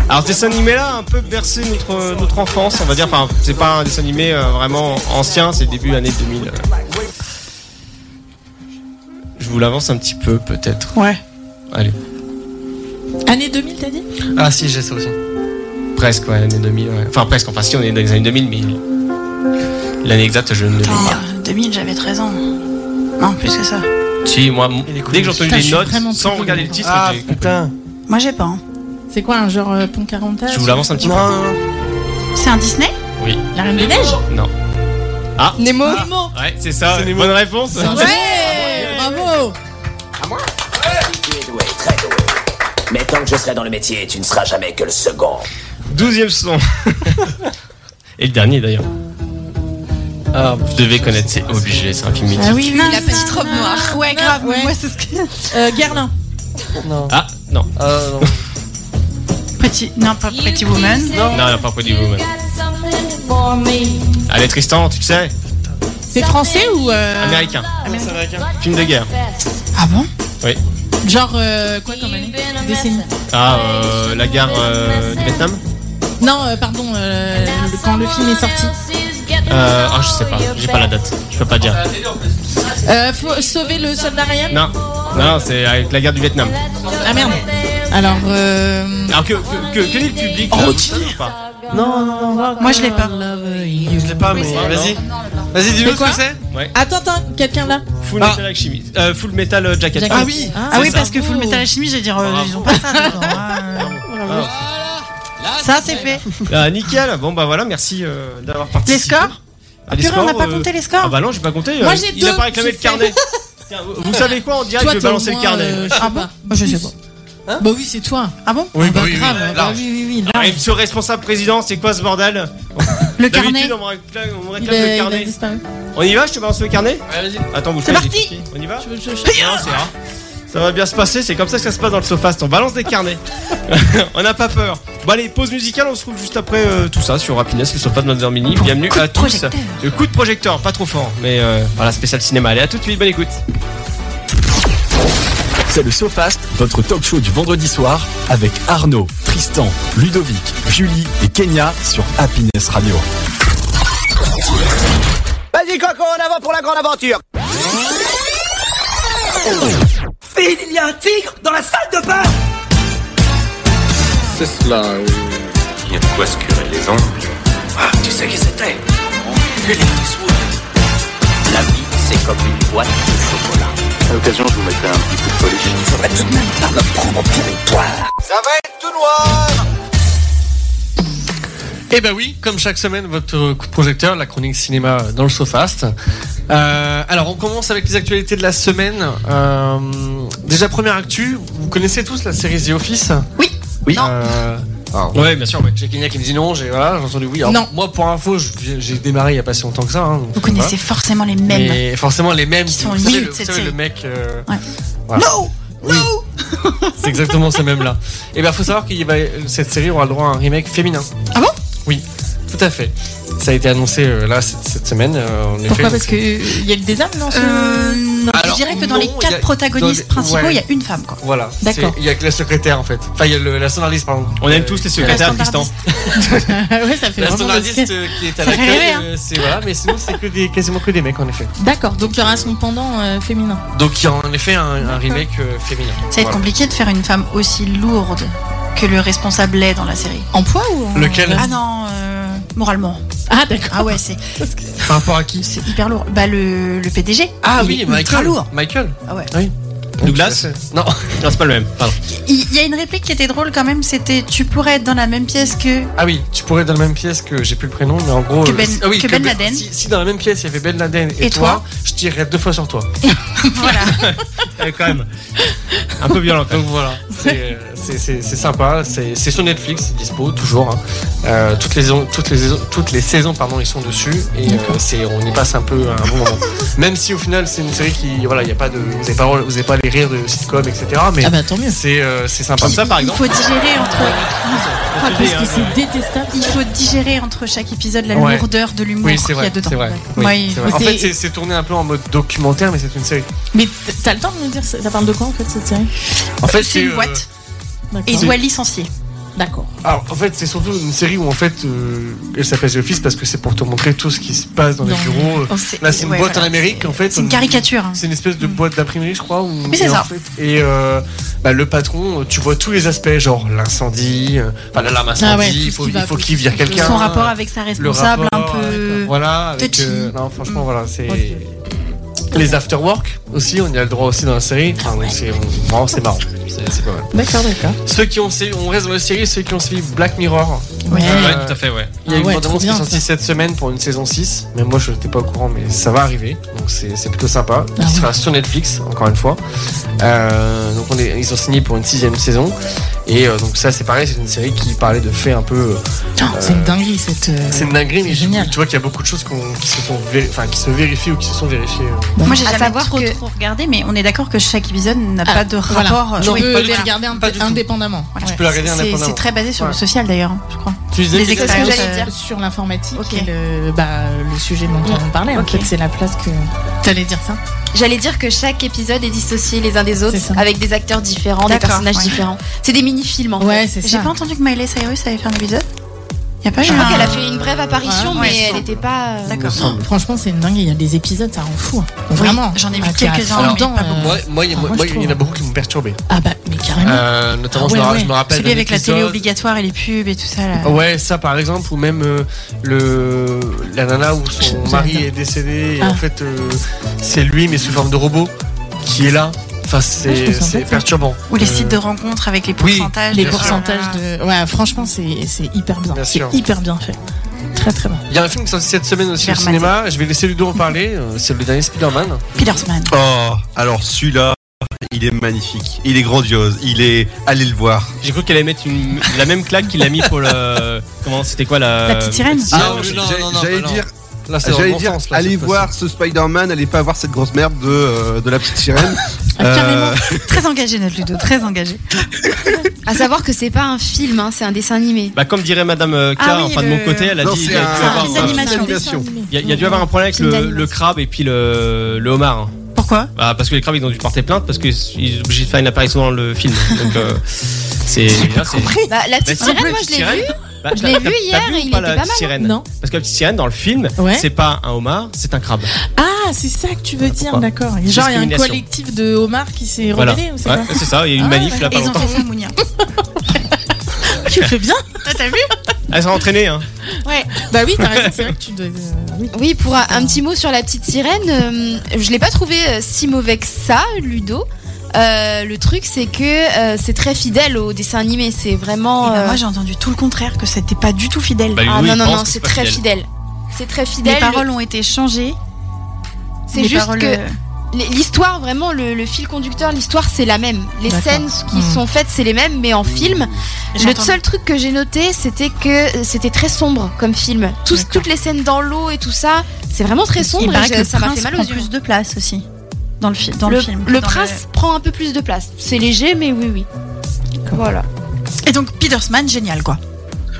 B: Alors, ce dessin animé là a un peu bercé notre, notre enfance, on va dire. Enfin, c'est pas un dessin animé euh, vraiment ancien, c'est début année 2000. Je vous l'avance un petit peu, peut-être.
D: Ouais.
B: Allez,
C: Année 2000, t'as dit
E: Ah, si, j'ai ça aussi.
B: presque, ouais, année 2000. ouais. Enfin, presque, enfin, si on est dans les années 2000, mais l'année exacte, je ne l'ai pas.
C: Ah.
D: Putain, 2000, j'avais 13 ans. Non, plus que ça.
B: Si, moi,
E: Il est cool.
B: dès que j'ai entendu
C: Putain, je
B: les
C: suis
B: notes,
C: vraiment
B: sans
C: plus
B: regarder le
C: doué.
B: titre,
E: Ah,
B: j'ai compris.
E: putain.
D: Moi, j'ai pas. hein.
C: C'est quoi un genre euh, pont 40
B: je vous l'avance un petit
E: Non, non, non.
D: C'est un Disney
B: peu. Oui,
C: La Reine des Neiges
B: non.
C: Nemo.
B: Ouais, c'est ça. Bonne réponse.
C: Ouais, bravo.
M: Tu es doué, très doué. Mais tant que je serai dans le métier, tu ne seras jamais que le second.
B: Douzième son. [laughs] Et le dernier d'ailleurs. Ah, vous devez connaître, c'est obligé, c'est un film
D: Ah
B: mythique.
C: oui,
F: Et la petite robe noire.
D: Ouais, grave,
C: ouais.
D: moi, c'est ce que.
C: Euh, Guerlain.
E: Non.
B: Ah, non.
E: Ah, non.
D: Petit. Non, pas Pretty Woman.
B: Non, non, pas Pretty Woman. Allez, Tristan, tu le sais
C: C'est français ou euh,
B: Américain.
F: Ah,
E: C'est américain.
B: Film de guerre.
D: Ah bon
B: Oui.
C: genre euh, quoi comme année Décennie.
B: Ah, euh, la guerre euh, du Vietnam
C: Non, euh, pardon, euh, quand le film est sorti.
B: Euh, ah, je sais pas, j'ai pas la date, je peux pas dire.
C: Euh, faut sauver le soldat Ryan
B: Non, non, c'est avec la guerre du Vietnam.
C: Ah merde. Alors, euh,
B: Alors que, que, que, que dit le public là, vous savez ou pas
D: Non, non, non. Moi, je l'ai pas.
E: Je l'ai
B: Ah,
E: pas, mais vas-y. Vas-y, dis-nous
C: C'est
E: ce que
C: quoi
E: c'est.
B: Ouais.
C: Attends, attends, quelqu'un là
B: Full Metal Alchemy. Euh, full Metal Jacket.
C: Jacket. Ah oui.
D: Bah. Ah oui, parce que Full Metal Alchemy, j'allais dire, euh, ils ont pas ça dedans. hein. Ça, c'est fait.
B: Ah, nickel. Bon bah voilà, merci euh, d'avoir participé.
D: Les scores
B: Ah, les
D: Purée, on n'a pas
B: euh,
D: compté les scores
B: Ah bah non, j'ai pas compté.
D: Moi,
B: euh,
D: j'ai
B: il
D: deux,
B: a pas réclamé
D: je
B: le
C: [laughs]
B: carnet. Tiens, vous- Vous savez quoi On dirait
C: Toi,
B: que je vais
C: t'es au
B: balancer le
C: moins,
B: carnet.
C: euh, je sais pas. Bah, je sais pas. bah oui, c'est toi.
D: Ah bon
B: Oui,
C: Ah
B: bah oui,
C: grave.
B: oui,
C: bah
B: large.
C: oui, oui, oui,
B: Ah,
C: large.
B: et monsieur responsable président, c'est quoi ce
C: [laughs]
B: bordel
D: Le
B: D'habitude,
D: carnet.
B: on me réclame, on me
C: Il
B: réclame
C: a-
B: le
C: il a
B: carnet.
C: disparu.
B: On y va Je te balance le carnet Attends, vous
C: C'est
B: le
C: parti
B: faites, On y va [laughs] Non, c'est rare. Ça va bien se passer, c'est comme ça que ça se passe dans le Sofast. On balance des carnets. [laughs] on n'a pas peur. Bon, allez, pause musicale, on se trouve juste après euh, tout ça sur Happiness, le Sofast de Mother Mini. Bienvenue à tous. Le coup de projecteur, pas trop fort, mais euh, voilà, spécial cinéma. Allez, à tout de suite, bonne écoute.
A: C'est le SoFast, votre talk show du vendredi soir avec Arnaud, Tristan, Ludovic, Julie et Kenya sur Happiness Radio.
H: Vas-y, Coco, en avant pour la grande aventure Phil, il y a un tigre dans la salle de bain
N: C'est cela, oui. Il y a de quoi se curer les ongles.
M: Ah, tu sais qui c'était La vie, c'est comme une boîte de chocolat.
N: À l'occasion, je vous mettrai un petit coup de polish. Il faudrait tout de même pas me prendre pour une poire.
H: Ça va être tout noir
E: Eh ben oui, comme chaque semaine, votre coup de projecteur, la chronique cinéma dans le Sofast. Euh, alors, on commence avec les actualités de la semaine. Euh, déjà, première actu, vous connaissez tous la série The Office Oui.
B: Oui.
E: Euh, alors,
B: Ah. Ouais, bien sûr, ouais.
E: J'ai Kenya qui me dit non, j'ai voilà, j'ai entendu oui. Alors,
D: Non.
E: Moi, pour info, j'ai- j'ai démarré il n'y a pas si longtemps que ça. hein, donc
D: Vous
E: je sais pas.
D: connaissez forcément les mêmes.
E: Mais forcément, les mêmes
D: Qui sont
E: vous savez,
D: nuls,
E: le- vous
D: cette
E: savez, le
D: série.
E: mec. euh,
D: Ouais.
E: voilà.
D: No
E: Oui. C'est exactement ce
D: [laughs]
E: même là. Et bien, faut savoir que bah, cette série aura le droit à un remake féminin.
D: Ah bon
E: Oui, tout à fait. Ça a été annoncé euh, là cette, cette semaine. euh, en effet.
C: Pourquoi Parce qu'il y a que des hommes dans ce. [laughs]
E: Alors,
D: Euh, je dirais que dans les
E: non,
D: quatre
E: il y a-
D: protagonistes
E: dans les-
D: principaux, il
E: ouais.
D: y a une femme. Quoi.
E: Voilà.
D: D'accord.
E: C'est- Il y a que la secrétaire en fait. Enfin, il y a le- la standardiste, pardon.
B: On aime tous les secrétaires,
E: La
B: Tristan.
C: Ah ouais, ça fait
E: La
C: vraiment
E: standardiste
C: des-
E: euh, qui est à
C: Ça fait rêver,
E: l'accueil.
C: hein.
E: euh, C'est voilà, mais sinon, c'est que des, quasiment que des mecs en effet.
C: D'accord, donc il y aura son pendant euh, féminin.
E: Donc, il y a en effet un, un remake euh, féminin.
D: Ça va être
E: Voilà.
D: compliqué de faire une femme aussi lourde que le responsable l'est dans la série.
C: En poids ou en-
E: Lequel
D: Ah non, euh, moralement.
C: Ah d'accord.
D: Ah ouais, c'est
E: Par rapport à qui
D: c'est hyper lourd. Bah le, le PDG.
E: Ah
D: il
E: oui,
D: est
E: Michael.
D: ultra lourd.
E: Michael.
D: Ah ouais.
E: Oui.
B: Douglas
E: Non.
B: Non, c'est pas le même, pardon.
D: Il il y a une réplique qui était drôle quand même, c'était tu pourrais être dans la même pièce que
E: Ah oui, tu pourrais être dans la même pièce que j'ai plus le prénom, mais en gros.
D: Que
E: euh,
D: Ben-
E: si- ah oui,
D: que Ben Laden.
E: Si, si dans la même pièce il y avait Ben Laden et,
D: Et toi
E: je tirerais deux fois
D: [laughs]
E: sur toi.
B: Eh, quand même. Un peu violent.
E: Donc voilà, c'est euh, c'est- c'est- c'est sympa, c'est c'est sur Netflix, c'est dispo toujours. hein. Euh, toutes les saisons, toutes les saisons, toutes les saisons pardon, ils sont dessus et euh, c'est on y passe un peu un
D: [laughs]
E: bon moment. Même si au final c'est une série qui voilà, il y a pas de vous avez pas vous avez pas les rires de sitcom etc. Mais
C: Ah bah, [laughs] tant mieux.
E: c'est euh, c'est sympa.
B: Comme ça, par
D: il
B: exemple.
D: faut digérer entre
C: Ah, parce que c'est détestable.
D: il faut digérer entre chaque épisode la
E: Ouais.
D: lourdeur de l'humour
E: Oui,
D: qu'il
E: c'est
D: y a
E: vrai.
D: dedans.
E: c'est vrai.
D: Ouais,
E: Oui, c'est vrai. En
C: c'est-
E: fait, c'est- c'est tourné un peu en mode documentaire, mais c'est une série.
C: Mais t- t'as le temps de nous dire, ça ça parle de quoi en fait cette série
E: En fait,
D: c'est une
E: euh,
D: boîte
C: D'accord.
D: et il doit licencier.
C: D'accord.
E: Alors, en fait, c'est surtout une série où, en fait, euh, elle s'appelle The Office parce que c'est pour te montrer tout ce qui se passe dans,
D: Dans
E: les
D: les-
E: bureaux.
D: Oh, c'est-
E: Là, c'est une
D: ouais,
E: boîte
D: voilà,
E: en Amérique, en fait.
D: c'est une
E: on-
D: caricature, hein.
E: C'est une espèce de boîte d'imprimerie, je crois. Où,
D: Mais c'est
E: et en
D: ça.
E: fait- et euh, bah, le patron, euh, tu vois tous les aspects, genre l'incendie, euh, enfin l'alarme incendie,
D: Ah ouais, tout ce
E: il faut,
D: qui
E: il
D: va-
E: faut qu'il vire quelqu'un.
D: Son rapport avec sa
E: le
D: responsable
E: rapport, euh,
D: un peu.
E: Voilà, avec,
D: touchy.
E: euh, non, franchement, voilà, c'est. Les after-work aussi, on y a le droit aussi dans la série. Enfin, donc c'est on- vraiment, c'est marrant. C'est c'est pas mal.
C: D'accord, d'accord.
E: Ceux qui ont sé- on reste dans la série, ceux qui ont suivi Black Mirror.
C: Ouais.
E: Euh,
B: Ouais, tout à fait, ouais.
E: Il y a
B: Ah
E: une
B: ouais,
E: bande annonce
B: trop
E: qui est
B: bien,
E: sortie cette semaine pour une saison 6. Mais moi, je n'étais pas au courant, mais ça va arriver. Donc, c'est c'est plutôt sympa. Il sera sur Netflix, encore une fois. Euh, donc, on est, ils ont signé pour une sixième saison. Et euh, donc, ça, c'est pareil, c'est une série qui parlait de faits un peu.
C: Oh,
E: euh,
C: c'est une dinguerie cette. euh,
E: c'est une dinguerie, mais
C: c'est
E: tu,
C: génial.
E: tu vois qu'il y a beaucoup de choses qu'on- qui, se sont véri- enfin, qui se vérifient ou qui se sont vérifiées. euh.
D: Moi, j'ai
F: À
D: jamais
F: savoir
D: trop,
F: que-
D: trop regardé, mais on est d'accord que chaque épisode n'a
C: Ah,
D: pas de
C: voilà.
D: rapport. euh,
C: Tu
D: Oui,
C: peux
D: pas du
C: les
D: tout.
C: regarder un- indépendamment.
D: Voilà.
E: Tu peux la regarder
D: C'est-
E: indépendamment.
D: C'est très basé sur le
E: Ouais.
D: social d'ailleurs, hein, je crois.
E: Tu disais
D: Les
E: que c'était-
D: expériences,
F: C'est ce que j'allais
D: euh,
F: dire.
C: Sur l'informatique et le, bah, le sujet dont on parlait. En
F: Ok.
C: fait, c'est la place que. T'allais dire ça
F: J'allais dire que chaque épisode est dissocié les uns des autres,
C: C'est ça.
F: avec des acteurs différents, des
D: D'accord,
F: personnages
D: ouais.
F: différents. C'est des mini-films en
C: Ouais,
F: fait.
C: c'est
D: J'ai
C: ça.
D: pas entendu que Miley Cyrus avait fait un épisode
C: Y a pas
F: Je
C: eu
F: crois
C: un-
F: qu'elle a fait une brève apparition,
C: Ouais,
F: mais
C: ouais,
F: elle
C: c'est-
F: n'était pas. euh,
C: D'accord. Franchement, c'est une dingue. Il y a des épisodes, ça rend fou. hein. Vraiment.
F: j'en ai vu
C: Ah, t'es à
F: quelques-uns,
C: fond
F: mais
C: dedans,
F: pas
C: euh,
E: Moi, moi, il y a-
C: ah,
E: moi,
C: moi, je
E: il y en a
C: trouve.
E: beaucoup qui m'ont perturbé.
C: Ah bah, mais carrément.
E: Euh, notamment,
D: Ah
E: je, me,
D: ouais,
E: ra-
D: ouais.
E: je me rappelle.
D: Celui
E: d'un
D: avec la télé
E: épisode- Oh,
D: obligatoire et les pubs et tout ça. Là.
E: Ouais, ça par exemple, ou même euh, le, la nana où son mari est décédé, et
D: Ah.
E: en fait, euh, c'est lui, mais sous forme de robot, qui est là. Enfin,
D: Ouais, Ah, je
E: c'est
D: me sens
E: c'est
D: bête, hein.
E: perturbant.
D: Ou les
E: Euh,
D: sites de rencontres avec les
E: Oui,
D: pourcentages.
E: bien
D: de-
E: sûr.
C: Pourcentage de. Ouais, franchement, c'est c'est hyper bien.
E: Bien
C: C'est
E: sûr.
C: hyper bien fait. Très très bien.
E: Il y a un film qui est sorti cette semaine aussi au
C: Vermaté.
E: cinéma, je vais laisser Ludo en parler, euh, c'est le dernier
I: Ah,
E: Spider-Man.
D: Spider-Man.
I: Oh, alors celui-là, il est magnifique, il est grandiose, il est. Allez le voir.
B: J'ai cru qu'elle allait mettre une- la même claque qu'il a mis pour
I: [laughs]
B: le. Comment c'était quoi la.
I: Ah, j'allais- J'allais dire.
E: Là, c'est dans le
I: J'allais
E: bon
I: dire,
E: sens, là,
I: allez
E: cette fois-ci.
I: voir ce Spider-Man, allez pas voir cette grosse merde de, euh, de la petite sirène. Euh,
D: Très engagé, notre Ludo, très engagé.
F: À savoir que c'est pas un film, hein, c'est un dessin animé.
B: Bah, comme dirait Madame euh, K,
F: Ah oui,
B: enfin de
F: le-
B: mon côté, elle a
I: Non,
B: dit. il
I: c'est
B: y a dû
I: un-
B: avoir
I: c'est une animation, un dessin animé.
B: Il y a- il y a dû avoir un problème avec
I: C'est une
B: le,
I: animation.
B: le crabe et puis le, le homard. hein.
D: Pourquoi
B: bah, Parce que les crabes ils ont dû porter plainte parce qu'ils sont obligés de faire une apparition dans le film. Donc euh, c'est. là, c'est-
F: Bah, la petite
B: Bah, si,
F: sirène, moi
B: petite
F: je l'ai
B: sirène.
F: vu.
B: Bah,
F: je
B: t'as-
F: l'ai
B: t'as-
F: vu
B: t'as
F: hier
B: vu
F: et
B: ou
F: il était
B: pas
F: pas
B: la
F: mal. hein.
B: petite sirène Parce que la petite sirène dans le film,
C: Ouais.
B: c'est pas un homard, c'est un crabe.
C: Ah, c'est ça que tu veux dire,
B: pourquoi
C: d'accord. Genre, il y a un
B: Discrimination.
C: collectif de homards qui s'est rebellé ou c'est
B: Ouais,
C: pas
B: c'est ça, il y
F: Ah,
B: a eu une manif là
C: Et
B: pas
C: ils ont
B: longtemps.
C: fait ça,
F: [laughs]
D: Mounia.
C: Tu fais bien
F: Ah,
D: T'as vu
B: Elles sont entraînées hein.
C: Ouais. Bah oui, t'as raison, c'est vrai que tu dois. euh,
F: Oui, pour un, un petit mot sur la petite sirène, euh, je l'ai pas trouvé euh, si mauvais que ça, Ludo. Euh, le truc, c'est que euh, c'est très fidèle au dessin animé. C'est vraiment.
D: Eh ben, moi,
F: euh,
D: j'ai entendu tout le contraire, que c'était pas du tout fidèle.
F: Bah, Ludo, Ah, non, il non, pense non, que c'est c'est pas très fidèle. fidèle. C'est très fidèle.
D: Les paroles
F: Le-
D: ont été changées.
F: C'est
D: les
F: juste
D: paroles,
F: que
D: euh,
F: l- l'histoire, vraiment, le, le fil conducteur, l'histoire, c'est la même. Les
D: D'accord.
F: scènes qui
D: Mmh.
F: sont faites, c'est les mêmes, mais en film. Le
D: J'entends.
F: seul truc que j'ai noté, c'était que euh, c'était très sombre comme film. Tous- toutes les scènes dans l'eau et tout ça, c'est vraiment très sombre.
D: Il
F: et
D: paraît
F: j'ai-
D: que le
F: ça m'a
D: prince
F: fait mal aux
D: prend
F: yeux.
D: plus de place aussi dans le, fi- dans le, film.
F: le
D: Dans
F: prince prend un peu plus de place. C'est léger, mais oui, oui. Voilà.
D: Et donc, Petersman, génial, quoi.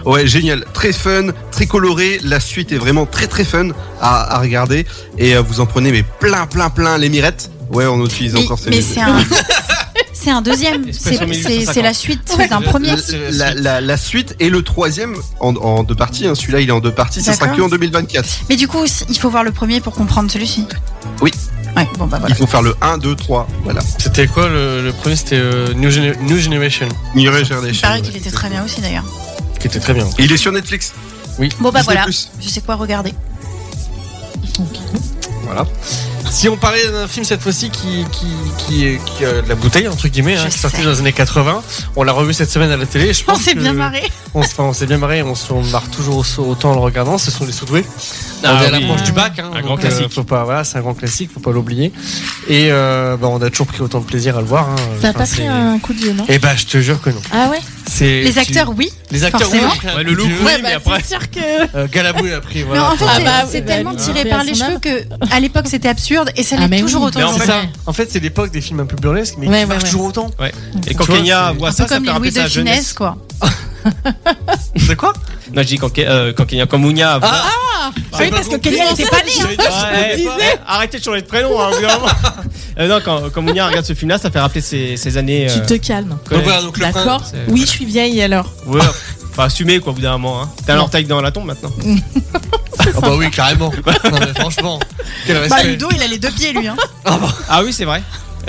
I: Ouais, génial, très fun, très coloré. La suite est vraiment très très fun à, à regarder et euh, vous en prenez mais plein plein plein les mirettes. Ouais, on utilise
D: Mais,
I: encore ces.
D: mais c'est un, [laughs] c'est un deuxième. C'est
I: Espresso
D: c'est-
I: 1850.
D: c'est la suite
I: La-
D: d'un premier.
I: Euh, La, la- la suite et le troisième en, en deux parties. hein. Celui-là, il est en deux parties. Ça sera que
D: D'accord.
I: en 2024.
D: Mais du coup, il faut voir le premier pour comprendre celui-ci.
I: Oui.
D: Ouais, bon bah
I: Il faut faire le 1, 2, 3. Voilà.
E: C'était quoi le, le premier C'était euh, New, Gener- New Generation.
I: New Generation.
D: Il paraît qu'il était très bien aussi d'ailleurs.
E: Qui était très bien.
I: Il est sur Netflix.
E: Oui.
D: Bon bah voilà,
E: Plus.
D: je sais quoi regarder.
E: Voilà. Si on parlait d'un film cette fois-ci qui, qui, qui, est- qui a de la bouteille, entre guillemets, hein, qui est sorti dans les années 80, on l'a revu cette semaine à la télé. et Je pense
D: On s'est
E: que-
D: bien marré.
E: On, s- enfin, on s'est bien marré, on se marre toujours au- autant en le regardant. Ce sont les Soudoués.
B: Ah
E: on est à
B: oui.
E: l'approche du bac. Hein,
B: Un
E: donc,
B: grand
E: euh,
B: classique.
E: faut pas, voilà, c'est un grand classique, faut pas l'oublier. Et euh, bah, on a toujours pris autant de plaisir à le voir. hein.
C: T'as
E: Enfin,
C: pas
E: c'est-
C: pris un coup de vieux, non
E: Eh bah, je te jure que non.
C: Ah ouais
E: C'est-
D: Les
E: tu-
D: acteurs, oui.
E: Les acteurs,
D: forcément.
E: oui.
B: Ouais, le look, oui, mais après.
D: bah, C'est sûr que.
E: Euh, Galabou, il a pris.
D: Mais
E: Voilà, Ah,
D: en fait,
E: Enfin,
D: c'est
C: bah,
D: c'est
C: bah,
D: tellement
C: bah,
D: tiré
C: bah,
D: par
C: son
D: les
C: âme.
D: cheveux que à l'époque c'était absurde et ça
C: Ah,
D: l'est
C: mais
D: toujours
C: oui.
D: autant.
E: Mais en
D: aujourd'hui.
E: fait, en fait, c'est l'époque des films un peu burlesques, mais
D: Ouais,
E: qui
D: ouais,
E: marchent
D: ouais.
E: toujours autant.
B: Ouais. Et
E: Tu
B: quand
E: vois,
B: Kenya
E: c'est-
B: voit
D: un peu
B: ça, ça
D: comme
B: fait
D: les
B: rappeler
D: Louis de
B: sa jeunesse.
D: Funès, quoi.
E: C'est quoi
B: Non, je dis quand, Ke- euh, quand Kenya, quand Mounia voit.
D: Ah
B: oui, parce que Kenya n'était pas née, hein. Ouais, ouais. Arrêtez de changer de prénom, hein, au bout d'un moment. [laughs] Euh, non, quand, quand Mounia regarde ce film-là, ça fait rappeler ses, ses années.
C: Tu
B: euh,
C: te calmes.
B: collège.
C: D'accord
B: C'est-
C: Oui, je suis vieille alors.
B: Ouais, enfin, assumer quoi, au bout d'un moment. Hein. T'as l'orteil dans la tombe maintenant.
E: Ah bah oui, carrément. Non, mais franchement, quel
D: Bah,
E: respect.
D: Ludo, il a les deux pieds, lui. Hein.
B: Ah oui, c'est vrai.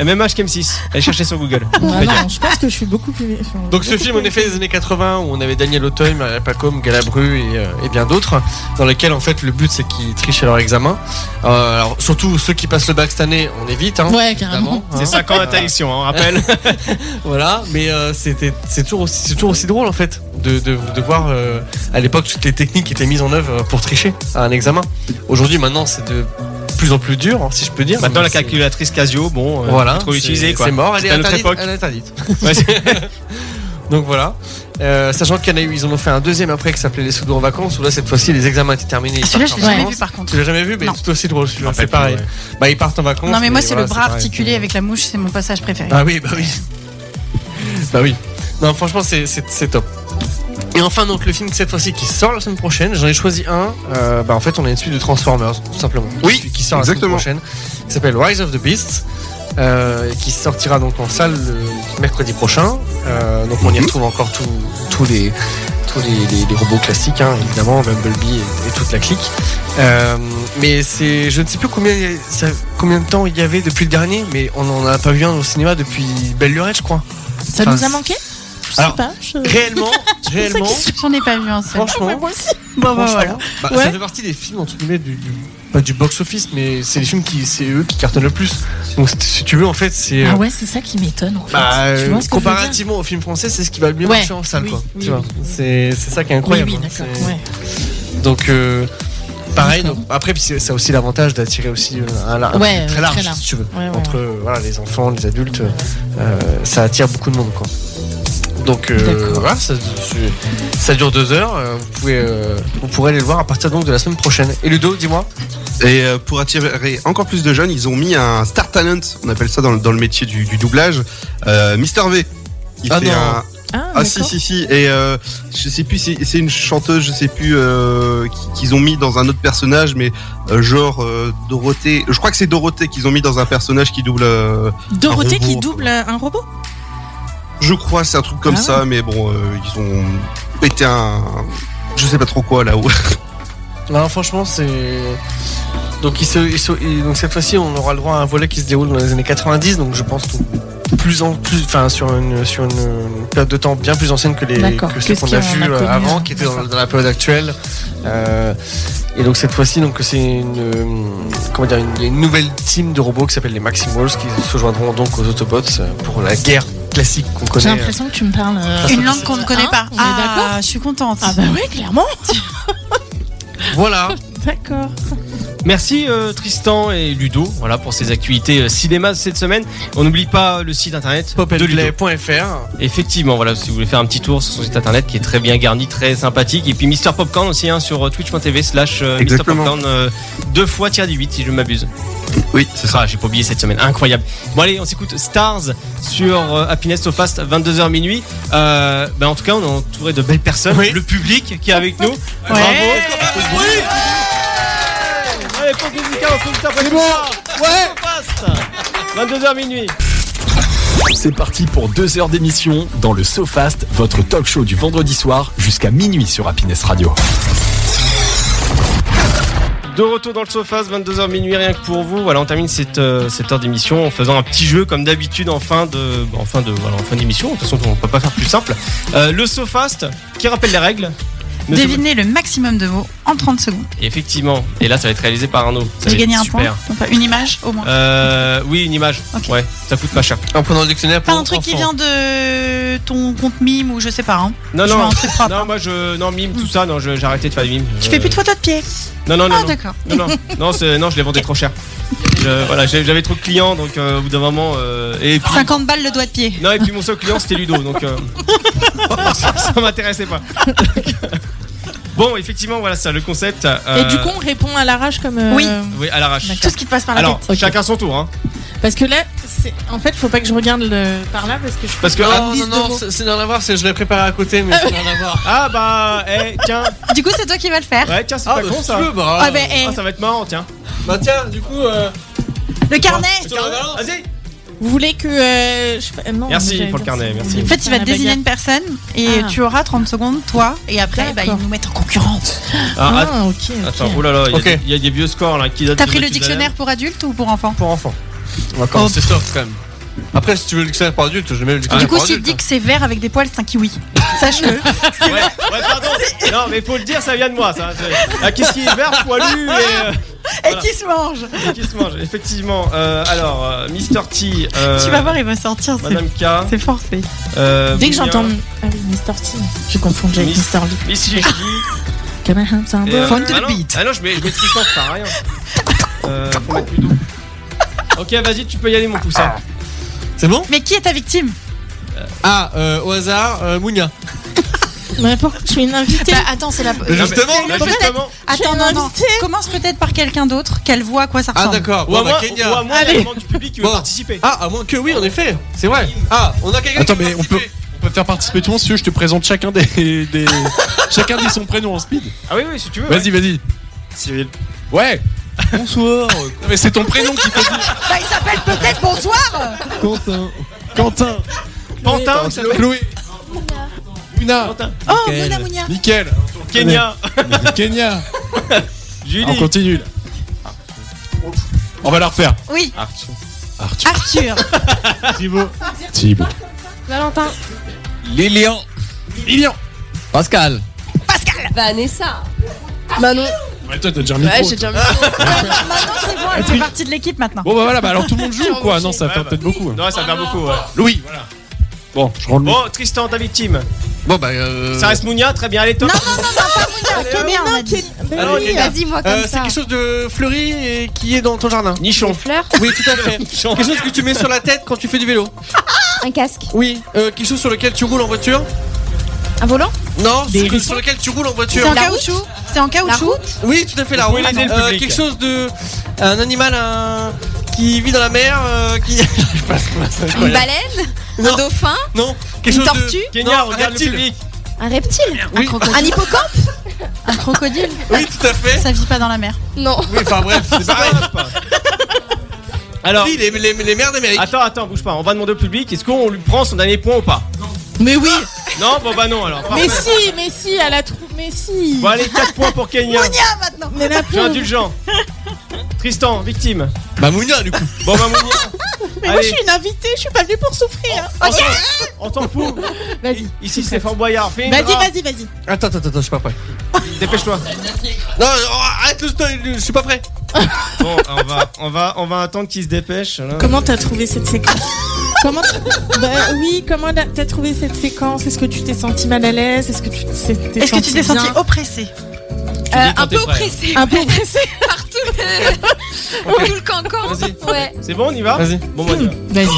B: Même HKM6. Allez chercher sur Google.
C: Ah
E: Très bien.
C: non, je pense que je suis beaucoup plus. enfin,
E: Donc
C: beaucoup
E: ce film,
C: plus-
E: en effet, des années 80, où on avait Daniel Auteuil, Maria Pacôme, Galabru et, euh, et bien d'autres, dans lesquels en fait le but c'est qu'ils trichent à leur examen. Euh, alors surtout ceux qui passent le bac cette année, on évite. Hein,
C: Ouais, carrément.
E: évidemment, hein.
B: C'est 5 ans d'interdiction, hein, on rappelle.
E: Voilà, mais euh, c'était c'est toujours aussi c'est toujours aussi drôle en fait de, de, de voir euh, à l'époque toutes les techniques qui étaient mises en œuvre pour tricher à un examen. Aujourd'hui, maintenant, c'est de plus en plus dur, hein, si je peux dire.
B: Maintenant,
E: Mais
B: la
E: c'est-
B: calculatrice Casio, bon, euh,
E: Voilà,
B: faut trop
E: c'est-
B: utilisée quoi.
E: c'est mort, elle
B: C'était
E: est
B: à notre
E: interdite,
B: époque.
E: elle est interdite.
B: [laughs] Ouais, c'est-
E: [laughs] Donc voilà. Euh, sachant qu'il y en a eu, ils en ont fait un deuxième après qui s'appelait Les Soudous en vacances, où là cette fois-ci les examens étaient terminés. ils
D: Celui-là, je
E: partent
D: l'ai
E: en
D: jamais
E: vacances.
D: vu, par contre.
E: Tu l'as jamais vu, mais
D: Non.
E: c'est aussi drôle
B: Ah,
E: celui-là, c'est pareil. Bah ils partent en vacances.
D: Non, mais moi, c'est
E: voilà,
D: le bras
E: pareil.
D: articulé avec la mouche, c'est mon passage préféré.
E: Ah oui, bah oui. bah oui. Non, franchement, c'est- c'est c'est top. Et enfin, donc, le film cette fois-ci qui sort la semaine prochaine, j'en ai choisi un. Euh, bah, en fait, on a une suite de Transformers, tout simplement. Oui, qui sort
I: exactement.
E: la semaine prochaine, qui s'appelle Rise of the Beast, euh, qui sortira donc en salle le mercredi prochain. Euh, donc, on y retrouve encore tous tous les, tous tous les, les- les robots classiques, hein, évidemment, Bumblebee et, et toute la clique. Euh, mais c'est, je ne sais plus combien, ça- combien de temps il y avait depuis le dernier, mais on n'en a pas vu un au cinéma depuis Belle Lurette, je crois.
C: Ça
E: Enfin,
C: nous a manqué Je sais
E: alors,
C: pas. je- [laughs]
E: réellement, réellement,
D: J'en ai pas vu un seul.
E: Franchement.
C: Ah,
D: Ouais, moi aussi. Bon, bah,
E: Franchement,
D: voilà.
E: bah,
D: Ouais.
E: Ça fait partie des films, entre guillemets, du, du- pas du box-office, mais c'est les films qui, c'est eux qui cartonnent le plus. Donc, si- si tu veux, en fait, c'est.
C: Ah ouais, c'est ça qui m'étonne en fait.
E: euh, bah,
C: Tu vois ce que je
E: euh,
C: veux dire
E: comparativement au film français, c'est ce qui va le mieux
C: Ouais.
E: marcher en salle,
C: Oui,
E: quoi.
C: oui,
E: tu vois.
C: oui,
E: C'est c'est ça qui est incroyable.
C: Oui, oui,
E: hein.
C: d'accord.
E: C'est-
C: ouais.
E: Donc, euh, pareil. donc, après, puis c'est- ça a aussi l'avantage d'attirer aussi euh, un, un
C: Ouais,
E: public très,
C: euh,
E: large,
C: très large.
E: si tu veux.
C: Ouais, ouais,
E: Entre euh, voilà, les enfants, les adultes, euh, ça attire beaucoup de monde, quoi. Donc euh, voilà, ça, c'est- ça dure deux heures. euh, Vous, pouvez, euh, vous pourrez aller le voir à partir donc de la semaine prochaine. Et Ludo, dis-moi.
I: Et euh, pour attirer encore plus de jeunes, ils ont mis un Star Talent, on appelle ça dans le, dans le métier du, du doublage, euh, Mister V. Il
E: Ah
I: fait
E: non.
I: un-
E: Ah,
I: Ah, si,
E: d'accord.
I: si, si. Et euh, je sais plus, c'est c'est une chanteuse, je sais plus, euh, qui- qu'ils ont mis dans un autre personnage, mais euh, genre euh, Dorothée. Je crois que c'est Dorothée qu'ils ont mis dans un personnage qui double. euh, un
C: Dorothée qui
I: robot.
C: double euh, un robot
I: Je crois, c'est un truc comme
C: Ah
I: ça, mais bon, euh, ils ont pété un. Je sais pas trop quoi là-haut. [laughs]
E: Non, Bah, franchement, c'est. Donc, il se- il se- il- donc cette fois-ci, on aura le droit à un volet qui se déroule dans les années 90, donc je pense tout- plus en plus, enfin sur une sur une, une période de temps bien plus ancienne que les
L: D'accord,
E: que ceux
L: que ce
E: qu'on a
L: qu'on
E: vu
L: a connu,
E: avant,
L: hein.
E: qui étaient dans, dans la période actuelle. Euh, et donc cette fois-ci, donc c'est une euh, comment dire, une, il y a une nouvelle team de robots qui s'appelle les Maximals qui se joindront donc aux Autobots euh, pour la guerre classique qu'on
C: J'ai
E: connaît.
C: l'impression que tu me parles. euh,
D: Une langue qu'on ne connaît
C: hein,
D: pas.
C: on est
D: Ah, je suis contente.
C: Ah bah oui, clairement.
E: Voilà.
C: D'accord.
B: Merci euh, Tristan et Ludo voilà, pour ces activités euh, cinéma de cette semaine. On n'oublie pas le site internet de Ludo.
E: Play.fr.
B: Effectivement, voilà, si vous voulez faire un petit tour sur son site internet qui est très bien garni, très sympathique. Et puis Mister Popcorn aussi hein, sur euh, twitch.tv slash euh, Mister
I: Exactement.
B: Popcorn euh, deux fois tier 18 si je ne m'abuse.
I: Oui,
B: c'est ça. J'ai pas oublié cette semaine, incroyable. Bon allez, on s'écoute Stars sur euh, Happiness So Fast 22h minuit. Euh, ben, en tout cas, on est entouré de belles personnes, le public qui est avec nous. Bravo. Allez, pour musical, on se retrouve après ça. Ouais. 22h minuit.
A: C'est parti pour deux heures d'émission dans le SoFast, votre talk show du vendredi soir jusqu'à minuit sur Happiness Radio.
B: De retour dans le sofa, 22h minuit, rien que pour vous. Voilà, on termine cette, euh, cette heure d'émission en faisant un petit jeu comme d'habitude en fin de, bon, en fin de, voilà, en fin d'émission. De toute façon, on peut pas faire plus simple. Euh, le sofast, qui rappelle les règles Monsieur-
D: Devinez le maximum de mots en 30 secondes.
B: Effectivement. Et là, ça va être réalisé par Arnaud. Ça
D: J'ai
B: va être
D: gagné un
B: super.
D: point. Enfin, une image au moins.
B: Euh, oui, une image. Ouais, ça coûte pas cher.
E: En prenant le dictionnaire.
D: Pas un truc qui vient de ton compte mime ou je sais pas. Hein.
B: Non,
D: Je
B: non,
D: vois un truc propre.
B: non, moi je, non, mime tout ça. Non, je- j'ai arrêté de faire des mimes.
D: Tu
B: Euh,
D: fais plus de photos de pied.
B: Non, non, non.
D: Ah,
B: non.
D: d'accord.
B: Non, non, non, c'est- non, je les vendais trop cher. Je- voilà, j'ai- j'avais trop de clients, donc euh, au bout d'un moment. euh, et puis,
D: 50 balles le doigt de pied.
B: Non, et puis mon seul client c'était Ludo, donc euh, [laughs] ça, ça m'intéressait pas. bon, effectivement, voilà ça, le concept. euh,
C: Et du coup, on répond à l'arrache comme. euh,
B: Oui. Oui, à l'arrache.
C: Tout ce qui te passe par la
B: Alors,
C: tête. Ok.
B: chacun son tour, hein.
C: Parce que là, c'est- en fait, faut pas que je regarde le... par là parce que je.
B: Parce que.
E: Ah, non, non, non, c'est c'est rien à voir, c'est- je l'ai préparé à côté, mais c'est rien à voir.
B: Ah bah, eh, tiens.
D: Du coup, c'est toi qui vas le faire.
B: Ouais, tiens, c'est
E: Ah,
B: pas
E: bah,
B: con
E: si
B: ça.
E: tu veux, bah,
D: Ah, bah, eh.
B: Ah, ça va être marrant, tiens.
E: Bah, tiens, du coup. euh,
D: Le carnet.
B: Vas-y.
C: Vous voulez que. euh, je- euh, non,
B: Merci
C: j'allais
B: pour le
C: dire
B: carnet,
C: ça.
B: merci.
D: En fait, il va
C: Ah, la
D: te désigner
C: bagarre.
D: une personne et
C: Ah.
D: tu auras 30 secondes, toi, et après, bah, ils
C: D'accord.
D: nous mettent en concurrence.
B: Ah, att-
C: ok.
B: Attends, oh là là, il y a
E: Ok.
B: des- il y, a des vieux scores là qui datent
D: T'as
B: de
D: pris le
B: Mathieu
D: dictionnaire pour adulte ou pour enfant
E: Pour enfant. On va commencer Ah, soft quand même. Après, si tu veux le dictionnaire par adulte, je mets le dictionnaire
D: Du coup,
E: pour
D: s'il
E: adulte. Euh,
D: dit que c'est vert avec des poils, c'est un
E: [laughs]
D: kiwi. Sache-le.
B: Valère. Ouais, ouais, pardon.
D: [laughs]
B: non, mais faut le dire, ça vient de moi, ça. C'est- Ah, qu'est-ce qui est vert, poilu et. euh,
D: Et qui se mange
B: et qui se mange Effectivement. euh, alors, euh, Mr. T. euh,
D: Tu vas voir, il va sortir. c'est-
B: Madame K.
D: C'est forcé.
B: euh,
C: Dès que
B: Bougnat,
C: j'entends. Ah oui, Mr. T. Je confonds déjà avec
B: Miss-
C: Mr. Lee.
B: Miss
D: Ah
B: Gigi.
C: Can I have some
B: et, euh,
C: fun to
B: ah non,
C: the beat
B: Ah non, je mets, je mets Tristan, ça sert à rien. Euh, faut mettre Ludo. Ok, vas-y, tu peux y aller, mon poussin.
E: C'est bon
D: Mais qui est ta victime
E: Ah, euh, au hasard, euh, Mounia.
C: Mais pourquoi je suis une invitée
D: Bah, Attends, c'est la.
E: Justement,
D: Peut-être-
B: justement.
D: Attends,
C: J'ai
D: non,
C: un
D: non. Commence peut-être par quelqu'un d'autre, qu'elle voit à quoi ça
E: Ah,
D: ressemble.
E: d'accord.
B: Ou à
E: Bon, bah,
B: moins,
E: Kenya.
B: ou à moins, il y a
D: Allez.
B: un membre du public qui veut
E: Bon.
B: participer.
E: Ah, à moins que oui, en effet. C'est vrai. Ah, on a quelqu'un.
L: Attends, mais on peut, on peut faire participer tout le monde si tu veux, je te présente chacun des.
E: [laughs]
L: des- chacun dit son prénom en speed.
B: Ah oui, oui, si tu veux.
L: Vas-y,
B: ouais.
L: vas-y.
O: Cyril.
L: Ouais Bonsoir Non, mais c'est ton prénom qui fait dire
D: Bah, il s'appelle peut-être Bonsoir
L: Quentin Quentin
B: Pantin, ça s'appelle
L: Chloé Mona.
D: Oh, Mona Mounia.
L: Nickel.
B: Kenya.
L: Kenya.
B: Julie.
L: On continue. là.
E: Ah.
L: On va la refaire.
D: Oui.
L: Arthur.
D: Arthur.
L: Thibaut.
O: Thibaut.
G: Valentin.
O: Lilian.
L: Lilian.
O: Pascal.
G: Pascal. Vanessa. Manon.
L: Mais toi, t'as déjà un micro.
G: Ouais, j'ai déjà mis.
D: C'est bon, elle fait partie de l'équipe maintenant.
L: Bon, bah voilà, bah alors tout le monde joue ou quoi Non, ça va faire peut-être beaucoup. hein.
B: bah Non, ça va
C: Oh,
B: faire beaucoup, ouais.
L: Louis, voilà. Bon, je rends le
B: Bon, Tristan, ta victime.
L: Bon, bah. euh,
B: Ça reste Mounia, très bien, elle est top.
D: Kenya, on a dit.
B: Ah non,
E: oui,
B: Kenya.
F: Vas-y, moi, comme
E: Euh,
F: ça.
E: c'est quelque chose de fleuri et qui est dans ton jardin.
B: Nichon.
F: fleurs.
E: Oui, tout à fait. quelque chose que tu mets sur la tête quand tu fais du vélo.
F: Un casque.
E: Oui. Euh, quelque chose sur lequel tu roules en voiture.
F: Un volant
E: Non,
F: Des
E: sur,
F: hérissons.
E: sur lequel tu roules en
D: C'est
E: voiture.
D: en caoutchouc C'est en caoutchouc
E: Oui, tout à fait, la
B: Vous
E: roue.
B: pouvez l'aider, le
E: Euh,
B: public.
E: quelque chose de. Un animal un- qui vit dans la mer, euh, qui. [laughs] Je sais pas ce que c'est,
F: Une
E: incroyable.
F: baleine Un
E: Non.
F: dauphin
E: Non, quelque
F: Une
E: chose
F: tortue
E: de.
B: Kenya,
E: non, un
B: regarde le
E: reptile.
B: public.
F: Un reptile
E: Oui.
F: Un hippocampe
D: Un [laughs] crocodile
E: Oui, tout à fait.
D: Ça vit pas dans la mer.
F: Non.
E: Oui, enfin bref, c'est pareil.
L: [laughs]
B: Alors,
E: Oui, les, les, les mers d'Amérique.
B: attends, attends, bouge pas. On va demander au public est-ce qu'on lui prend son dernier point ou pas
C: Mais oui.
B: Non, bon, bah non alors.
C: Mais
B: Parfait.
C: si, mais si, elle a trouvé. Mais si.
B: Bon, allez, 4 points pour Kenya.
D: Mounia maintenant
C: Mais la
B: Je suis
C: pauvre.
B: indulgent. Tristan, victime.
O: Bah, Mounia, du coup.
B: Bon, bah,
C: [laughs]
B: Mounia.
C: Mais moi, je
B: Allez,
C: suis une invitée, je suis pas venue pour souffrir.
B: on s'en- on s'en fout.
C: Oh. Vas-y.
B: Ici, c'est Fort Boyard. Fais une
C: Vas-y,
B: bras.
C: vas-y, vas-y.
E: Attends, attends, attends, je suis pas prêt.
B: Dépêche-toi.
E: Non, oh, arrête le style, je suis pas prêt.
B: Bon, on va, on va, on va attendre qu'il se dépêche. là.
C: Comment t'as trouvé cette
D: [laughs]
C: séquence Comment t- Bah oui, comment t'as- t'as trouvé cette séquence Est-ce que tu t'es senti mal à l'aise Est-ce que tu t'es senti
D: Est-ce que tu t'es Eh,
C: bien
D: senti oppressé
B: Tu dis quand
F: Un
B: t'es
F: peu
B: prêt.
F: oppressé.
C: un peu pressé
F: Par tout le, tout le cancan.
E: Vas-y.
F: Ouais.
B: C'est bon, on y va
E: Vas-y.
B: Bon, bah, on y va.
C: Vas-y.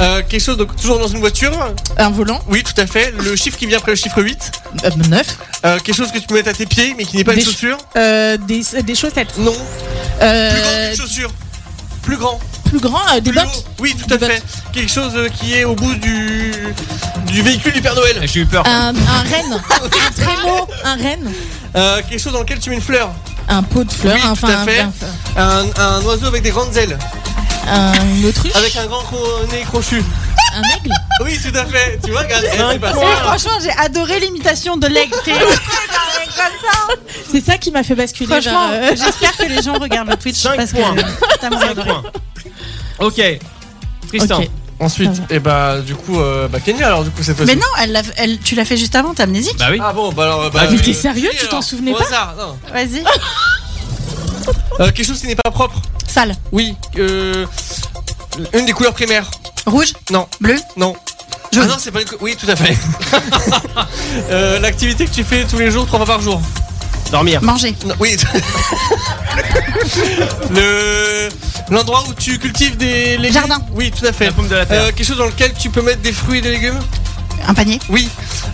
E: Euh, quelque chose, donc toujours dans une voiture.
C: [laughs] Un volant,
E: Oui, tout à fait. Le chiffre qui vient après le chiffre 8.
C: euh, neuf,
E: Euh, quelque chose que tu peux mettre à tes pieds, mais qui n'est pas
C: Des
E: une chaussure.
C: euh, des, des chaussettes,
E: Non. Plus grand
C: euh,
E: qu'une chaussure. Plus grand.
C: plus grand, euh, des
E: plus
C: bottes,
E: haut. Oui, tout à
C: Des
E: fait. Quelque chose euh, qui est au bout du, du véhicule du Père Noël.
B: J'ai eu peur.
C: un, un renne, un trémot, un renne,
E: Euh, quelque chose dans lequel tu mets une fleur.
C: un pot de fleurs,
E: Oui, tout
C: Ben, enfin
E: à fait.
C: un,
E: Un, un oiseau avec des grandes ailes.
C: un- une autruche,
E: Avec un grand cro- nez crochu. [laughs]
C: un aigle.
E: Oui, tout à fait. Tu vois, regarde,
B: Cinq
E: c'est pas
B: points.
E: ça.
D: Franchement, j'ai adoré l'imitation de [laughs] l'aigle. T'es-
C: C'est ça qui m'a fait basculer.
D: Franchement,
C: vers, euh,
D: j'espère que les gens regardent le Twitch.
B: Cinq
D: parce
B: points.
D: Que, t'as
B: Cinq
D: mon adoré.
B: points. Ok. Tristan.
C: Ok.
E: Ensuite, et bah du coup, euh, bah Kenya alors du coup cette
D: Mais
E: fois-ci.
D: non, elle l'a- elle- tu l'as fait juste avant, t'es amnésique.
B: Bah oui.
E: Ah bon, bah alors. euh, Bah,
C: mais
E: euh,
C: t'es sérieux, tu
E: alors,
C: t'en souvenais
E: au
C: pas
E: hasard, non.
D: Vas-y.
E: Euh, quelque chose qui n'est pas propre.
D: Sale.
E: Oui. Euh, une des couleurs primaires.
D: Rouge.
E: Non.
D: Bleu.
E: Non. Ah non, c'est pas une. cou- Oui, tout
B: [laughs]
E: à fait. Euh, L'activité que tu fais tous les jours, trois fois par jour.
B: Dormir.
D: Manger.
E: Non,
B: [laughs]
E: oui. Le l'endroit où tu cultives des légumes.
D: Jardin.
E: Oui, tout à fait.
B: La pomme de la terre.
E: Euh, quelque chose dans lequel tu peux mettre des fruits et des légumes.
D: Un panier.
E: Oui.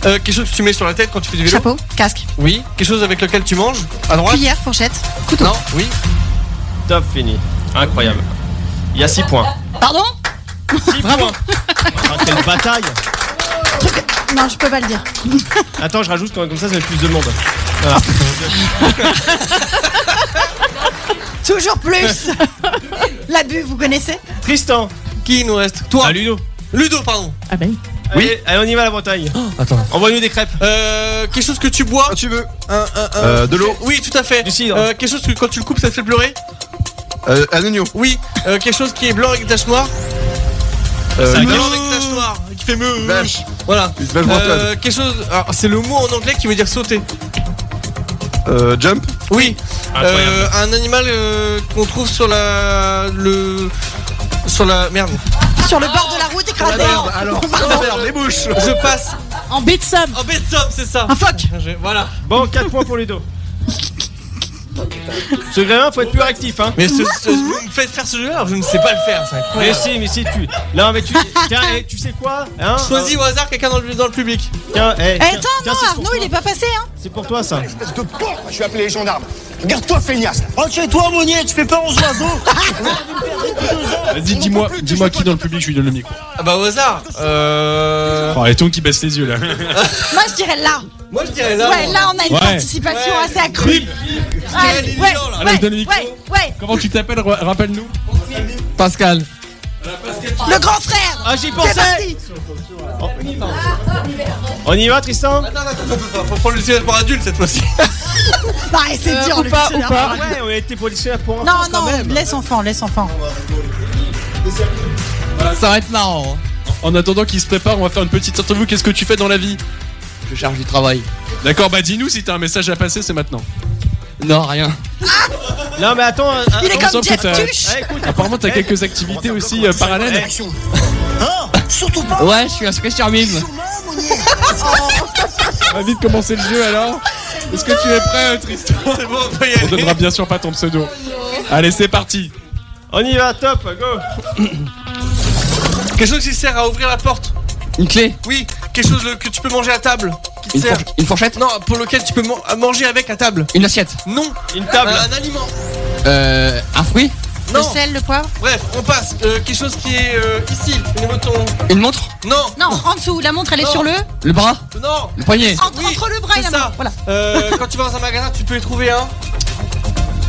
E: Euh, quelque chose que tu mets sur la tête quand tu fais du vélo. Ah
D: Chapeau. Casque.
E: Oui. Quelque chose avec lequel tu manges. À droite.
D: Cuillère. Fourchette. Couteau.
E: Non. Oui.
B: Top fini. Incroyable. Il y a
C: Euh,
B: 6 points.
D: Pardon
B: 6 points. Ah, quelle bataille.
D: Truc- Non, je peux pas le dire.
B: Attends, je rajoute quand comme ça, ça fait plus de monde. Voilà.
D: Toujours plus. [laughs] la bu, vous connaissez
B: Tristan.
E: Qui nous reste Toi.
B: Ah, Ludo.
E: Ludo, pardon.
C: Ah bah oui. Oh,
B: Oui. Allez, allez, on y va à la Bretagne.
E: Attends.
B: Envoie-nous des crêpes.
E: Euh, quelque chose que tu bois.
I: Quand tu veux.
E: Un- un- un-
I: Euh, de l'eau.
E: Oui, tout à fait.
B: Du cidre.
E: Euh, quelque chose que quand tu le coupes, ça te fait pleurer.
I: Euh, un oignon.
E: Oui. Euh, quelque chose qui est blanc avec des taches noires.
I: Euh,
B: Ça
I: une
B: gagne.
E: Blanc avec des taches noires. Qui fait meuh.
I: Vache.
E: Voilà.
I: Une vache bretonne.
E: Euh, quelque chose. alors, c'est le mot en anglais qui veut dire sauter.
I: Euh, jump.
E: Oui.
B: Incroyable.
E: Euh, un animal euh, qu'on trouve sur la le sur la merde.
D: Sur le bord de la route
E: Sur la
D: écrasée.
E: merde. Alors. les bouches. Je [laughs] passe.
C: En baie de sable.
D: Oh.
E: En bête somme, c'est ça.
D: Un phoque.
E: Je- Voilà.
B: Bon, 4 points pour Ludo. Ce grévin, faut être plus actif, hein.
E: Mais ce, ce- vous me faites faire ce jeu-là, alors je ne sais pas le faire. c'est incroyable.
B: Mais si, mais si, tu. Non, mais tu. Tiens, eh, tu sais quoi hein
E: Choisis au hasard quelqu'un dans le, dans le public.
B: Euh, Tiens, eh,
D: Eh,
B: tiens,
D: attends,
B: tiens,
D: non,
B: c'est pour
D: Arnaud,
B: toi.
D: il est pas passé, hein.
B: C'est pour toi, ça.
N: Espèce de porc, je vais appeler les gendarmes. Regarde-toi, feignasse. Rentre chez toi, Monnier, tu fais peur aux oiseaux.
L: Dis- Dis-moi dis-moi qui dans le public, je lui donne le micro.
E: Ah bah au hasard. Euh...
L: Oh, et ton qui baisse les yeux là.
D: Moi, je dirais là.
E: Moi je dirais là.
D: Ouais, là, on a une
L: Ouais.
D: participation
E: Ouais.
D: assez accrue.
E: dirais Lilian, là.
L: Allez, donne le
D: ouais,
L: micro.
D: ouais, ouais.
L: Comment tu t'appelles ra- Rappelle-nous.
O: Pascal.
D: Le grand frère.
B: Ah, j'y
D: C'est
B: pensais
D: parti.
B: Oh, On y va, Tristan
C: Attends, attends, attends, attends, faut prendre le dictionnaire pour adulte cette fois-ci.
D: Non, Bah, et c'est
B: Euh,
D: dur,
B: ou
D: le
B: pas, ou
D: dictionnaire
B: pas.
C: Ah,
D: pour adulte.
B: Ouais, on a été policier pour
D: Non,
B: enfants quand
D: non,
B: même.
D: laisse enfant, laisse enfant.
E: ça va être marrant. hein. En attendant qu'il se prépare, on va faire une petite interview. Qu'est-ce que tu fais dans la vie Je charge du travail. D'accord, bah dis-nous si t'as un message à passer, c'est maintenant. Non, rien.
B: Non, mais attends.
E: Il
B: euh,
E: est comme
B: on sent que
E: Jeff
B: t'as-
E: Tuche.
B: Eh, écoute,
E: Apparemment, t'as
B: eh,
E: quelques activités aussi euh, parallèles.
B: Hein
H: Surtout pas
E: Ouais, je suis un squash mime.
M: Oh,
E: On va vite commencer le jeu alors. Est-ce que tu es prêt, euh, Tristan C'est bon, on y donnera bien sûr pas ton pseudo. Allez, c'est parti.
B: On y va, top, go
C: Quelque chose qui sert à ouvrir la porte.
P: Une clé
C: Oui, quelque chose que tu peux manger à table. Qui te
P: Une
C: sert.
P: fourche- une fourchette
C: Non, pour lequel tu peux man- manger avec à table.
P: Une assiette
C: Non.
B: Une
P: table.
C: Un, un aliment.
P: Euh. Un fruit
C: Non.
D: Le sel, le poivre
C: Bref, on passe. Euh, quelque chose qui est euh, ici, au niveau de ton.
P: Une montre
C: Non.
D: Non, en dessous, la montre, elle est
C: Non.
D: sur le.
P: Le bras
C: Non.
P: Le poignet
D: Entre, entre le bras et
C: C'est
D: la
C: ça.
D: main. Voilà.
C: Euh, quand tu vas dans un magasin, tu peux y trouver un.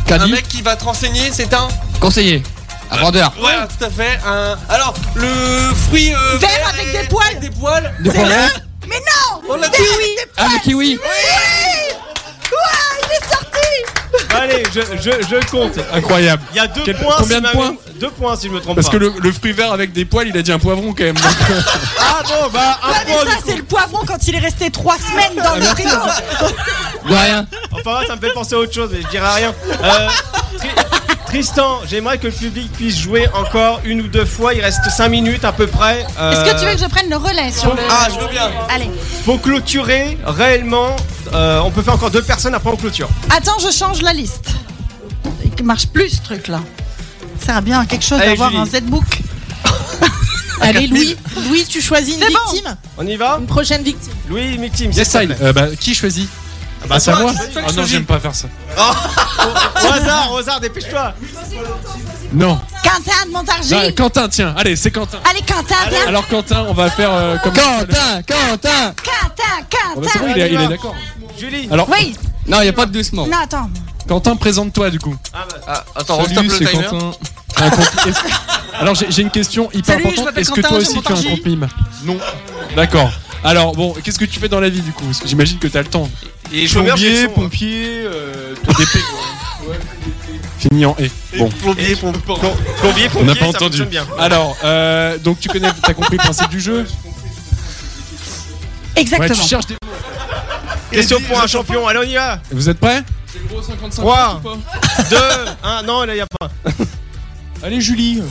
P: Caddie
C: Un mec qui va te renseigner, c'est un.
P: Conseiller Un vendeur
C: Voilà, tout à fait. Un... Alors, le fruit euh,
D: Vert avec des poils.
C: Avec des poils.
P: Des
C: C'est
P: poils.
D: Mais non
C: On l'a
D: Des-
C: dit.
D: des-
P: Ah, le kiwi
D: Oui Ouais, il est sorti
B: Bah, Allez, je, je- je compte.
E: Incroyable.
B: Il y a deux
E: Quel-
B: points.
E: combien
B: si
E: de
B: ma
E: points
B: mémo- Deux points si je me trompe
E: Parce
B: pas.
E: que le, le fruit vert avec des poils, il a dit un poivron quand même.
B: Ah bon, bah un
D: Ouais, mais
B: point.
D: ça, c'est le poivron quand il est resté trois semaines dans le frigo
B: De rien. Enfin, moi, ça me fait penser à autre chose, mais je dirai rien. Euh, Tri- Tristan, j'aimerais que le public puisse jouer encore une ou deux fois. Il reste 5 minutes à peu près. Euh,
F: Est-ce que tu veux que je prenne le relais sur le.
C: Ah, je veux bien.
F: Allez.
B: Faut clôturer réellement. Euh, on peut faire encore deux personnes après on clôture.
D: Attends, je change la liste. Il marche plus ce truc là. Ça sert à bien à quelque chose
B: Allez,
D: d'avoir
B: Julie.
D: un Z-book.
Q: Allez, Louis, Louis, tu choisis une
D: C'est bon.
Q: victime.
B: On y va
Q: Une prochaine victime.
B: Louis, victime.
E: Yes, style. Euh, bah, qui choisit
B: bah,
E: Ah, c'est
B: toi,
E: à moi.
B: c'est toi qui
E: Ah non,
B: choisis.
E: j'aime pas faire ça.
B: Au hasard, au hasard, dépêche-toi.
E: Non.
D: Quentin de
E: Ah,
D: Montargis.
E: Quentin, tiens, allez, c'est Quentin.
D: Allez, Quentin, viens.
E: Alors Quentin, on va faire euh, comme
P: Quentin Quentin
D: Quentin,
E: Oh, bah,
D: Quentin.
E: c'est bon, il est, il est d'accord.
B: Julie.
E: Alors,
D: Oui.
P: Non, y a pas de doucement.
D: Non, attends.
E: Quentin, présente-toi du coup.
C: attends,
E: Salut,
C: restape le
E: c'est
C: timer.
E: Quentin. Un compte- est-ce- Alors j'ai j'ai une question hyper
C: Salut, je
E: importante.
C: m'appelle
E: Est-ce que
C: Quentin,
E: toi
C: je
E: aussi tu as un
C: m'entends
E: compte mime Non. D'accord. Alors bon, qu'est-ce que tu fais dans la vie du coup Parce que J'imagine que t'as le temps.
B: Et chômeur, j'ai le
E: Plombier,
B: son, hein.
E: pompier, euh, TDP. Fini en et. Bon.
B: Plombier, pom- plom- plombier,
E: On
B: pompier,
E: n'a pas
B: ça
E: entendu.
B: fonctionne bien.
E: Alors, euh, donc tu connais, t'as compris le principe du jeu Ouais, tu
D: Exactement.
E: cherches des-
B: Question pour un champion, allez on y va
E: Vous êtes prêts
B: 3, 2, 1, non là y a pas
E: Allez Julie,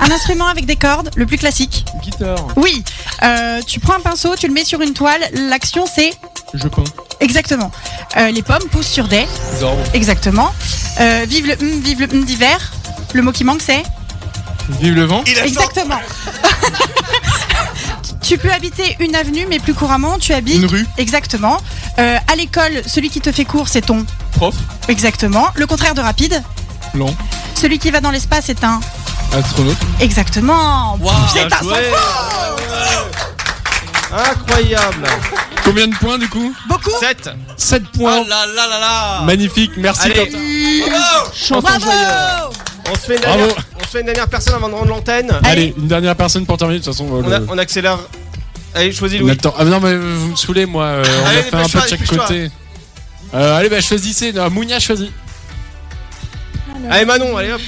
D: Un instrument avec des cordes, le plus classique.
E: guitare,
D: Oui. Euh, tu prends un pinceau, tu le mets sur une toile. L'action, c'est
E: je peins,
D: exactement. Euh, les pommes poussent sur des.
E: des arbres,
D: Exactement. Euh, vive le hum, vive le hum d'hiver. Le mot qui manque, c'est
E: vive le vent,
D: Exactement. [laughs] tu peux habiter une avenue, mais plus couramment, tu habites.
E: Une rue.
D: Exactement. Euh, à l'école, celui qui te fait court, c'est ton.
E: prof,
D: Exactement. Le contraire de rapide.
E: plan,
D: Celui qui va dans l'espace est un.
E: astronaute.
D: Exactement. C'est
B: Bien
D: un
B: joué.
D: sans faute.
B: Incroyable
E: Combien de points du coup
D: Beaucoup.
B: 7
E: 7 points.
C: Oh Là, là, là, là.
E: Magnifique, merci
B: Allez.
E: Quentin.
D: Bravo.
B: On se fait une
E: Bravo.
B: dernière, on se fait une dernière personne avant de rendre l'antenne.
E: Allez, une dernière personne pour terminer. De toute façon, euh,
B: On, a-
E: le-
B: on accélère. Allez, choisis
E: on
B: Louis.
E: attend. Ah, mais non, mais euh, vous me saoulez, moi. euh, on
B: Allez,
E: a fait un peu
B: dépêche-toi,
E: de chaque
B: dépêche-toi.
E: côté. Euh, allez, bah choisissez. Non, Mounia choisit.
B: Allez Manon, allez hop.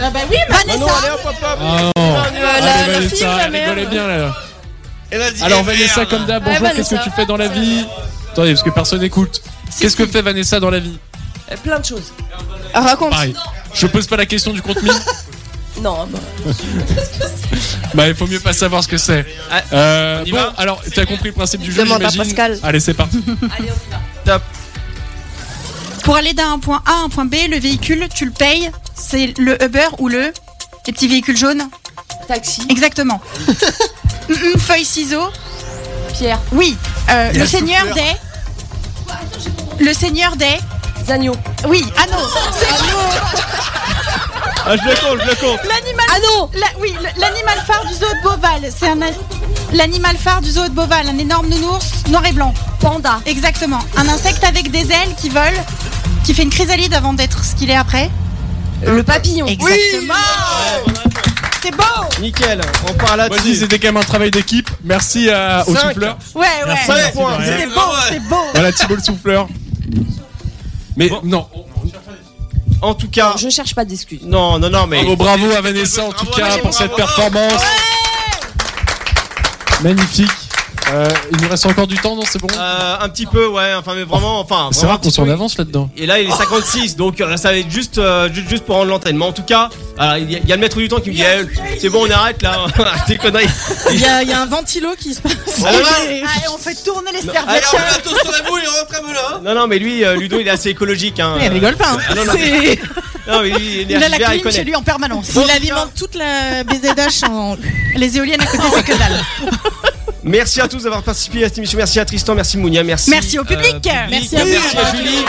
D: Ah bah oui,
B: Manon,
D: Vanessa.
B: allez hop hop hop.
E: Ah non.
B: Allez,
E: Allez,
B: Vanessa.
E: Vanessa, rigolez bien là. Alors, Vanessa, comme d'hab,
F: Ouais,
E: bonjour. Qu'est-ce que
F: Vanessa.
E: tu fais dans la vie Attendez, parce que personne n'écoute. Qu'est-ce que fait Vanessa dans la vie
F: Euh, Plein de choses. Ah, raconte.
E: Pareil. Je pose pas la question du contenu.
F: Non, bah.
E: bah, il faut mieux pas savoir ce que c'est.
B: Ah,
E: Euh,
B: on y
E: bon,
B: va
E: alors, t'as compris le principe du jeu
F: Demande à
E: j'imagine
F: Pascal.
E: Allez, c'est parti.
D: Pour aller d'un point A à un point B, le véhicule, tu le payes. C'est le Uber ou le. Les petits véhicules jaunes.
F: Taxi, [laughs]
D: Exactement. Hum, hum, Feuille, ciseaux.
F: Pierre,
D: Oui. Euh,
F: Il y a
D: le seigneur
F: souffleur.
D: des. Le seigneur des.
F: Zagno.
D: Oui, anneau. C'est vrai.
B: Ah, je le compte, je le compte.
D: L'animal. Anneau. oui, le- l'animal phare du zoo de Beauval. C'est un. a- L'animal phare du zoo de Beauval, un énorme nounours noir et blanc.
F: Panda,
D: Exactement. Un insecte avec des ailes qui vole, qui fait une chrysalide avant d'être ce qu'il est après.
F: le papillon.
D: Exactement. C'est beau
B: Nickel, on part
L: Vas-y,
B: là-dessus.
L: c'était quand même un travail d'équipe. Merci
E: euh,
L: à, au
B: Cinq.
L: souffleur.
D: Ouais, ouais,
L: Merci,
B: Cinq
L: merci,
B: points. Ah
L: Dorian.
B: C'était beau,
D: c'était beau.
L: Voilà, Thibault le souffleur. Mais non.
B: En tout cas.
R: Je cherche pas d'excuses.
B: Non, non, non, mais.
L: Bravo, bravo à Vanessa en tout
B: Bravo,
L: cas
B: bravo,
L: pour cette
B: bravo.
L: performance. Magnifique. Euh, il nous reste encore du temps, non C'est bon
B: Euh, un petit peu, ouais, enfin, mais vraiment, enfin.
L: C'est
B: vraiment
L: rare
B: un
L: qu'on
B: petit
L: soit en
B: peu.
L: avance là-dedans.
B: Et là, il est 56, donc euh, ça va être juste, euh, juste, juste pour rendre l'entraînement. En tout cas, alors, il y, a- il y a le maître du temps qui me dit eh, C'est bon, on arrête là, [laughs] arrêtez les conneries.
C: Il y, a, il y a un ventilo qui se passe.
B: Allez,
D: Allez, Ah, on fait tourner les serviettes.
B: Allez, on
H: Attends sur la boule et rentre là.
B: Non, non, mais lui, euh, Ludo, il est assez écologique. Hein.
C: Il rigole pas, hein.
B: Ah, non, non,
C: C'est-
B: non, mais lui,
D: Il a la
B: énergie verte,
D: clim
B: connaît.
D: chez lui en permanence.
C: Il alimente toute la BZH en.
D: Les éoliennes à côté, c'est que dalle.
B: Merci à tous d'avoir participé à cette émission. Merci à Tristan, merci Mounia, merci. euh,
D: Merci au public.
B: Merci
D: Merci
B: à,
D: à vous.
B: Julie.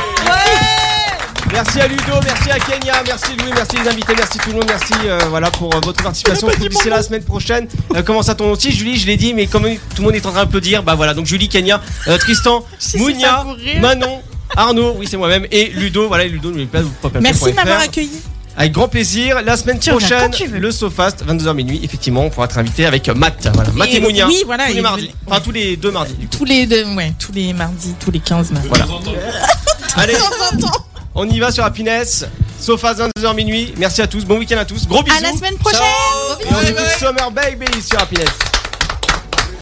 B: Merci à Ludo, merci à Kenya, merci Louis, merci les invités, merci tout le monde, merci euh, voilà pour euh, votre participation. On se retrouve D'ici la semaine prochaine, Euh, comment ça tombe aussi Julie, je l'ai dit, mais comme tout le monde est en train de dire, bah voilà donc Julie, Kenya, euh,
C: [laughs]
B: Tristan, Mounia, Manon, Arnaud, oui c'est moi-même et Ludo, voilà et Ludo, n'oubliez pas de vous popapio.fr.
C: Merci de m'avoir accueilli.
B: Avec grand plaisir. La semaine
C: Tu reviens
B: prochaine,
C: quand tu veux.
B: le SoFast, 22h minuit. Effectivement, on pourra être invité avec Matt. Voilà. Matt et,
C: Et-
B: Mounia.
C: oui, voilà,
B: Tous les
C: et-
B: mardis. Enfin, tous les deux mardis. du coup.
C: Tous les deux, ouais, tous les mardis, tous les 15 mardis.
B: Voilà. Allez,
C: [laughs]
B: on y va sur Happiness. SoFast, 22h minuit. Merci à tous. Bon week-end à tous. Gros bisous.
D: À la semaine prochaine.
B: Et on écoute Summer Baby sur Happiness.